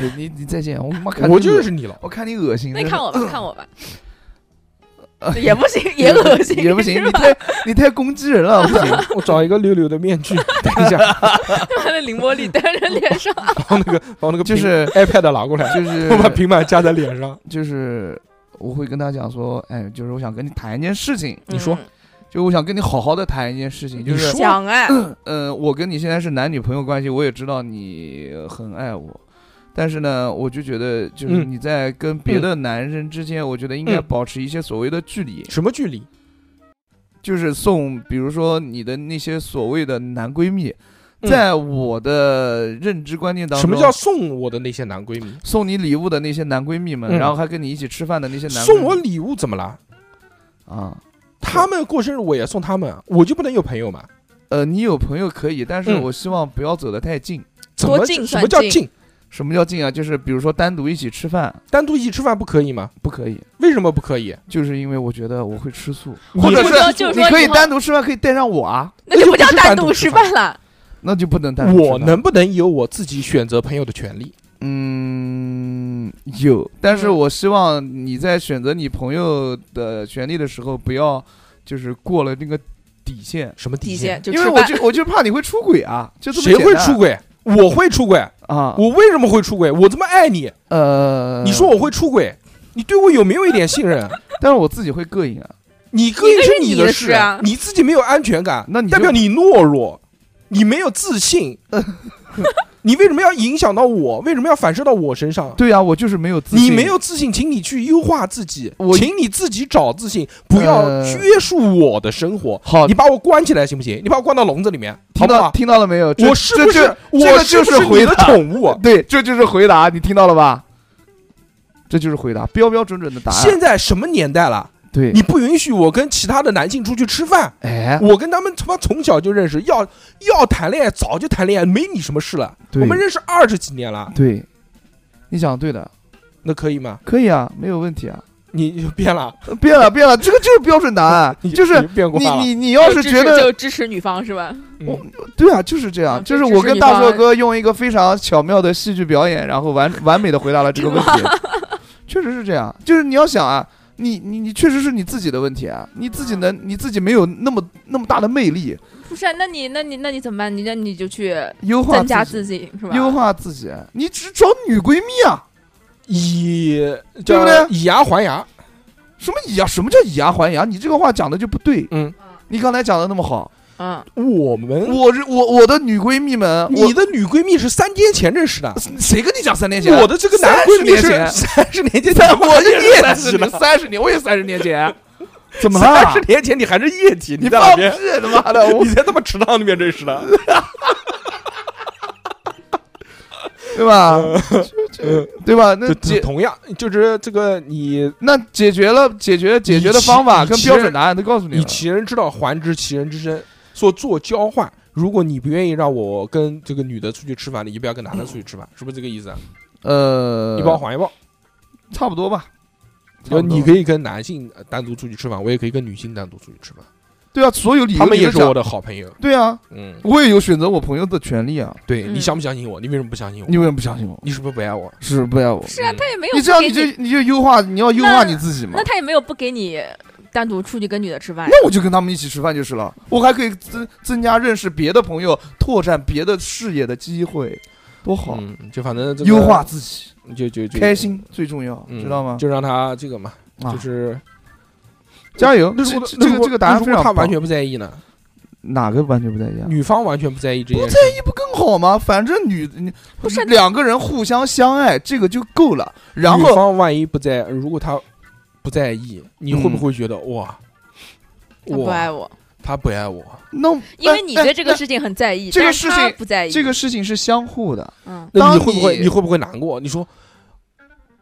你你你再见，我他妈看我你就恶是 你老婆，我看你恶心。那你真看的我吧，看我 吧，也不行，也恶心，也不行，是你吧？太你太攻击人了， 不行。我找一个溜溜的面具戴一下， 他的凌波丽戴在脸上，把那个把那个就平呃是 iPad 拿过来，就我把是平板架在脸上，就是，我会跟他讲说，哎，就是我想跟你谈一件事情，你说嗯就我想跟你好好的谈一件事情，就你是说，讲哎，嗯、我跟你现在是男女朋友关系，我也知道你很爱我。但是呢，我就觉得，就是嗯你在跟别的男人之间，我觉得应该保持一些所谓的距离，什么距离？就是送，比如说你的那些所谓的男闺蜜，嗯在我的认知观念当什中，么叫送我的那些男闺蜜？送你礼物的那些男闺蜜们，嗯然后还跟你一起吃饭的那些男闺蜜送我礼物怎么了？啊，他们过生日我也送他们啊，我就不能有朋友嘛？呃，你有朋友可以，但是嗯我希望不要走得太近，怎么多近什算么叫近近？什么叫禁啊？就是比如说单独一起吃饭单独一起吃饭不可以吗？不可以，为什么不可以？就是因为我觉得我会吃素，你或者不说就是你说可以以后单独吃饭，可以带上我啊，那就不叫那就不是单单独独吃吃饭了。那就不能单独吃饭。我能不能有我自己选择朋友的权利？嗯， 有，但是嗯我希望你在选择你朋友的权利的时候，不要就是过了那个底线，什么底线？线就因吃为我饭，就我就怕你会出轨啊，就这么谁简会单出轨？我会出轨，啊？我为什么会出轨？我这么爱你，呃，你说，我会出轨，你对我有没有一点信 任？但是我自己会膈应啊。你膈应你你的的事啊你自己没有安全感，那你就代表你懦弱，你没有自 信，你为什么要影响到我？为什么要反射到我身上？对呀、啊我就是没有自信，你没有自信，请你去优化自己我，请你自己找自信，不要呃约束我的生活。好你。把我关起来行不行？你把我关到笼子里面，好听不到好？听到了没有？这我是这不这是这我个就是不回你的答宠物？对，这就是回答，你听到了吧？这就是回答，标标准准的答案。现在什么年代了？对，你不允许我跟其他的男性出去吃饭，哎，我跟他们他妈从小就认识，要要谈恋爱早就谈恋爱，没你什么事了。对我们认识二十几年了，对，你讲得对的，那可以吗？可以啊，没有问题啊。你你就变了，呃变了，变了，这个就是标准答案， 你啊就是你变过你话了。你你要是觉就支持得就支持女方是吧？嗯我对啊，就是这样，嗯就是这我是跟你大方硕案哥用一个非常巧妙的戏剧表演，然后完完美的回答了这个问题， 确实是这样，就是你要想啊。你你你确实是你自己的问题啊，你自己能你自己没有那么那么大的魅力，不是啊，那你那你那你怎么办？你那你就去优化增加自己自己是吧？优化自己，你只找女闺蜜啊？以对叫不对以牙还牙，什么以牙？什么叫以牙还牙？你这个话讲的就不对。嗯，你刚才讲的那么好，嗯，我们我是我我的女闺蜜们，你的女闺蜜是三天前认识的，我谁跟你讲三年前？啊我的这个男闺蜜30是年前三十年前，三我是的液液体体了，了，三十年，我也三十年前， 怎么三了十？年前你还是液体，你在放哪屁边？他妈的！我你在他妈池塘里面认识的， 对吧？就就 对吧？那 就解同样就是这个你那解决了解决解决的方法你跟其标准答案都告诉你以了。其人之道还治其人之身，说做交换。如果你不愿意让我跟这个女的出去吃饭，你就不要跟男的出去吃饭，是不是这个意思啊？呃，一包还一包。差不多吧。差就不多你可以跟男性呃单独出去吃饭，我也可以跟女性单独出去吃饭，对啊，所有理由他们也你是都讲我的好朋友。对啊，嗯，我也有选择我朋友的权利啊。对嗯你相不相信我？你为什么不相信我？你为什么不相信我？你是不是不爱我？是不爱我？是啊，嗯他也没有你不这样给你就你，你就优化，你要优化那你自己嘛那。他也没有不给你单独出去跟女的吃饭呀。那我就跟他们一起吃饭就是了，我还可以增增加认识别的朋友，拓展别的视野的机会，多好！嗯，就反正这个优化自己，就就就开，心最重要，嗯知道吗？就让他这个嘛，啊就是加油！那这如个果这个这个答案那如非果常他棒完全不在意呢？哪个完全不在意啊？女方完全不在意这件事，这不更好吗？反正女你不是两个人互相相爱，这个就够了。然女后方万一不在，如果他不在意，你会不会觉得哇，他不爱我，哦我，他不爱我？那因为你哎对这个哎事情很在意，这个但是事他情不在哎意。这个事情是相互的，嗯，那你当会不会你你会不会难过？你说，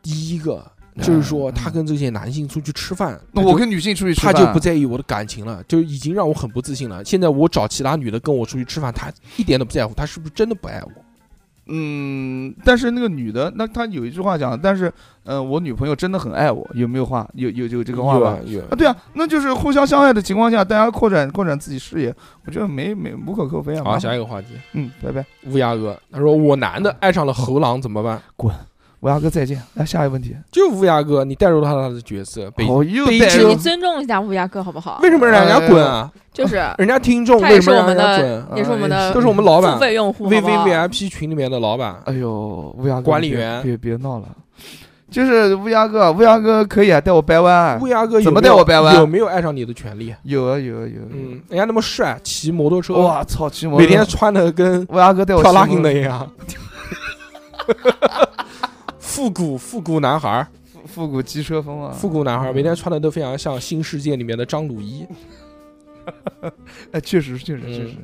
第一个就是说，嗯他跟这些男性出去吃饭，那他我就跟女性出去吃他饭，啊就不在意我的感情了，就已经让我很不自信了。现在我找其他女的跟我出去吃饭，他一点都不在乎，他是不是真的不爱我？嗯，但是那个女的，那她有一句话讲，但是，嗯、我女朋友真的很爱我，有没有话？有有有这个话有吧啊？有啊啊，对啊，那就是互相相爱的情况下，大家扩展扩展自己视野，我觉得没没无可厚非啊。好，麻下烦一个话题，嗯，拜拜，乌鸦哥，他说我男的爱上了猴狼怎么办？我牙哥再见。来下一个问题，就乌鸦哥，你带入到他的角色，被哦，又北带京是入你尊重一下乌鸦哥好不好为？什么让人家滚啊？呃就是人家听众他也为是什么我让们人家的滚，啊？也是我们也的都是我们老板付费用户好 V 不 V 好 V I P 群里面的老板，哎呦，乌鸦哥，管理别员别别闹了，就是乌鸦哥，乌鸦哥可以啊，带我掰弯啊乌，鸦哥有怎么没有带我啊掰弯有没有爱上你的权利？有啊有啊有啊，嗯，人家那么帅，骑摩托车，有啊，哇操，骑摩托每天穿的跟乌鸦哥带我跳骑拉摩丁托的一样，复古复古男孩儿，复复古机车风啊，复古男孩儿，每天穿的都非常像《新世界》里面的张鲁一。哎，确实确实嗯确实，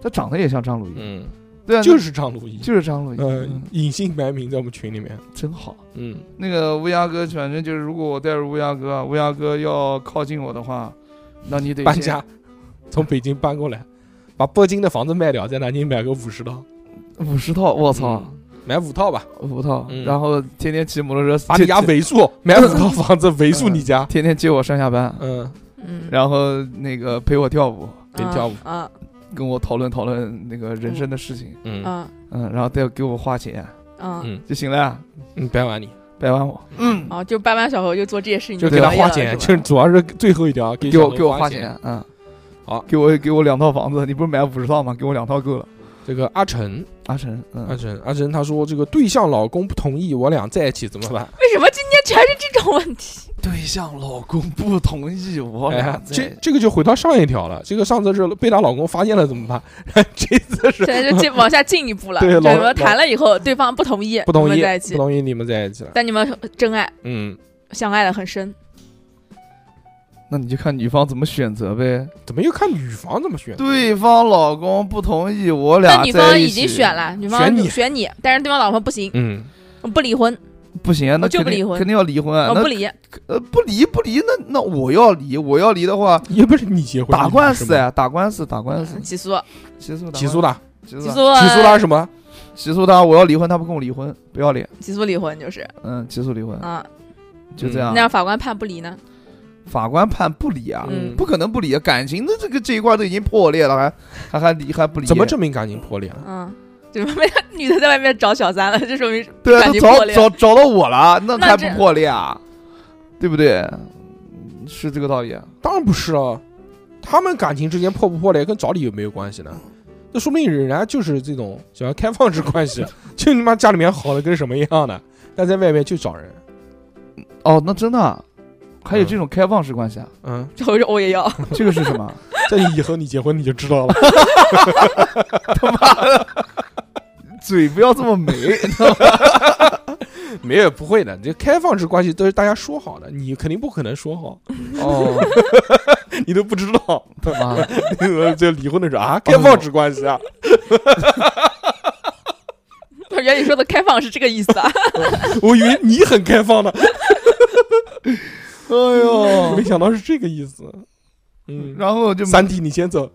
他长得也像张鲁一，嗯，对啊，就是张鲁一那。就是张鲁一，嗯嗯，隐姓埋名在我们群里面。真好。嗯，那个乌鸦哥，反正就是，如果我带入乌鸦哥，啊乌鸦哥要靠近我的话，那你得搬先家，从北京搬过来，把北京的房子卖掉，在南京买个五十套。五十套，我操！嗯！买五套吧，五套，嗯然后天天骑摩托车，把你接家尾 数，买五套房子尾数你家，天天接我上下班，嗯，嗯，然后那个陪我跳舞，给你跳舞，啊跟我讨论讨论那个人生的事情，嗯啊嗯，然后再给我花钱啊嗯就行了呀，嗯，白玩你，百万我，嗯，啊！就掰完小猴就做这些事情，就就给他熬夜花了钱，是就吧主要是最后一条，给给小我猴给我花花钱。钱，嗯，好给我给我两套房子，你不是买五十套吗？给我两套够了。这个阿成，阿成，阿嗯，成，阿成，他说这个对象老公不同意，我俩在一起怎么办？为什么今天全是这种问题？对象老公不同意我哎俩呀，这在，这个就回到上一条了。这个上次是被她老公发现了怎么办？ 这次是现在就进往下进一步了，对就老什么谈了以后对方不同意，不同你意们在一，不起，同意你们在一起了。但你们真爱嗯，相爱的很深，那你就看女方怎么选择呗。怎么又看女方怎么选？对方老公不同意我俩但女啊在方一已起，经选了，女方选你选你，但是对方老婆不行，嗯，我不离婚，不行啊，那我就肯不定离婚肯定要离婚啊。我那不离，呃不离不离，那那我要离，我要离的话，也不是你结婚，打官司呀，呀，打官司，打官司，起诉，起诉，起诉，他，起起诉，诉，呃起诉他是什么？起诉他，我要离婚，他不跟我离婚，不要脸，起诉离婚就是嗯，啊起诉离婚，啊，就这嗯样那。让法官判不离呢？法官判不离啊，嗯不可能不离，啊，感情的这个这一块都已经破裂了，还还还离还不离，怎么证明感情破裂啊？嗯，对吧？女的在外面找小三了，这说明对啊，感都情找破裂找找到我了，那那还不这破裂啊？对不对？是这个道理啊。当然不是了，他们感情之间破不破裂跟找你有没有关系呢？那说明人家就是这种想要开放式关系， 就你妈家里面好的跟什么一样的，但在外面就找人，哦，那真的啊还有嗯这种开放式关系啊？嗯，找一找我也要， 这个是什么？在你以后你结婚你就知道了。 嘴不要这么美，没有不会的，这开放式关系都是大家说好的，你肯定不可能说好， 哦，你都不知道。他妈的， 这离婚的时候啊，开放式关系啊， 我原来你说的开放是这个意思啊？我以为你很开放呢，哎呦没，想到是这个意思。哦嗯， 然后就三弟你先 走。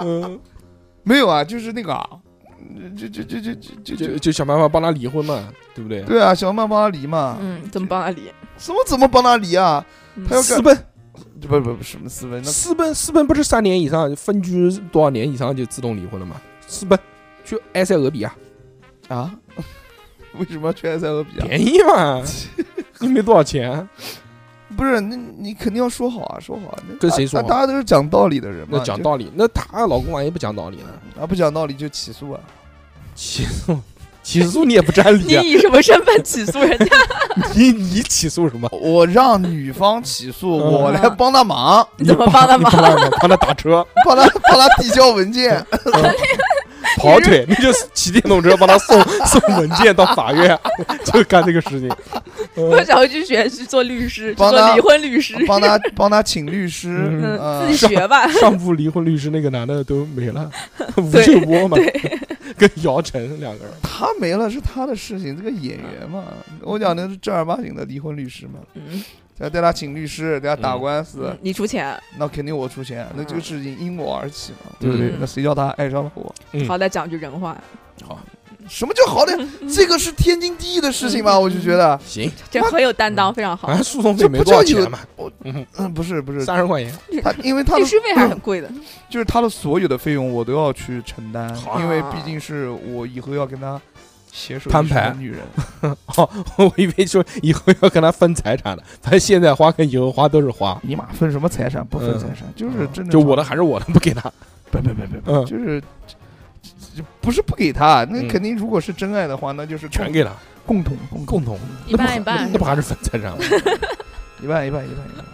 嗯，没有啊，就是那个啊，就就就就就就就就，就想办法帮他离婚嘛，对不对？对啊，想办法帮他离嘛，嗯，怎么帮他离？什么怎么帮他离啊？嗯他要干私奔，不不不，什么私奔？那私奔，私奔不是三年以上分居多少年以上就自动离婚了吗？私奔，去埃塞俄比亚啊？ 为什么要去埃塞俄比亚？便宜 嘛，又没多少钱。啊不是，那你肯定要说好啊，说好啊。那跟大谁说大大家都是讲道理的人嘛。那讲道理，那她老公万一不讲道理呢？理啊，不讲道理就起诉啊。起诉，起诉你也不占理你啊！以什么身份起诉人家？ 你你起诉什么？我让女方起诉，嗯我来帮 她忙，你怎么帮他你忙帮？他忙帮他打 车、嗯帮她帮她递交 文件。跑腿，你就骑电动车帮他送送文件到法院， 就干这个事情。 我嗯想要去学去做律师，去帮做他离婚律师，帮他帮他请律师，嗯嗯，嗯自己学吧。上部离婚律师那个男的都没了，吴对秀波嘛对，跟姚晨两个人。他没了是他的事情，这个演员嘛，我讲的是正儿八经的离婚律师嘛，嗯，要带他请律师，带他打官司嗯，你出钱，那肯定我出钱，那这个事情因我而起嘛，对对不对嗯？那谁叫他爱上了我？嗯好歹讲句人话，什么叫好歹？这个是天经地义的事情吧？我就觉得，行，这很有担当，非常好好。像诉讼费没多少钱嘛，嗯，不是不是，三十块钱。 他因为他律的师费还是很贵的，就是他的所有的费用我都要去承担好，啊因为毕竟是我以后要跟他携手摊一生的牌女人，哦，我以为说以后要跟他分财产的，反正现在花跟以后花都是花，尼玛分什么财产不分嗯财产，就是真的就我的还是我的，不给他。不不不不嗯不，就是就不是不给他，那嗯肯定如果是真爱的话，那就是共全给他，共同共共同，一半一半那不还是分财产吗？一半一半一半一半，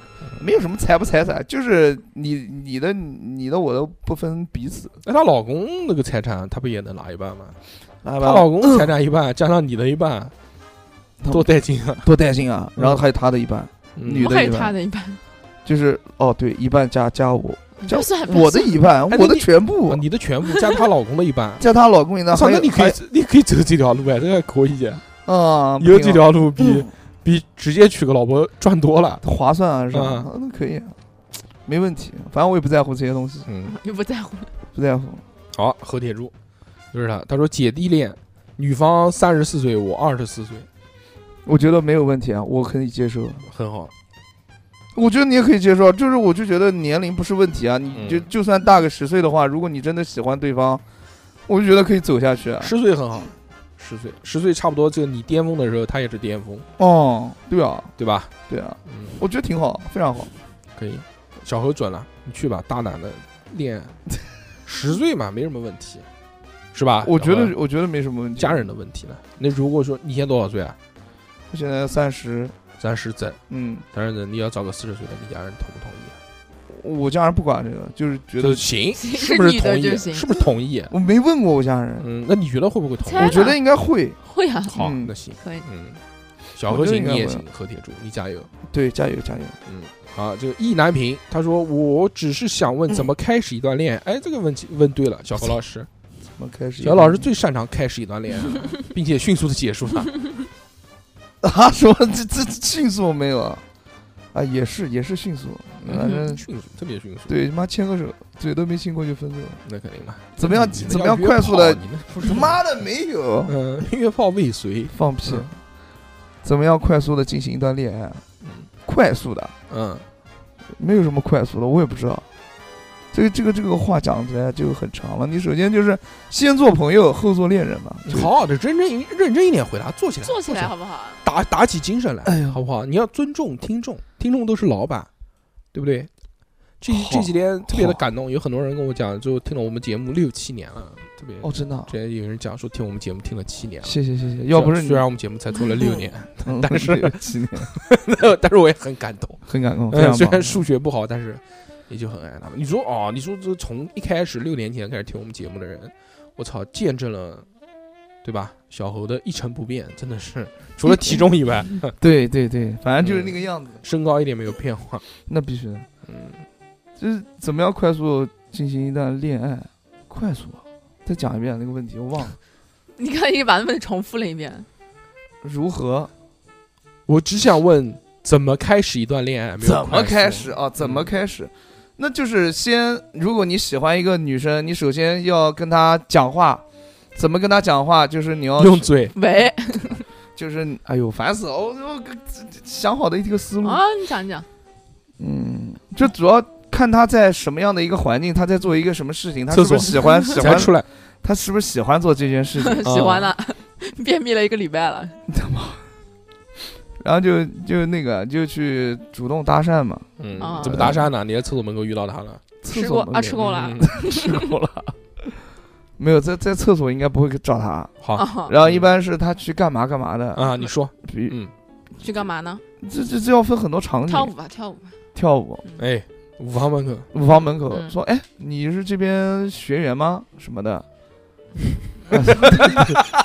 没有什么财不财产，就是你你的你的我的不分彼此。那她老公那个财产，她不也能拿一半吗？她她老公财产一半，加上你的一半，多带劲啊！多带劲啊！嗯然后还有他的一半，嗯女我的还一有半他的一半，就是哦对，一半加加我，加不算不我的算一半，哎我的你全啊部，。你的全部加她老公的一半加她老公一半，操，还那有你可以还，你可以走这条路哎，这个可以，啊，以后不这行啊条路比嗯比直接娶个老婆赚多了。划算啊，是吧？嗯啊那可以啊，没问题，反正我也不在乎这些东西，嗯，就不在乎了。不在乎。好，侯铁柱，就是他，他说姐弟恋，女方三十四岁，我二十四岁，我觉得没有问题啊，我可以接受。很好。我觉得你也可以接受，啊就是我就觉得年龄不是问题啊，你就嗯就算大个十岁的话，如果你真的喜欢对方，我就觉得可以走下去啊。十岁很好，十岁，十岁差不多，就你巅峰的时候，他也是巅峰，哦，对啊，对吧？对啊，嗯，我觉得挺好，非常好。可以。小何准了，你去吧，大胆的恋爱，十岁嘛，没什么问题，是吧？我觉小何得我觉得没什么问题。家人的问题呢？那如果说你现在多少岁啊？我现在三十，咱十整，嗯，咱是整，你要找个四十岁的，你家人同不同意啊？我家人不管这个，就是觉就得行，是是不是女同的意？就行是不是同意？啊我没问过我家人，嗯，那你觉得会不会同猜我意吧？觉得应该会。会啊，好，嗯那行，可以。嗯，小我何觉得行，应该你也会行，何铁柱，你加油。对，加油加油。嗯，好，这个意难平，他说我只是想问怎么开始一段恋爱。哎，这个问题问对了，小何老师，我们开始。小何老师最擅长开始一段恋爱， 并且迅速的结束它。啊 什么？这这这迅速没有啊？啊，也是也是迅速，反正嗯，迅速，特别迅速。，对他妈牵个手，嘴都没亲过就分手了，那肯定嘛。怎么样你那怎么叫样约快速地炮你 那不是他妈的没有，嗯，约炮未 遂。放屁嗯！怎么样快速的进行一段恋爱？嗯快速的，嗯，没有什么快速的，我也不知道。这个这个这个话讲起来就很长了。你首先就是先做朋友，后做恋人嘛。你好好的，认真一认真一点回答，坐起来，坐起来来，好不好？打打起精神来，哎呀好不好？你要尊重听众，听众都是老板，对不对？这好这几天特别的好感动，有很多人跟我讲，就听了我们节目六七年了，特别哦，真的啊，之前有人讲说听我们节目听了七年了，谢谢谢谢。要不是你虽，然我们节目才做了六年，嗯但 是有纪念但是我也很感动。很感哦动，非嗯，常 虽棒然。数学不好，但是也就很爱他们。你说哦，你说这从一开始六年前开始听我们节目的人，我操，见证了，对吧？小猴的一成不变，真的是除了体重以 外，对对对，反正就是那个样子，身高一点没有变化。那必须的。嗯，就是怎么样快速进行一段恋爱？快速啊，再讲一遍那个问题，我忘了。你看，你把他们重复了一遍，如何？我只想问，怎么开始一段恋爱？没有怎么快速开始？啊？怎么开始？那就是先，如果你喜欢一个女生，你首先要跟她讲话。怎么跟她讲话？就是你要用，嘴。喂就是哎呦，烦死了！我我想好的一个思路，啊，你讲一讲，嗯，这主要看她在什么样的一个环境，她在做一个什么事情，她是厕不所是喜 欢喜才欢出来，她是不是喜欢做这件事情？喜欢了，便秘了一个礼拜了，然后就就那个就去主动搭讪嘛，嗯啊，怎么搭讪呢？你在厕所门口遇到他了？吃厕过所门啊，口吃过了 嗯。吃过了，没有在在厕所应该不会找他。好啊， 然后一般是他去干嘛干嘛的，啊，你嗯说，比嗯，去干嘛呢？这这这要分很多场景，跳舞吧，跳舞吧。跳舞，哎，五房门口，舞房门口、嗯说，哎，你是这边学员吗？什么 的。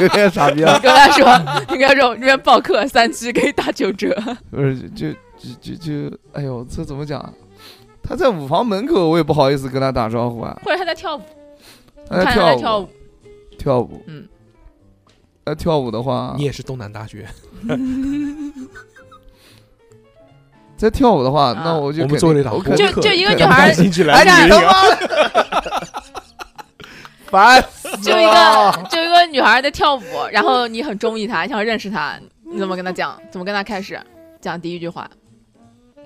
有点傻逼啊！你跟他说，你跟他说，这边报课三期可以打九折。不是，就就就就，哎呦，这怎么讲啊？他在舞房门口，我也不好意思跟他打招呼啊。或者他在跳舞，他在看着他跳舞，跳舞，跳舞，嗯，那跳舞的啊话，你也是东南大学，在跳舞的话，啊那我就我们肯定做了一档我肯就定可就一个肯女定孩儿兴趣哎，站你他妈的，烦死了！ 就一个就一个女孩在跳舞，然后你很中意她，想认识她，你怎么跟她讲？怎么跟她开始讲第一句话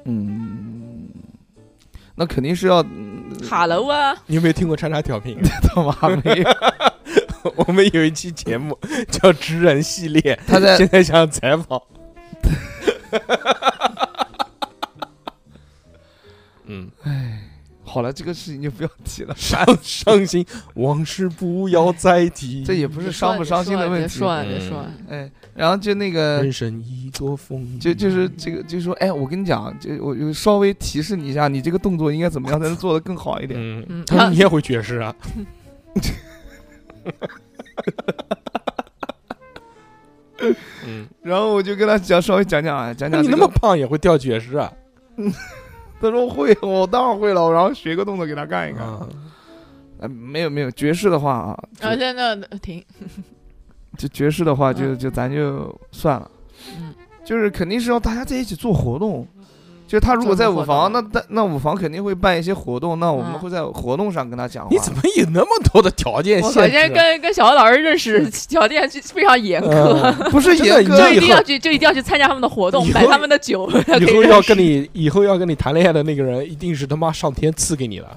嗯，那肯定是要嗯？Hello 啊，你有没有听过叉叉调频？他妈没有我们有一期节 目叫《职人系列》，他在现在想采 访。嗯，哎好了，这个事情就不要提了，伤伤心往事不要再提。这也不是伤不伤心的问别题。说了，别说了，哎，然后就那个人，生已多风雨，就就是这个，就说，哎，我跟你讲，就我就稍微提示你一下，你这个动作应该怎么样才能做得更好一点。嗯嗯他说你也会爵士 啊？嗯，然后我就跟他讲，稍微讲讲啊，讲 那哎讲、你这那个么胖也会跳爵士啊？他说会， 我当然会了，然后学个动作给他看一看。啊，呃，没有没有，爵士的话啊，然后现在那停，就爵士的话就，嗯就咱就算了。嗯，就是肯定是要大家在一起做活动，就他如果在做什么舞房，活那那那舞房肯定会办一些活动，那我们嗯会在活动上跟他讲话。你怎么有那么多的条哎件我首限先制啊？跟跟小何老师认识条件就非常严苛，嗯不是真严的格你这就一定以后要去，就一定要去参加他们的活动以，后买他们的酒。以 给后人要跟你以后要跟你谈恋爱的那个人，一定是他妈上天赐给你的，啊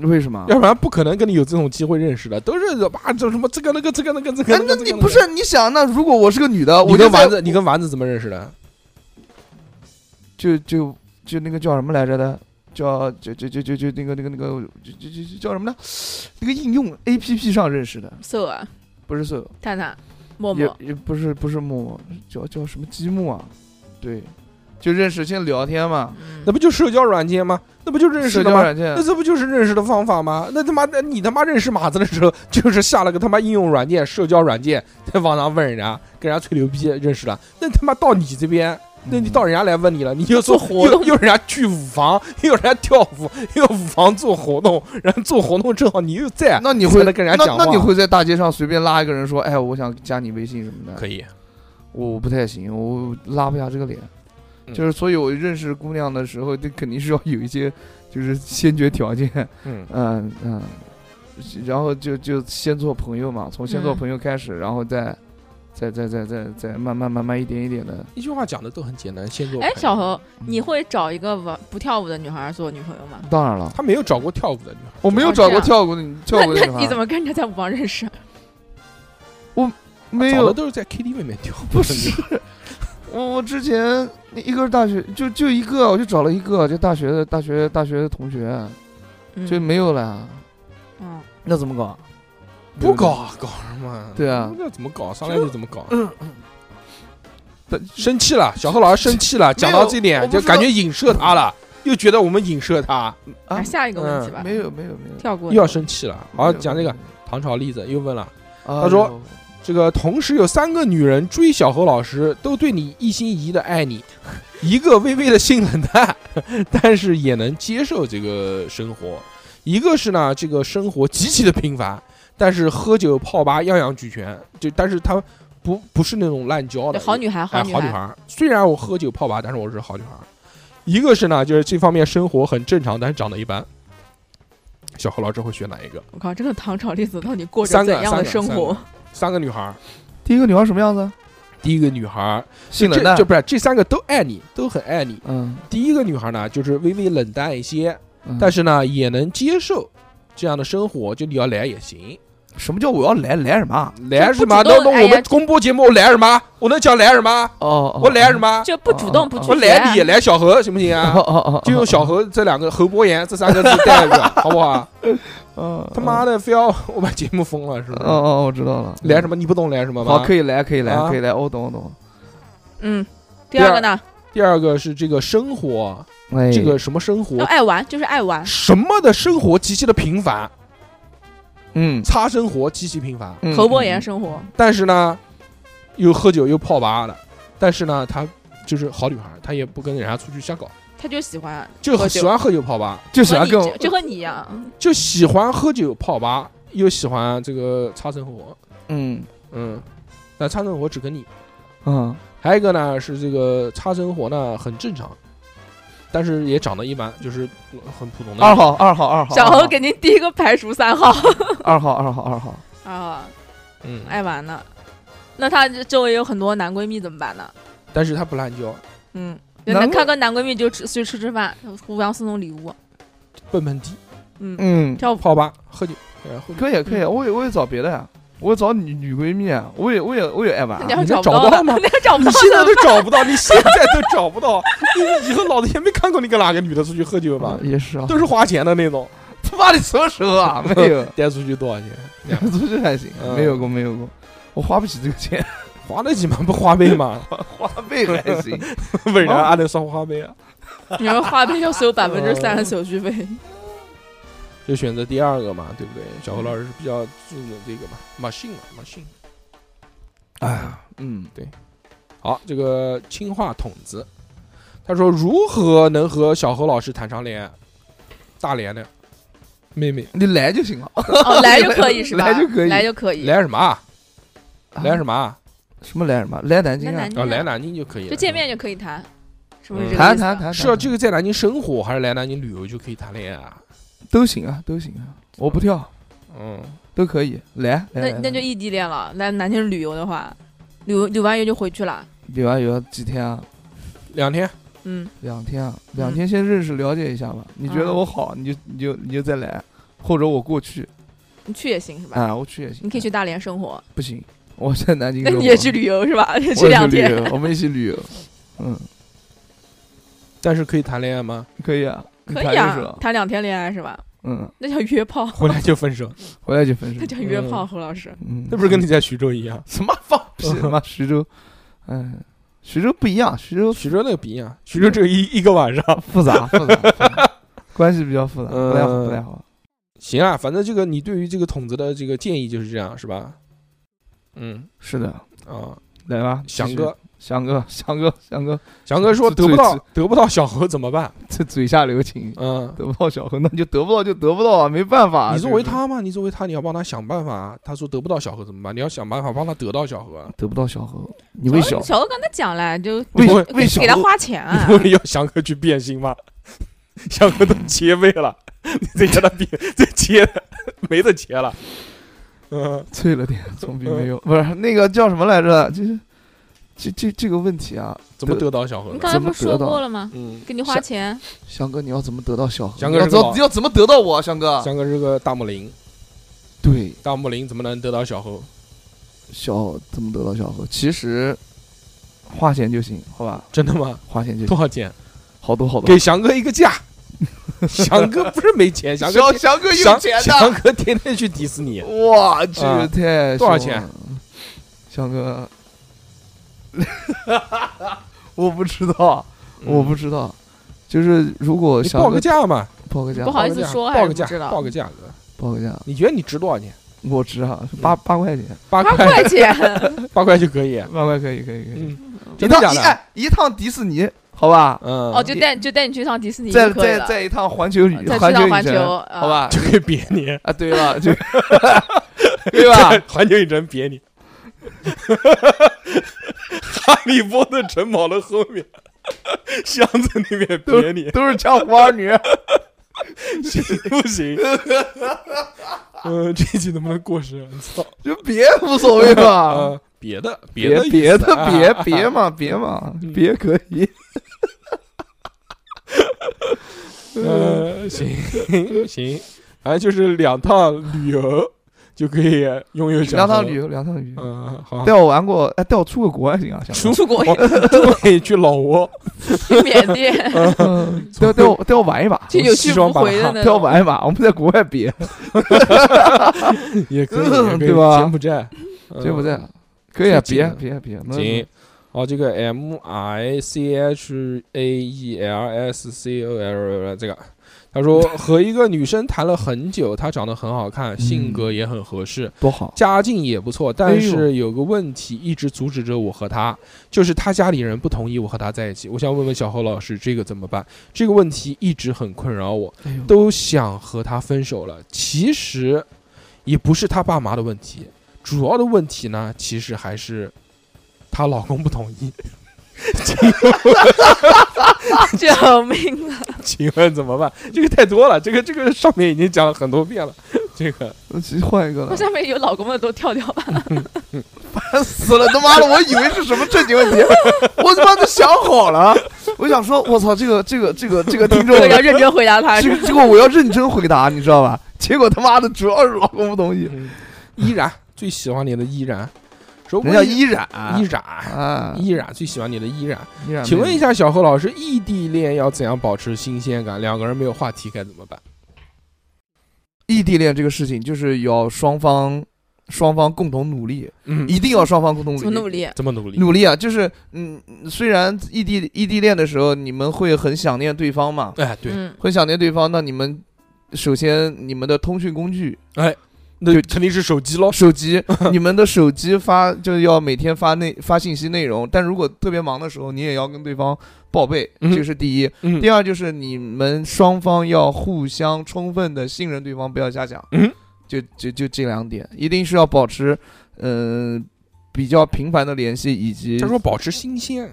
为什么？要不然不可能 跟你有这种机会认识的，都是哇，这什么这个那个这个那个这个哎个。，那这个你个不是你想，那如果我是个女的，你我就跟在丸子，你跟丸子怎么认识的？就就就那个叫什么来着的，叫就就就就就那个那个那个就就就就叫什么呢？那个应用 A P P 上认识的， so 啊，不是所有，探探、陌也陌，也不是不是陌陌，叫叫什么积木啊？对，就认识先聊天嘛，那嗯，不就社交软件吗？那不就认识社的交吗？软件那。这不就是认识的方法吗？那他妈的，你他妈认识马子的时候，就是下了个他妈应用软件、社交软件，在网上问人家，跟人家吹牛逼认识了。那他妈到你这边，那你到人家来问你了，你就说做活动又又人家去舞房，又人家跳舞，又舞房做活动，然后做活动正好你又在，嗯那你会才能跟人家讲话那？那你会在大街上随便拉一个人说：“哎，我想加你微信什么的。”可以，我我不太行，我拉不下这个脸。嗯就是，所以我认识姑娘的时候，这肯定是要有一些就是先决条件，嗯，嗯嗯，然后就就先做朋友嘛，从先做嗯朋友开始，然后再再再再再再慢慢慢慢一点一点的。一句话讲的都很简单，先做。哎，小，何，嗯你会找一个玩不跳舞的女孩做女朋友吗？当然了，他没有找过跳舞的女孩，我没有哦找这过样跳舞的 女跳舞的女那孩，你怎么跟人家在舞房认识？ 没找的有？都是在 KTV 里面跳舞的女孩。哎不是，我我之前一个是大学，就就一个，我就找了一个，就大学的大学大学的同学，嗯就没有了。嗯，那怎么搞？不搞 啊搞什么？对啊那怎么搞？上来就怎么搞？嗯但生气了，小何老师生气了，讲到这我点不就知道感觉影射他了，又觉得我们影射他，啊嗯啊，下一个问题吧，没有没有没有。跳过又的要生气了。好，没有哎讲这个，唐朝例子又问了，他他说这个同时有三个女人追小何老师，都对你一心一意的爱你， 一个微微的性冷淡，但是也能接受这个生活；一个是呢，这个生活极其的平凡，但是喝酒泡吧样样俱全，就但是他不不是那种滥交的对好女孩，哎，女好女孩，孩儿。虽然我喝酒泡吧，但是我是好女孩儿。一个是呢，就是这方面生活很正常，但是长得一般。小何老师会选哪一个？我靠，这个唐朝丽子到底过着三个怎样的三生个活？三个女孩儿，第一个女孩什么样子？第一个女孩儿，性冷这淡这。不是这三个都爱你，都很爱你。嗯，第一个女孩呢，就是微微冷淡一些，嗯但是呢也能接受这样的生活，就你要来也行。什么叫我要来来什么啊？来就什不么？主那动那哎我呀们公播节目我来什么？我能讲来什么？哦，哦我来什？么？ 就不主动不哦拒绝，我来你也来小何行不行哦啊？哦哦，就用小何这两个侯伯言这三个字带着，好不好？哦，他妈的！的，非要我把节目封了，是不哦是？哦，我知道了。来什么？你不懂来什么吗？好，可以来，可以来，啊可以来。我懂，我懂。嗯，第第二二个呢，第二个是这个生活，哎，这个什么生要活？爱玩就是爱玩，什么的生活极其的平凡，嗯，差生活极其平凡。嗯侯博言生活，但是呢，又喝酒又泡吧的，但是呢，她就是好女孩，她也不跟人家出去瞎搞，他就喜欢就喝喜酒欢喝酒泡吧，就喜和欢你跟就我，就和你一样，就喜欢喝酒泡吧，又喜欢这个差生活。嗯嗯，但差生活只跟你。嗯，还有一个呢是这个差生活呢很正常，但是也长得一般，就是很普通的。二，号，二号，二号。小侯给您第一个排除三号二号，二号，二号。啊，嗯，爱玩呢，那她周围有很多男闺蜜怎么办呢？但是他不滥交，嗯，男能闺看个男闺蜜就吃去吃吃饭，互相送送礼物，笨笨地，嗯，嗯，跳舞泡吧，喝酒，然后可以，可以。我也，我也找别的呀。我也找女女闺蜜啊，我也，我也，我也爱玩那啊。两个你能不找到到了吗，那个找不你到现在了都找不到， 你现在都找不到，你以后老子也没看过你跟哪个女的出去喝酒吧啊，也是啊。都是花钱的那 种，他妈的什么时候啊？没有，带出去多少钱？足球还行嗯，没有过，没有过。我花不起这个钱，花得起吗？不花呗吗？花呗还行。 为啥还能上花呗啊？你说花呗要收百分之三的手续费，就选择第二个嘛，对不对？小何老师是比较注重这个嘛，machine 嘛，machine。哎，嗯，好，这个青话筒子，他说如何能和小何老师谈上恋爱？大连的妹妹你来就行了。 哦，来就可以 是吧？来就可以来就可以，来什么啊？来什么啊？什么来什么？来南京来啊南？京啊，啊来南京就可以了。就见面就可以谈，是不是嗯这个谈意思谈啊？谈，是啊，谈这个在南京生活还是来南京旅游就可以谈恋爱啊？都行啊，都行啊，我不跳，嗯，都可以，来，来那来那就来异地恋了。来南京旅游的话，旅游旅完游就回去了。旅完游几天啊？两天嗯，嗯两天啊，两天先认识了解一下吧。你觉得我好，你就你就你就再来，或者我过去你去也行是吧？啊，我去也行。你可以去大连生活，不行，我在 南京那生活。你也去旅游是吧？ 我也去两旅天，游，我们一起旅游。嗯，但是可以谈恋爱吗？可以啊，你可谈以就是啊了，谈两天恋爱是吧？嗯，那叫约炮， 回来就分手，回来就分手那。叫约嗯炮，侯老师。嗯， 那不是跟你在徐州一样？ 什么放屁？他妈徐州，嗯，徐州不一样，徐州徐州那个不一样，徐州只有一一个晚上。复杂复杂，复 杂关系比较复杂，嗯不太好不太好。 行啊，反正这个你对于这个筒子的这个建议就是这样，是吧？嗯是的，啊，来吧，翔继续，哥，翔哥，翔哥，翔哥，翔哥说这得不这到得不到小猴怎么办？这嘴下留情。嗯，得不到小何，那就得不到就得不到啊，没办法啊、你这作为个他嘛，你作为他，你要帮他想办法啊。他说得不到小何怎么办？你要想办法帮他得到小何啊。得不到小何，你为小小欧刚才讲了，就为我为小给他何花钱啊你。不是 要翔哥去变心吗？ 翔哥都结尾了， 你再叫他变，再结没得结了。 嗯，脆了点，总比没有不是那个叫什么来着？就是这这这个问题啊，怎么得得到小何你呢？刚才怎么不是说得到过了吗？嗯，给你花想钱，翔哥，你要怎么得到小何？翔哥要是个怎老要怎么得到我啊，翔哥？翔哥是个大木林，对，大木林怎么能得到小何？小怎么得到小何？其实花钱就行，好吧，真的吗？花钱就 行多，少钱？好多好多给。翔哥一个价。 翔哥不是没钱，翔小哥翔哥有翔钱翔的，哥天天去迪士尼，哇，这啊个太多少凶钱了？翔哥， 我不知道。我不知道，就是如果嗯你想报个价嘛，报个价，不好意报思个价说还报是个不价知，道报个价格。报个价，你觉得你值多少钱？我值哈，嗯八八块钱，八八块，块钱，八块就可以。八块可以可以可以，嗯，一真的假趟一的？哎一趟迪士尼，好吧，嗯，哦，就带就带你去趟迪士尼再就可以再了，再一趟环球旅再去环球趟影环球，啊城，好好？吧 就可以别你。啊对了 就对 吧，环球影城别你，哈利波特城堡的后面 箱子里面别 你，都是唱花女，行不 行？嗯、这期能不能过时？啊操！就别无所谓吧， 啊，别的别的啊别别的别别嘛别嘛 嗯别可以，呃，行行， 反正就是两趟旅游就可以拥有小两趟猴旅，游两趟旅游，嗯，好带。 我玩过，哎带我出个国还行啊，想出出国我出国也去老挝，去缅甸， 嗯带我带我带我玩一 把，就有去西双无版回的纳那带我 种。玩一把，我们在国外比。嗯也可以，嗯也可以 对吧柬埔寨，嗯柬埔寨可以啊，最近别的别别，那行，哦，这个 M I C H A E L S C O L 这个，他 说和一个女生谈了很久，她长得很好看，性格也很合适，多好，家境也不错，嗯哎但呦是有个问题一直阻止着我和她，就是她家里人不同意我和她在一起。我想问问小侯老师，这个怎么办？这个问题一直很困扰我，都都想和他分手了。其实也不是他爸妈的问题，主要的问题呢，其实还是她老公不同意。 救命啊！请问怎么办？这个太多了，这个这个上面已经讲了很多遍了。这个换一个 了我，下面有老公的都跳掉吧。烦 死了！他妈的，我以为是什么正经问题， 我他妈都想好了，我想说，我操，这个这个这个这个听众这，个 要认真回答他。这个这个我要认真回答，你知道吧？结果他妈的主要是老公不同意，依然最喜欢你的依然，说人家问依然依然啊，依然最喜欢你的依然。依然，请问一，下，小何老师，异地恋要怎样保持新鲜感？两个人没有话题该怎么办？异地恋这个事情就是要双方双方共同努力，嗯，一定要双方共同怎么努力？这么努力，努力啊，就是嗯，虽然异地异地恋的时候，你们会很想念对方嘛，哎，对，嗯，会想念对方，那你们首先你们的通讯工具，那就肯定是手机喽。哦手机， 你们的手机发就是要每天发内发信息内容，但如果特别忙的时候，你也要跟对方报备，嗯这是第一。嗯第二就是你们双方要互相充分的信任对方，不要瞎讲。嗯，就就就这两点，一定是要保持，呃嗯、比较频繁的联系以及他说保持新鲜，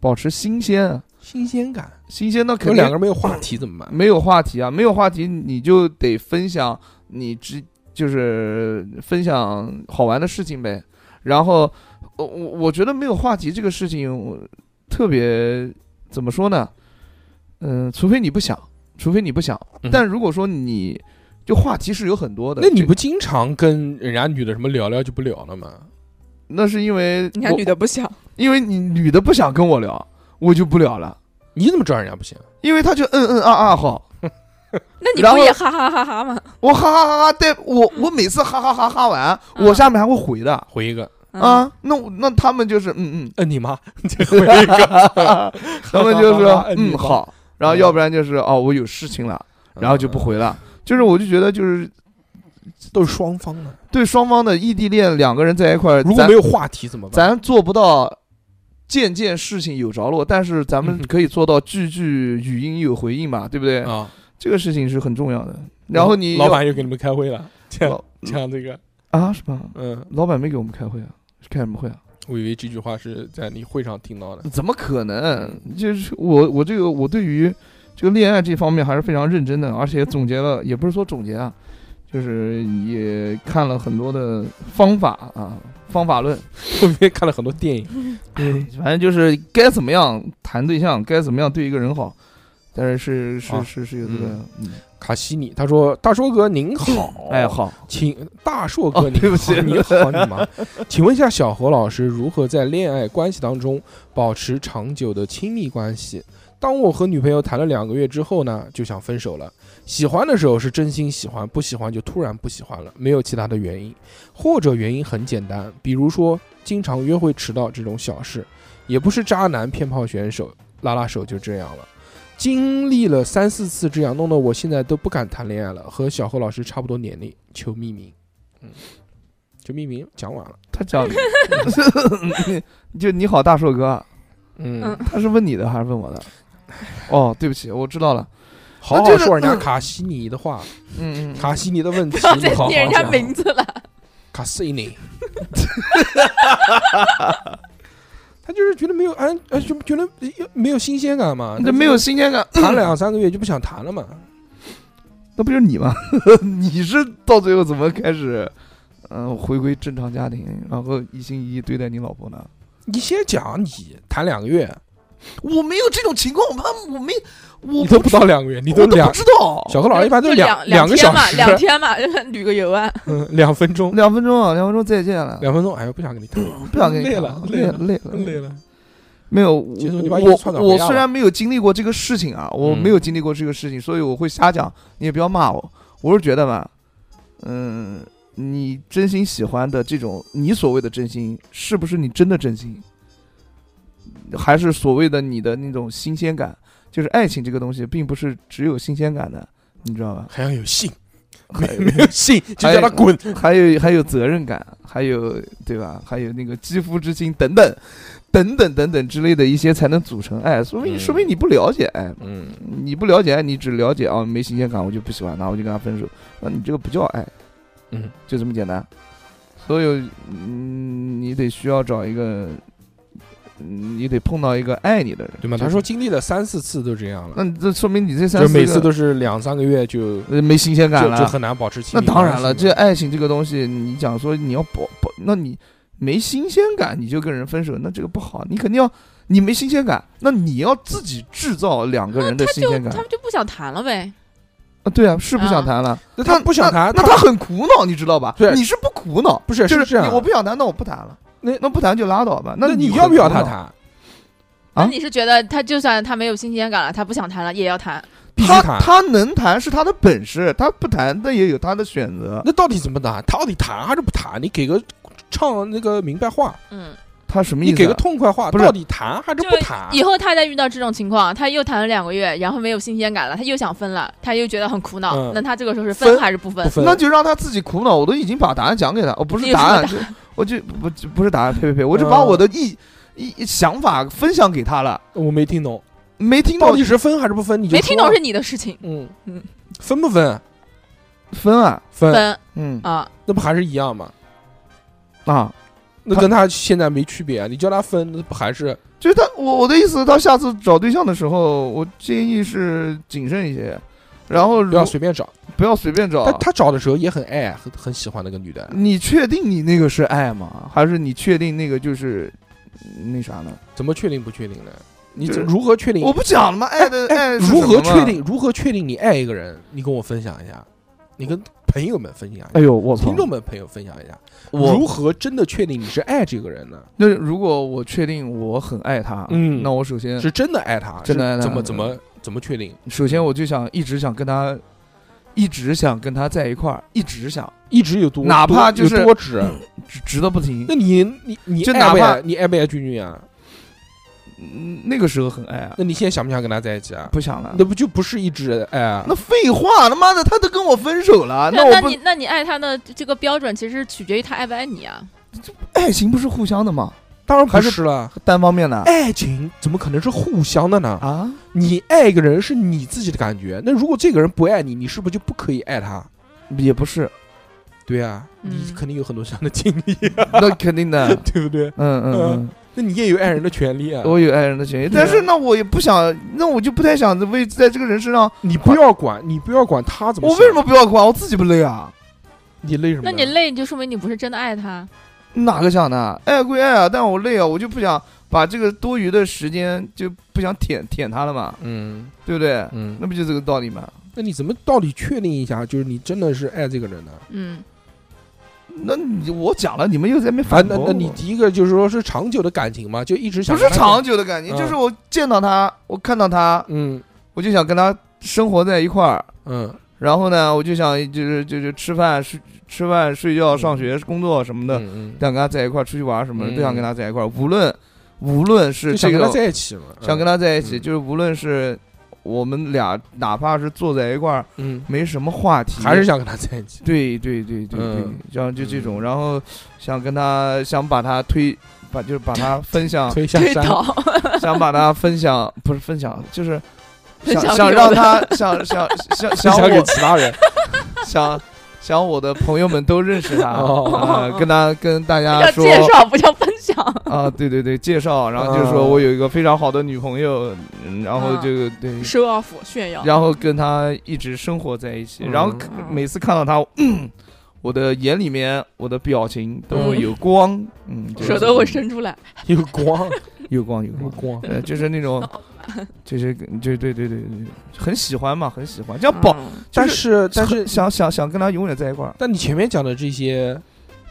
保持新鲜啊。新鲜感。新鲜到有肯定两个人没有话题怎么办？没有话题啊，没有话题你就得分享你之就是分享好玩的事情呗。然后我我我觉得没有话题这个事情我特别怎么说呢？嗯、除非你不想，除非你不想。嗯但如果说你就话题是有很多的，那你这不经常跟人家女的什么聊聊就不聊了吗？那是因为你看我女的不想，因为你女的不想跟我聊，我就不聊了，你怎么知道人家不行？因为她就嗯嗯啊啊好。那你然不后也哈哈哈哈吗？我哈哈哈哈，对我我每次哈哈哈哈完，嗯我下面还会回的回一个，嗯，啊。那我那他们就是嗯嗯 ，嗯，你妈，再回一个， 他们就 哈哈哈哈说嗯你嗯吧好，然后要不然就是哦我有事情了，然后就嗯不回了。就是我就觉得就是都是双方的。对双方的异地恋两个人在一块儿，呃如果咱没有话题怎么办？咱做不到。件件事情有着落，但是咱嗯们可以做到句句语音有回应嘛，对不对？啊，这个事情是很重要的。然后你老要板又给你们开会了， 这样老嗯这样这个，啊什么？嗯，老板没给我们开会啊？开什么会啊？我以为这句话是在你会上听到的。 怎么可能？就是我我这个我对于这个恋爱这方面还是非常认真的，而且总结了，也不是说总结啊，就是也看了很多的方法啊，方法论，我因为看了很多电影，反正就是该怎么样谈对象，该怎么样对一个人好，但是是是、啊是是有这个，嗯，卡西尼他说：“大硕哥您好，哎，好，请大硕哥哦您好，对不起您好你 妈，请问一下小何老师如何在恋爱关系当中保持长久的亲密关系？当我和女朋友谈了两个月之后呢，就想分手了。喜欢的时候是真心喜欢，不喜欢就突然不喜欢了，没有其他的原因，或者原因很简单，比如说经常约会迟到这种小事，也不是渣男骗炮选手，拉拉手就这样了。经历了三四次这样，弄得我现在都不敢谈恋爱了。和小何老师差不多年龄，求匿名。嗯，求匿名讲完了。他讲， 就你好，大硕哥，啊嗯嗯，他是问你的还是问我的？哦，对不起，我知道了，好那就好是说人家卡西尼的话，嗯嗯，卡西尼的问题，不要你再好好念人家讲。名字了。卡西尼， 他就是觉得没有安，呃，就觉得没有新鲜感嘛，这没有新鲜感，谈两三个月就不想谈了嘛。那不就是你吗？ 你是到最后怎么开始，嗯、回归正常家庭，然后一心一意对待你老婆呢？你先讲你谈两个月，我没有这种情况，我妈，我没，我你都不到两个月，你我两知道小何老师一般都就是两两个天小嘛，时，两天嘛， 旅个游啊。嗯两分钟，两分钟啊，两分钟再见了，两分钟，哎呦，不想跟你谈， 不想跟你累谈了累累了累了累了。没有，结我束你把椅子我窜倒回我家吧虽然没有经历过这个事情啊，我嗯没有经历过这个事情，所以我会瞎讲，你也不要骂我。我是觉得吧，嗯，你真心喜欢的这种，你所谓的真心，是不是你真的真心？还是所谓的你的那种新鲜感？就是爱情这个东西，并不是只有新鲜感的，你知道吧？还要有性，还没有性就叫他滚。 还有还有责任感，还有对吧？还有那个肌肤之亲等等，等等等等之类的一些才能组成爱，说明嗯说明你不了解爱，嗯，你不了解爱，你只了解啊没新鲜感，我就不喜欢他，我就跟他分手，那你这个不叫爱，嗯，就这么简单。所有嗯，你得需要找一个，嗯你得碰到一个爱你的人，对吗？就他说，经历了三四次都这样了，那这说明你这三就四每个次都是两三个月就呃没新鲜感就了，就很难保持亲那密当关系嘛。然了，这爱情这个东西，你讲说你要保保，那你没新鲜感，你就跟人分手，那这个不好。你肯定要，你没新鲜感，那你要自己制造两个人的新就鲜感他。们就不想谈了呗。啊，对啊，是不啊想谈了。那他不想谈，那他很苦恼，你知道吧对？你是不苦恼，不是就是这样你我不想谈，那我不谈了。那那不谈就拉倒吧。那你要不要他他？谈？啊那你是觉得他就算他没有新鲜感了，他不想谈了也要谈？必须他谈。他能谈是他的本事，他不谈那也有他的选择。那到底怎么谈？他到底谈还是不谈？你给个唱那个明白话，嗯，他什么意你思啊？给个痛快话，不是到底谈还是不谈？以后他再遇到这种情况，他又谈了两个月，然后没有新鲜感了，他又想分了，他又觉得很苦恼。嗯那他这个时候是分分还是不分？不分那就让他自己苦恼。我都已经把答案讲给他，哦，不你是有什答么案，答就 我就不就不是答案，呸呸呸，我就把嗯我的意意想法分享给他了，我没听懂，没听到到底是分还是不分？你就没听懂说是你的事情，嗯嗯嗯，分不分？分啊，分，分嗯啊，那不还是一样吗？啊，那他跟他现在没区别啊！你叫他分，那不还是就是他，我我的意思，他下次找对象的时候，我建议是谨慎一些，然后不如啊要随便找。不要随便找。但他找的时候也很爱，啊很很喜欢那个女的。你确定你那个是爱吗？还是你确定那个就是那啥呢？怎么确定不确定呢？你就是如何确定？我不讲了吗？爱的哎爱是如何什么嘛啊确定？？如何确定你爱一个人？你跟我分享一下，你跟朋友们分享一下，哎呦，我操！听众们朋友分享一下，如我何真的确定你是爱这个人呢？那如果我确定我很爱他，嗯那我首先是真的爱他，真的爱是他嗯怎么怎么怎么确定？首先我就想一直想跟他，一直想跟他在一块儿，一直想一直有多哪怕就是多有多指，啊 直直到不停那。你你你就爱不哪怕爱？你爱不爱君君啊？嗯那个时候很爱啊，那你现在想不想跟他在一起啊？不想了。那不就不是一直爱啊？那废话，他妈的，他都跟我分手了，那我不你那你爱他的这个标准，其实取决于他爱不爱你啊。爱情哎不是互相的吗？当然不还是是了。单方面的爱情怎么可能是互相的呢？啊？你爱一个人是你自己的感觉，那如果这个人不爱你，你是不是就不可以爱他？也 不是，对啊，你嗯肯定有很多这样的经历，啊那肯定的。对不对？ 嗯嗯那你也有爱人的权利啊嗯，！我有爱人的权益，对啊但是那我也不想，那我就不太想为在这个人身上，你不要管，你不要管他怎么我想。为什么不要管？我自己不累啊？你累什么那呢？你累，就说明你不是真的爱他。哪个想呢？爱归爱啊，但我累啊，我就不想把这个多余的时间就不想舔舔他了嘛，嗯对不对？嗯，那不就这个道理嘛？那你怎么到底确定一下，就是你真的是爱这个人呢？嗯，那你我讲了，你们又在那边啊，反那驳我那你第一个就是说是长久的感情嘛，就一直想不是跟他长，久的感情，嗯就是我见到他，我看到他，嗯我就想跟他生活在一块儿。嗯然后呢，我就想就是就是吃饭睡吃饭睡觉嗯上学工作什么的，嗯嗯，想跟他在一块儿出去玩什么的，嗯都想跟他在一块儿。无论无论就是想这跟他个在一起嘛，想跟他在一起，嗯就是无论是我们俩哪怕是坐在一块儿嗯，没什么话题，还是想跟他在一起。对对对对对嗯，像就这种，嗯然后想跟他想把他推。把就是把他分享，推下对山，啊倒，想把他分享，不是分享，就是分想享想给让我他想想想想想给我其他 人。想想我的朋友们都认识他，哦啊， 跟他跟大家要说介绍不叫分享。啊，对对对，介绍，然后就啊说我有一个非常好的女朋友，嗯然后就对， show off 炫耀，然后跟她一直生活在一起，嗯然后看每次看到她，嗯，我的眼里面我的表情都会有光，嗯，就是嗯手都会伸出来。有光，有光有 光。光。呃，就是那种，就是就对对对对，对很喜欢嘛，很喜欢，这样保，嗯就但是，但是，想想想跟他永远在一块儿，但你前面讲的这些，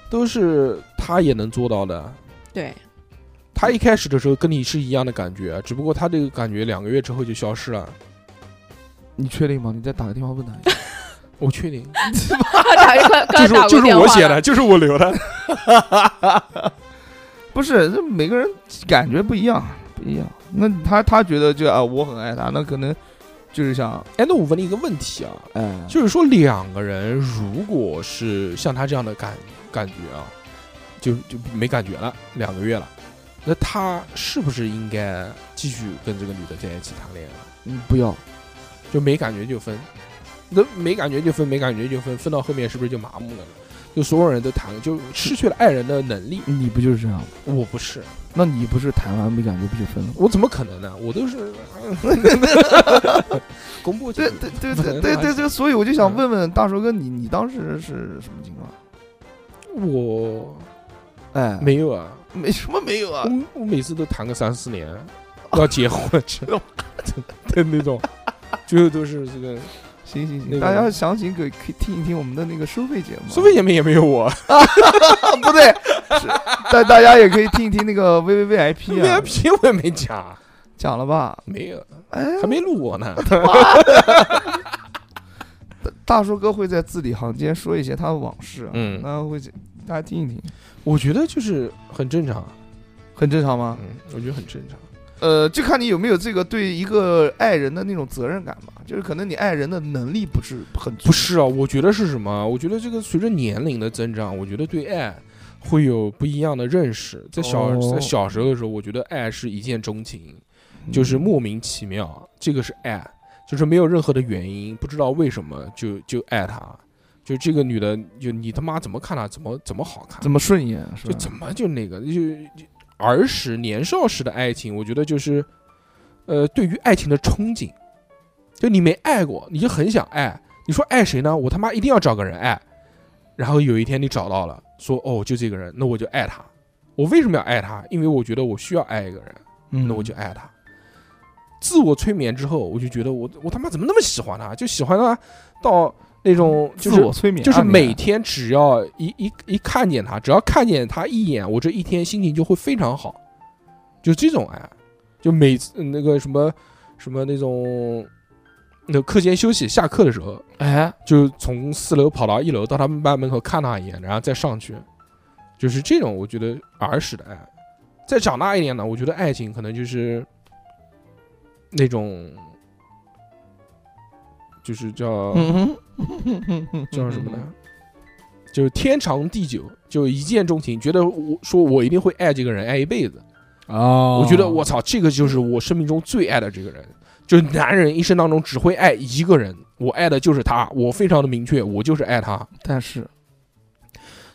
都是他也能做到的。对， 他一开始的时候跟你是一样的感觉，啊只不过他这个感觉两个月之后就消失了。你确定吗？你再打个电话问他一下。我确 定，他打一块，就刚才是打过就是电我话写了的，就是我留的。 不是，这每个人感觉不一样，不一样。那他他觉得就啊，我很爱他，那可能就是想，哎，那我问你一个问题啊，哎，就是说两个人如果是像他这样的感感觉啊，就就没感觉了，两个月了，那他是不是应该继续跟这个女的在一起谈恋爱了？嗯，不要，就没感觉就分，那没感觉就分，没感觉就分，分到后面是不是就麻木了呢？就所有人都谈，就失去了爱人的能力。你不就是这样吗？我不是，那你不是谈完没感觉不就分了吗？我怎么可能呢？我都是 公布这对对对对对对对，所以我就想问问大叔哥，你你当时是什么情况？我哎，没嗯有啊，没什么没有啊，我我每次都谈个三四年，要结婚了之后的那种，最后都是这个行行那个行，大家详情可以可以听一听我们的那个收费节目，收费节目也没有我啊不对，是但大家也可以听一听那个 V V V I P 啊， ，VIP 我也没加，讲了吧？没有，哎，还没录我呢。大叔哥会在字里行间说一些他的往事啊，嗯那会大家听一听，我觉得就是很正常，啊很正常吗？嗯，我觉得很正常。呃，就看你有没有这个对一个爱人的那种责任感吧，就是可能你爱人的能力不是很足不是啊，我觉得是什么？我觉得这个随着年龄的增长，我觉得对爱会有不一样的认识。在小、哦在小时候的时候，我觉得爱是一见钟情，就是莫名其妙，这个是爱，就是没有任何的原因，不知道为什么就就爱他。就这个女的，就你他妈怎么看她怎么怎么好看，怎么顺眼是就吧？怎么就那个就就儿时年少时的爱情，我觉得就是，呃，对于爱情的憧憬，就你没爱过，你就很想爱，你说爱谁呢？我他妈一定要找个人爱，然后有一天你找到了，说哦，就这个人，那我就爱他。我为什么要爱他？因为我觉得我需要爱一个人。嗯那我就爱他。自我催眠之后，我就觉得我我他妈怎么那么喜欢他？就喜欢他到那种就自是我催眠，就是暗恋每天只要一一一看见他，只要看见他一眼，我这一天心情就会非常好，就这种爱，就每次那个什么什么那种。那课间休息下课的时候，哎，就从四楼跑到一楼，到他们班门口看他一眼，然后再上去，就是这种我觉得儿时的爱。哎再长大一点呢，我觉得爱情可能就是那种，就是叫嗯 叫什么呢？就是天长地久，就一见钟情，觉得我说我一定会爱这个人，爱一辈子。哦我觉得我操，这个就是我生命中最爱的这个人。就是男人一生当中只会爱一个人，我爱的就是他，我非常的明确，我就是爱他。但哦是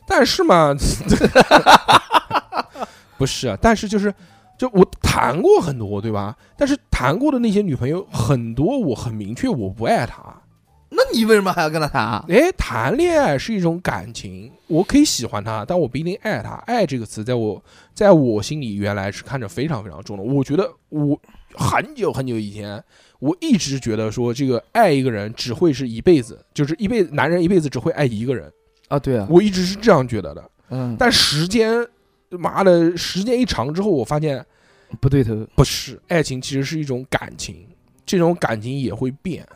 但是嘛， 不是啊，但是就是，就我谈过很多，对吧？但是谈过的那些女朋友很多，我很明确我不爱她。那你为什么还要跟他谈？哎，谈恋爱是一种感情，我可以喜欢她，但我不一定爱她。爱这个词，在我在我心里原来是看着非常非常重的。我觉得我很久很久以前，我一直觉得说，这个爱一个人只会是一辈子，就是一辈子，男人一辈子只会爱一个人。啊，对啊，我一直是这样觉得的。嗯，但时间，妈的，时间一长之后，我发现不对头，不是，爱情其实是一种感情，这种感情也会变。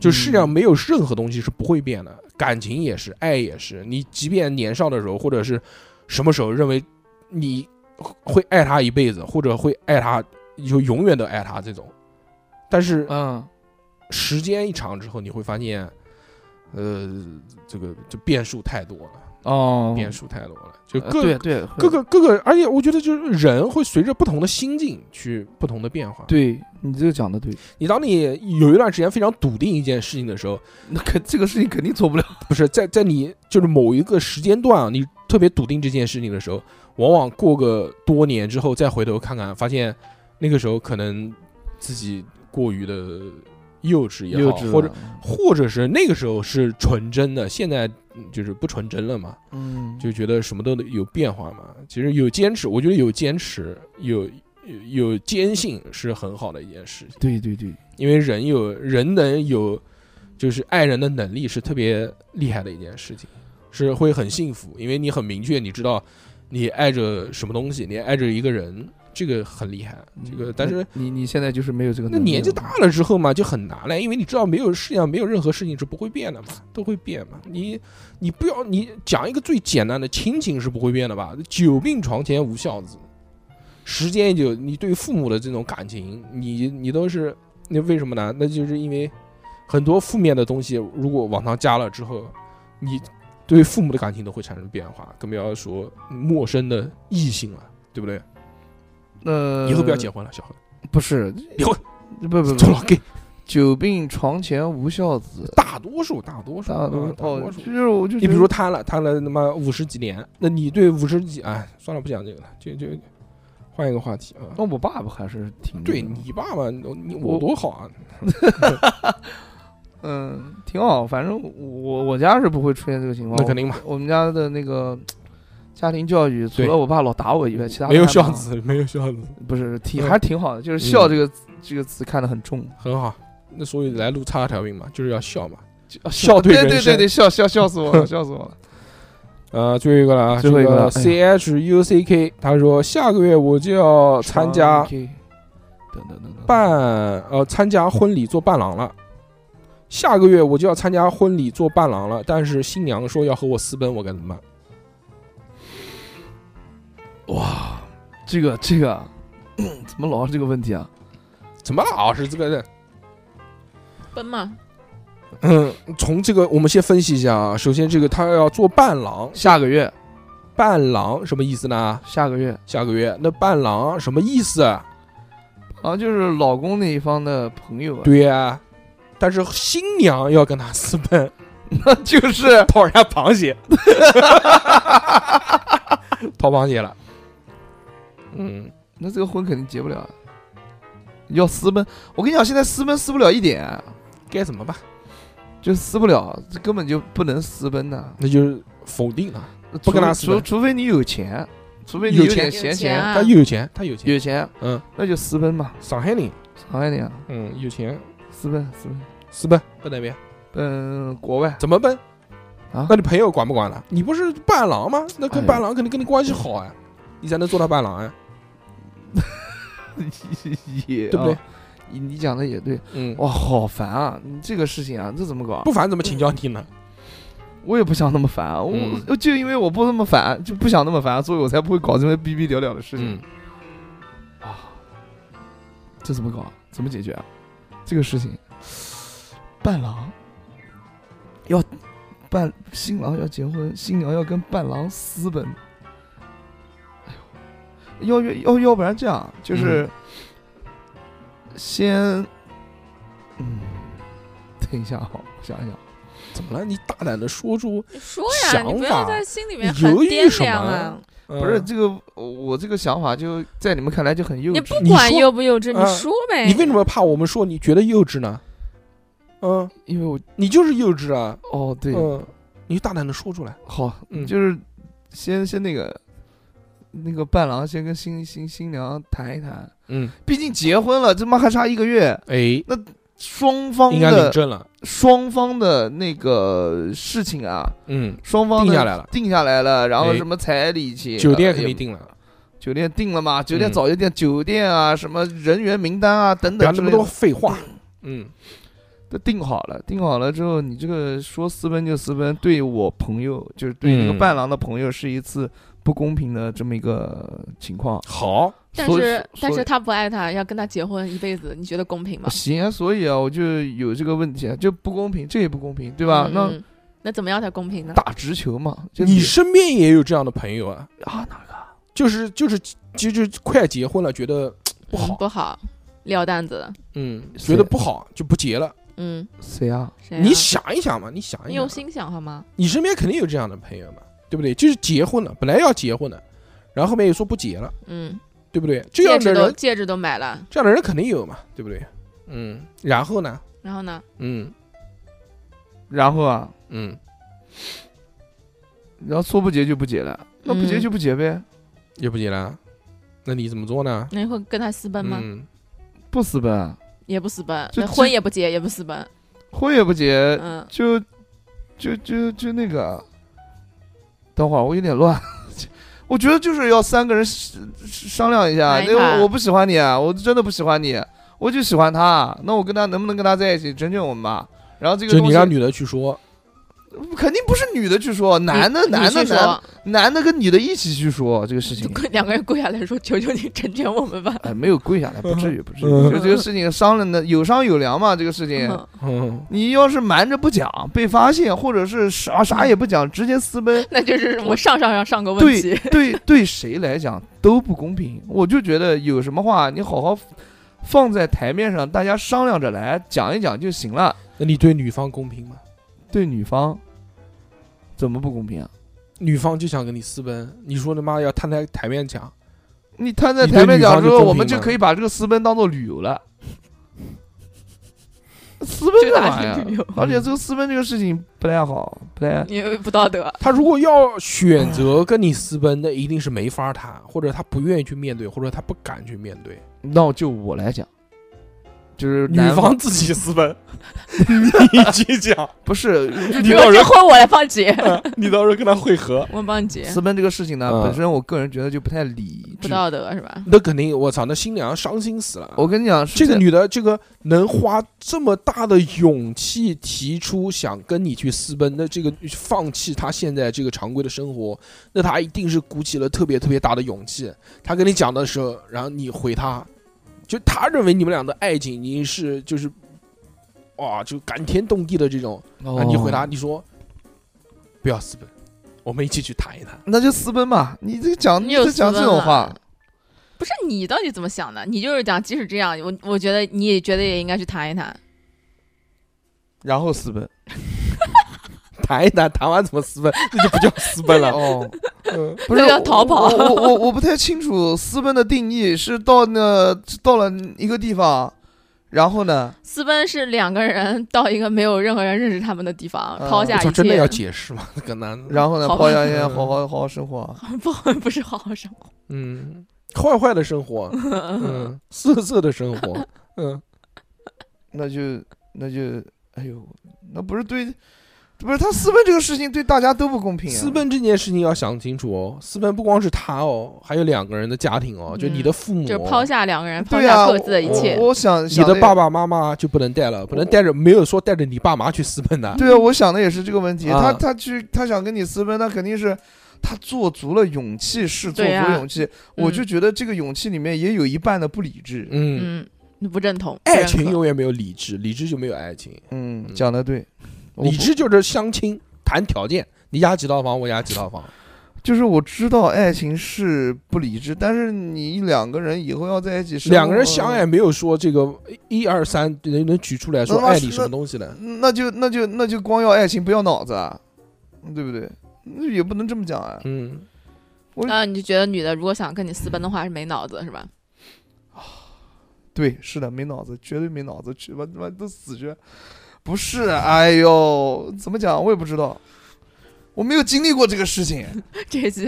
就世界嗯上没有任何东西是不会变的，感情也是，爱也是。你即便年少的时候，或者是什么时候认为你会爱他一辈子，或者会爱他就永远都爱他这种，但是嗯，时间一长之后，你会发现，呃，这个就变数太多了，哦，变数太多了，就呃各对对各会个各个，而且我觉得就是人会随着不同的心境去不同的变化。，对你这个讲的对，你当你有一段时间非常笃定一件事情的时候，那肯这个事情肯定做不了，不是在在你就是某一个时间段啊，你特别笃定这件事情的时候，往往过个多年之后再回头看看，发现那个时候可能自己过于的幼稚啊也好，或者或者是那个时候是纯真的，现在嗯就是不纯真了嘛。嗯，就觉得什么都得有变化嘛。其实有坚持，我觉得有坚持，有有有坚信是很好的一件事情，对对对，因为人有人能有就是爱人的能力是特别厉害的一件事情，是会很幸福，因为你很明确，你知道你爱着什么东西，你爱着一个人，这个很厉害。这个，但是。嗯你你现在就是没有这个，那年纪大，了之后嘛，就很难了，因为你知道，没有世界上没有任何事情是不会变的嘛，都会变嘛。你你不要你讲一个最简单的，亲情是不会变的吧？久病床前无孝子，时间就你对父母的这种感情，你你都是那为什么呢？那就是因为很多负面的东西，如果往上加了之后，你对父母的感情都会产生变化，更不要说陌生的异性了，对不对？呃，以后不要结婚了，小何，不是以后不 不不做，老 gay。久病床前无孝子，大多数，大多数，大嗯大哦多，数。就是我就你比如说贪了，贪了他妈五十几年，那你对五十几，哎，算了，不讲这个了，就就换一个话题啊。那我爸爸还是挺对那个你爸爸，你嗯我我多好啊！嗯，挺好。反正我我家是不会出现这个情况。那肯定嘛，我们家的那个家庭教育，除对了我爸老打我以外，其他没有都还孝蛮好，子，没有孝子，不是挺嗯还是挺好的。就是“孝”这个这个词看得很重，很好。那所以来录叉条命嘛，就是要笑嘛。就啊孝对对人对对生对，笑笑笑死我了，笑死我了。呃，最后一个了啊，最后一个了哎 C H U C K，他说下个月我就要 参加 OK，等等等等，伴呃参加婚礼做伴郎了。下个月我就要参加婚礼做伴郎了，但是新娘说要和我私奔，我该怎么办？这个这个啊，嗯怎么老是这个问题啊？怎么老是这个人？奔嘛，嗯，从这个我们先分析一下啊。首先，这个他要做伴郎，下个月伴郎什么意思呢？下个月下个月那伴郎什么意思？啊，就是老公那一方的朋友啊，对呀、但是新娘要跟他私奔， 那就是讨人家螃蟹，讨螃蟹了。嗯，那这个婚肯定结不了啊，要私奔。我跟你讲，现在私奔私不了一点啊，该怎么办？就私不了，这根本就不能私奔呐、那就是否定啊，不除跟他私奔除除非你有钱，除非你有点钱闲有钱啊哦他又有钱，他有钱，有钱啊嗯，那就私奔嘛，上海人，长一点啊，嗯，有钱，私奔私奔，私奔不能变，嗯，国外怎么奔？啊那你朋友管不管了？你不是伴郎吗？那哎跟呦伴郎肯定跟你关系好啊，你才能做他伴郎啊，也对不对啊？你你讲的也对，嗯，哇，好烦啊！你这个事情啊，这怎么搞啊？不烦怎么请教你呢？我也不想那么烦啊，我、嗯我就因为我不那么烦，就不想那么烦，啊所以我才不会搞这些逼逼聊聊的事情。嗯，这怎么搞？怎么解决啊？这个事情，伴郎要伴新郎要结婚，新娘要跟伴郎私奔。哎呦，要要要要不然这样，就是先，嗯，等一下啊，我想一想，怎么了？你大胆的说出，你说呀，你不想要法在心里面你很犹豫掂什量么啊！不不是这个，我这个想法就在你们看来就很幼你稚不。你管说幼不幼稚，啊你说呗。你为什么怕我们说你觉得幼稚呢？嗯，因为我你就是幼稚啊，哦对，嗯，你就大胆的说出来，好，嗯就是先先那个那个伴郎先跟新新新娘谈一谈，嗯，毕竟结婚了，这妈还差一个月，哎，双方应该领的证了，双方的那个事情啊，嗯，双方定的下来了定下来了，然后哎什么彩礼钱，酒店肯也定定了，酒店定了嘛，酒店嗯早就定，酒店啊，什么人员名单啊等不要那等之么类多的废话，嗯，都定好了，定好了之后，你这个说私奔就私奔，对我朋友就是对那个嗯伴郎的朋友是一次不公平的这么一个情况。好，但所以是但所是以他不爱他，要跟他结婚一辈子，你觉得公平吗？行啊，所以啊，我就有这个问题啊，就不公平，这也不公平，对吧？嗯那嗯那怎么样才公平呢？打直球嘛，就你身边也有这样的朋友啊，啊哪个？就是就是就就快结婚了，觉得不嗯好，不好，撂担子。嗯，是觉得不好就不结了。嗯，谁啊？谁啊你想一想嘛，你想你一用想，心想好吗？你身边肯定有这样的朋友嘛，对不对？就是结婚了，本来要结婚的，然后后面又说不结了，嗯，对不对？这戒样指的都人，戒指都买了，这样的人肯定有嘛，对不对？嗯，然后呢？然后呢？嗯然后啊，嗯，然后说不结就不结了，那不结嗯就不结呗，也不结了，那你怎么做呢？那你会跟他私奔吗？嗯，不私奔啊，也不私奔，这那这婚也不结，也不私奔。婚也不呃结，嗯，就就就就那个啊。等会儿我有点乱， 我觉得就是要三个人商商量一下，谈一那谈我我不喜欢你，啊，我真的不喜欢你，我就喜欢他，那我跟他能不能跟他在一起，成全我们吧。然后这个就东你西让女的去说，肯定不是女的去说，男的你男的你去男说，男的跟女的一起去说这个事情就。跟两个人跪下来说：“求求你成全我们吧。哎，没有跪下来，不至于，不至于。嗯就这个事情商量的有商有量嘛，这个事情。嗯嗯，你要是瞒着不讲，被发现，或者是啥啥也不讲，直接私奔，那就是我上上上上个问对题。 对对谁来讲都不公平。我就觉得有什么话你好好放在台面上，大家商量着来讲一讲就行了。那你对女方公平吗？对女方怎么不公平啊？女方就想跟你私奔，你说他妈要摊在台面讲，你摊在你对台面女讲方之就后，公我们平就吗可以把这个私奔当做旅游了。私奔干嘛这哪呀是旅游？而且这个私奔这个事情不太好，不太你不道德，他如果要选择跟你私奔，那一定是没法谈，或者他不愿意去面对，或者他不敢去面对。那就我来讲，就是女男方自己私奔， 你去讲，不是 就你比如老说人这婚我来帮你结，你到时候跟他会合，我帮你结，私奔这个事情呢，嗯本身我个人觉得就不太理不智。道德是吧？那肯定，我操，那新娘伤心死了。我跟你讲，是这个在女的，这个能花这么大的勇气提出想跟你去私奔，那这个放弃她现在这个常规的生活，那她一定是鼓起了特别特别大的勇气。她跟你讲的时候，然后你回她，就她认为你们俩的爱情已经是就是，哇，就感天动地的这种。啊，哦你回答，你说不要私奔，我们一起去谈一谈。那就私奔嘛。你这个讲你有这讲私这奔啊种了话，不是你到底怎么想的？你就是讲，即使这样，我我觉得你也觉得也应该去谈一谈。然后私奔 谈一谈，谈完怎么私奔，那就不叫私奔了。 哦，嗯不是那叫逃跑我我我我不太清楚私奔的定义是到那到了一个地方，然后呢，私奔是两个人到一个没有任何人认识他们的地方，嗯抛我下一操，切，真的 要解释吗？ 这个男的，然后呢，好吧抛下烟，嗯好好好好生活。不不是好好生活。嗯，坏坏的生活，嗯，色色的生活，嗯，那就那就，哎呦，那不是对，不是他私奔这个事情对大家都不公 平、啊。私奔这件事情要想清楚哦，私奔不光是他哦，还有两个人的家庭哦，就你的父母，就是抛下两个人，抛对呀、下啊，各自的一切。我我想你想的那爸爸妈妈就不能带了，不能带着，没有说带着你爸妈去私奔的，对啊，我想的也是这个问题。啊他他去他想跟你私奔，那肯定是他做足了勇气，是做对啊呀足勇气。嗯我就觉得这个勇气里面也有一半的不理智。嗯，嗯，不认同爱情有永远没有理智，理智就没有爱情，嗯，嗯讲的对，我理不智就是相亲谈条件，你押几套房，我押几套房，就是我知道爱情是不理智，但是你两个人以后要在一起生活，两个人哦相爱没有说这个一二三能能举出来说那爱你是什么东西的，那就那就那就光要爱情不要脑子啊，对不对？那也不能这么讲啊。嗯，那你就觉得女的如果想跟你私奔的话是没脑子是吧？对，是的，没脑子，绝对没脑子，去吧他妈都死绝。不是，哎呦，怎么讲我也不知道，我没有经历过这个事 情。这一期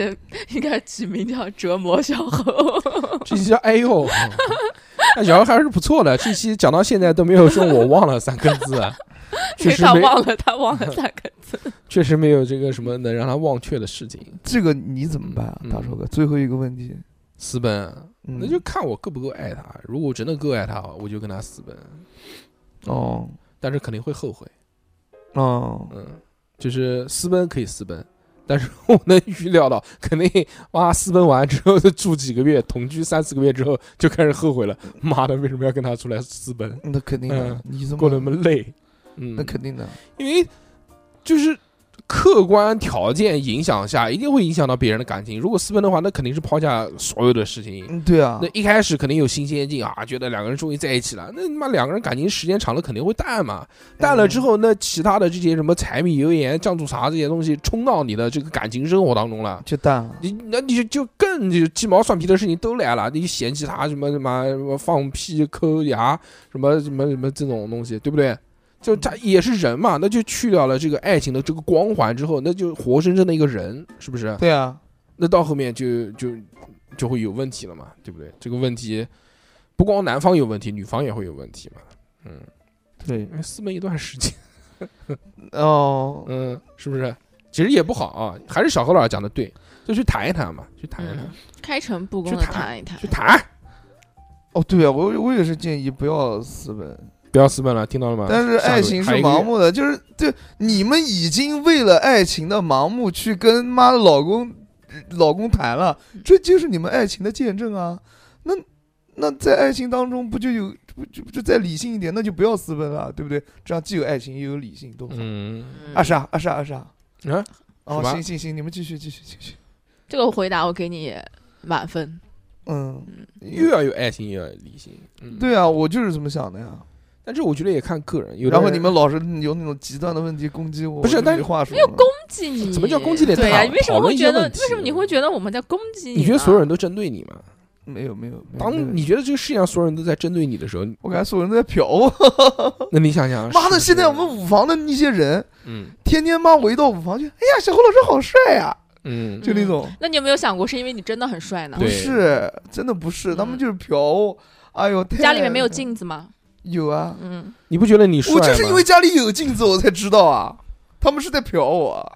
应该取名叫折磨小猴。 这期叫哎呦，那小孩还是不错的，这期讲到现在都没有说我忘了三个字，啊， 确实他没忘了，他忘了三个 字。确实没有这个什么能让他忘却的事情，这个你怎么办、啊，大寿哥？最后一个问题，私奔啊。嗯、嗯那就看我够不够爱他。如果我真的够爱他，我就跟他私奔，哦但是肯定会后悔。哦，嗯，就是私奔可以私奔，但是我能预料到，肯定妈私奔完之后住几个月，同居三四个月之后就开始后悔了。妈的，为什么要跟他出来私奔？那肯定的，嗯你怎么过得那么累？嗯，那肯定的，因为就是客观条件影响下，一定会影响到别人的感情。如果私奔的话，那肯定是抛下所有的事情，嗯，对啊那，一开始肯定有新鲜劲啊，觉得两个人终于在一起了。那他妈两个人感情时间长了肯定会淡嘛，淡了之后，那其他的这些什么柴米油盐酱醋茶这些东西冲到你的这个感情生活当中了。就淡了。你那你就就更就鸡毛蒜皮的事情都来了，你嫌弃他什么什么什么放屁抠牙什么什么什么这种东西，对不对？就他也是人嘛，那就去掉了这个爱情的这个光环之后，那就活生生的一个人，是不是？对啊，那到后面就就就会有问题了嘛，对不对？这个问题不光男方有问题，女方也会有问题嘛。对因为私奔一段时间，哦，嗯，是不是？其实也不好啊，还是小何老师讲的对，就去谈一谈嘛，去谈一谈，嗯，开诚布公的去谈谈一谈去。谈，哦，对啊，我我也是建议不要私奔。不要私奔了，听到了吗？但啊是下个爱情是还有一个盲目的，就是对你们已经为了爱情的盲目去跟妈的老公老公谈了，这就是你们爱情的见证啊。那那在爱情当中不就有不就就再理性一点，那就不要私奔了，对不对？这样既有爱情又有理性，多好。嗯嗯二莎，二莎，二莎，啊，什，么哦行行行，你们继续继续继续。这个回答我给你满分。嗯，又要有爱情，又要有理性，嗯，。对啊，我就是这么想的呀。但是我觉得也看个人，有的然后人你们老是有那种极端的问题攻击我，不是我就但没是话说了。攻击你？怎么叫攻击你对呀、讨你为什讨么论会一些觉得？问题为什么你会觉得我们在攻击你呢？你觉得所有人都针对你吗？没有没有，没有没有当你觉得这个世界上所有人都在针对你的时候，我感觉所有人都在瞟我。 那你想想，哦妈是不的，是现在我们五房的那些人，嗯天天妈我一到五房去，哎呀，小侯老师好帅呀、嗯，就那种。那你有没有想过，是因为你真的很帅呢对不？是，真的不是，嗯他们就是嫖。哎呦，太家里面没有。镜子吗？有啊，嗯，你不觉得你帅我吗？就是因为家里有镜子，我才知道啊，他们是在嫖我。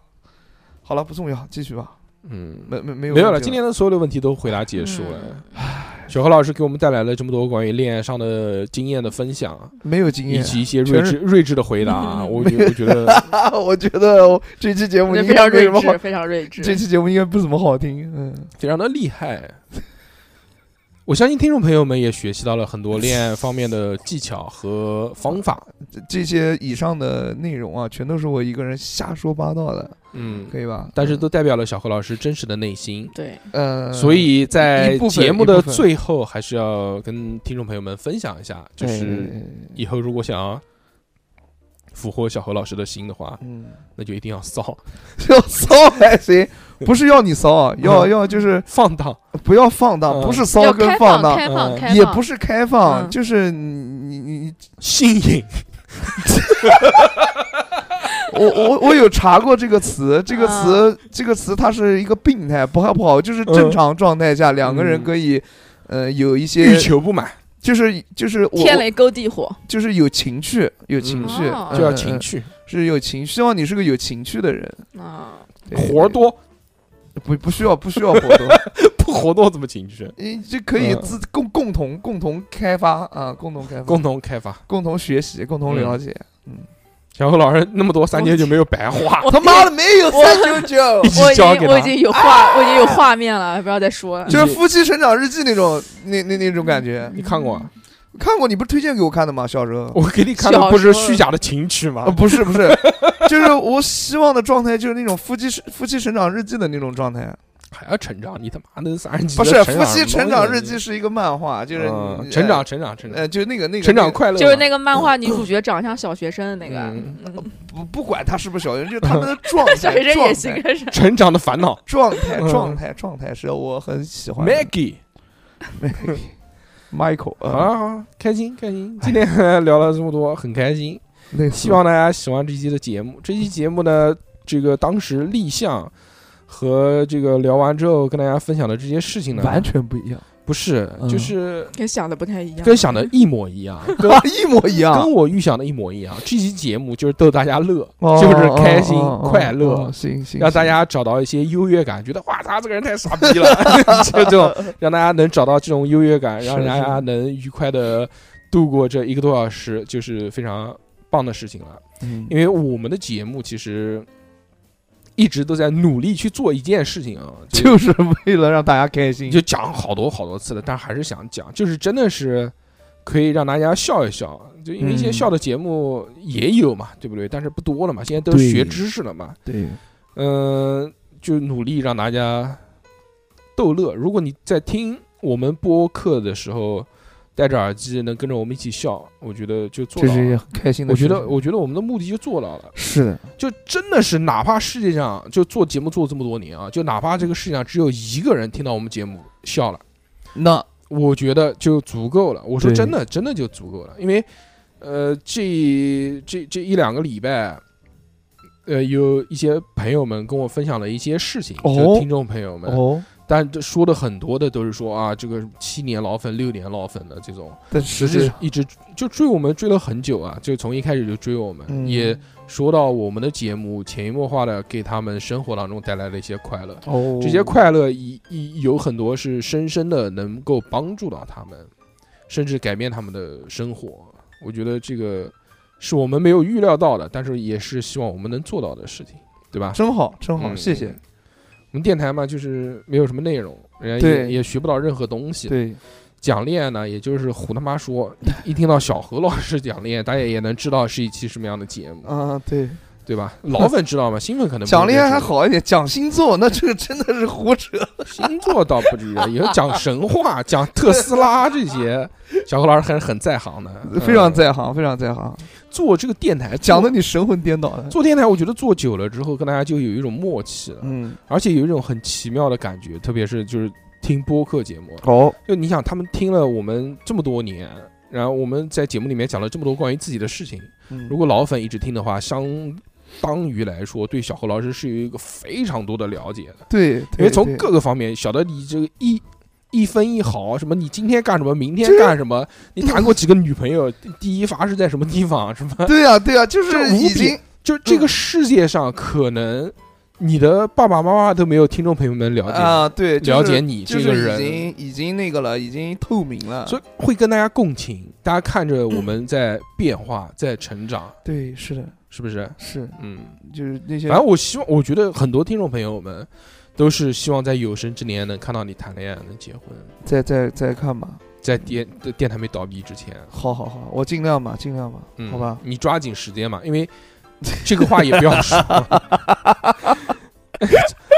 好了，不重要，继续吧。嗯，没没没有没有了。问题今天的所有的问题都回答结束了嗯。小何老师给我们带来了这么多关于恋爱上的经验的分享，没有经以验。及一些睿全智是睿智的回答啊。 嗯我觉我觉得我觉得我这期节我目觉应得非该常没睿什么好智，，非常睿这智。期节目应该不怎么好听。嗯，非常的厉害。我相信听众朋友们也学习到了很多恋爱方面的技巧和方法。这这些以上的内容啊，全都是我一个人瞎说八道的，嗯，可以吧？但是都代表了小何老师真实的内心。对，呃，所以在一部分节目一的部分最后，还是要跟听众朋友们分享一下，就哎是以后如果想要俘获小何老师的心的话，嗯， 那就一定要骚。要骚还行，不是要你骚啊， 要要就是放荡，不要放荡，嗯不是骚要跟开放放荡，开放嗯开放，也不是开放，嗯就是你你你，新颖，我我我有查过这个 词，这个啊词这个词它是一个病态，不好不好，就是嗯正常状态下两个人嗯可以，呃，有一欲些求不满就是就是我天雷勾地火，就是有情趣，有情趣嗯哦，就要嗯情，趣，嗯是有情，希望你是个有情趣的人，啊，对活儿多不不需要不需要活 动，不活多怎么情趣？你这可以嗯自共共同共同开发啊，共同开发，共嗯同开发。共同学习，共同了解。小何老师那么多三千九没有白花，我他妈的没有三九 九一，我起已交给经我已他。啊经有画、我已经有画面了，不要再说了。就是夫妻成长日记那种那那那种感觉。你看过啊？看过，你不是推荐给我看的吗？小时候。我呃给你看的不是虚假的情趣啊，吗？不是不是， 就是我希望的状态，就是那种夫妻夫妻成长日记的那种状态。还要成长？你他妈的三十几不的是成夫长妻成长日记什是一个漫画，就么是东西你嗯成长，，成长，成长，呃，就那个那个成那长个快乐嘛，就是那个漫画女主角长像小学生的那个，嗯嗯不不管他是不是小学生，就是他们的状态， 小学生状也行啊态，，是成长的烦 恼。状态，嗯状态，状态是我很喜欢的。 Maggie， Michael 好啊，了好了，开心开心，今天 聊了这么多，很开心。那次希望大家喜欢这期的节目。这期节目呢，这个当时立项和这个聊完之后跟大家分享的这些事情呢，完全不一样， 不是，嗯就是跟想的不太一样，跟想的一模一 样，跟啊一模一样跟，我预想的一模一样。这期节目就是逗大家乐，哦 就是开心哦哦快乐哦行行，让大行家找到一些优越感，觉得哇操，这个人太傻逼了， 就这种让大家能找到这种优越感，是让大家是能愉快的度过这一个多小时，就是非常棒的事情了。嗯因为我们的节目其实一直都在努力去做一件事情啊，就就是为了让大家开心，就讲好多好多次了，但还是想讲，就是真的是可以让大家笑一笑，就因为一些嗯笑的节目也有嘛，对不对？但是不多了嘛，现在都是对学知识了嘛，对，嗯、就努力让大家逗乐。如果你在听我们播客的时候戴着耳机能跟着我们一起笑，我觉得就做这到是一件了。很开心的我事觉情。得，我觉得我们的目的就做到了。是的，就真的是，哪怕世界上就做节目做这么多年啊，就哪怕这个世界上只有一个人听到我们节目笑了，那我觉得就足够了。我说对真的，真的就足够了，因为呃，这这这一两个礼拜。呃，有一些朋友们跟我分享了一些事情，哦就是听众朋友们，哦，但这说的很多的都是说啊，这个七年老粉、六年老粉的这种，呃但实就际是上一直就追我们追了很久啊，就从一开始就追我们，嗯也说到我们的节目潜移默化的给他们生活当中带来了一些快乐，哦这些快乐一一有很多是深深的能够帮助到他们，甚至改变他们的生活。我觉得这个是我们没有预料到的，但是也是希望我们能做到的事情，对吧？真好，真好，嗯谢谢。我们电台嘛，就是没有什么内容，人家也对也学不到任何东西，对，讲恋爱呢，也就是胡他妈说，一一听到小何老师讲恋爱，大家也能知道是一期什么样的节目，啊，对，对吧？老粉知道吗？新粉嗯可能不讲恋爱还知道，好一点，讲星座那这个真的是胡扯。星座倒不至于， 也有讲神话、讲特斯拉这 些，小何老师还是很在行的，嗯非常在行，非常在行，做这个电台，讲的做你神魂颠倒的。做电台，我觉得做久了之后，跟大家就有一种默契了，嗯，而且有一种很奇妙的感觉，特别是就是听播客节目，哦，就你想他们听了我们这么多年，然后我们在节目里面讲了这么多关于自己的事情。如如果老粉一直听的话，相当于来说，对小何老师是有一个非常多的了解的，对，因为从对各个方面，晓得你这个一一分一毫，什么你今天干什么，明天就是干什么，你谈过几个女朋友，第一发是在什么地方，什么，对呀，对呀，啊就这是无已比经就这嗯个世界上可能你的爸爸妈妈都没有听众朋友们了解，啊，对，就是了解你就这个是已人。经已经那个了，已经透明了。所以会跟大家共情，大家看着嗯我们在变化，在成长，对，是的，是不是？是，嗯，就是那些反正我希望，我觉得很多听众朋友们都是希望在有生之年能看到你谈恋爱，能结婚，再再再看吧。在电电台没倒闭之前，好好好，我尽量吧，尽量吧，嗯，好吧。你抓紧 时间嘛，因为这个话也不要说。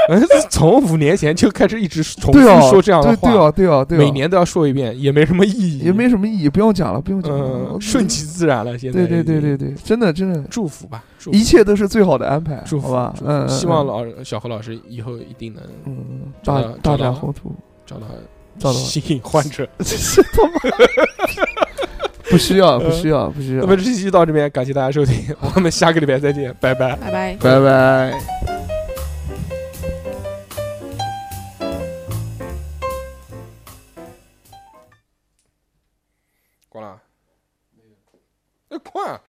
呃从五年前就开始一直重复对啊，说这样的对话，对啊，对啊，对啊，每年都要说一遍，也没什么意义，也没什么意义，不用讲了，不用讲了，嗯，顺其自然了。现在对对对已经对，对，真的真的，祝福吧，祝福一切都是最好的安排，祝好福吧祝，福嗯，嗯希望嗯老小何老师以后一定能嗯找大到大找到展宏图，找找到 到新颖患者。这他妈 不需要，不需要，不需 要那，么这期就到这边，感谢大家收听，我们下个礼拜再见，拜拜。拜拜。拜拜。挂了啊，那挂啊。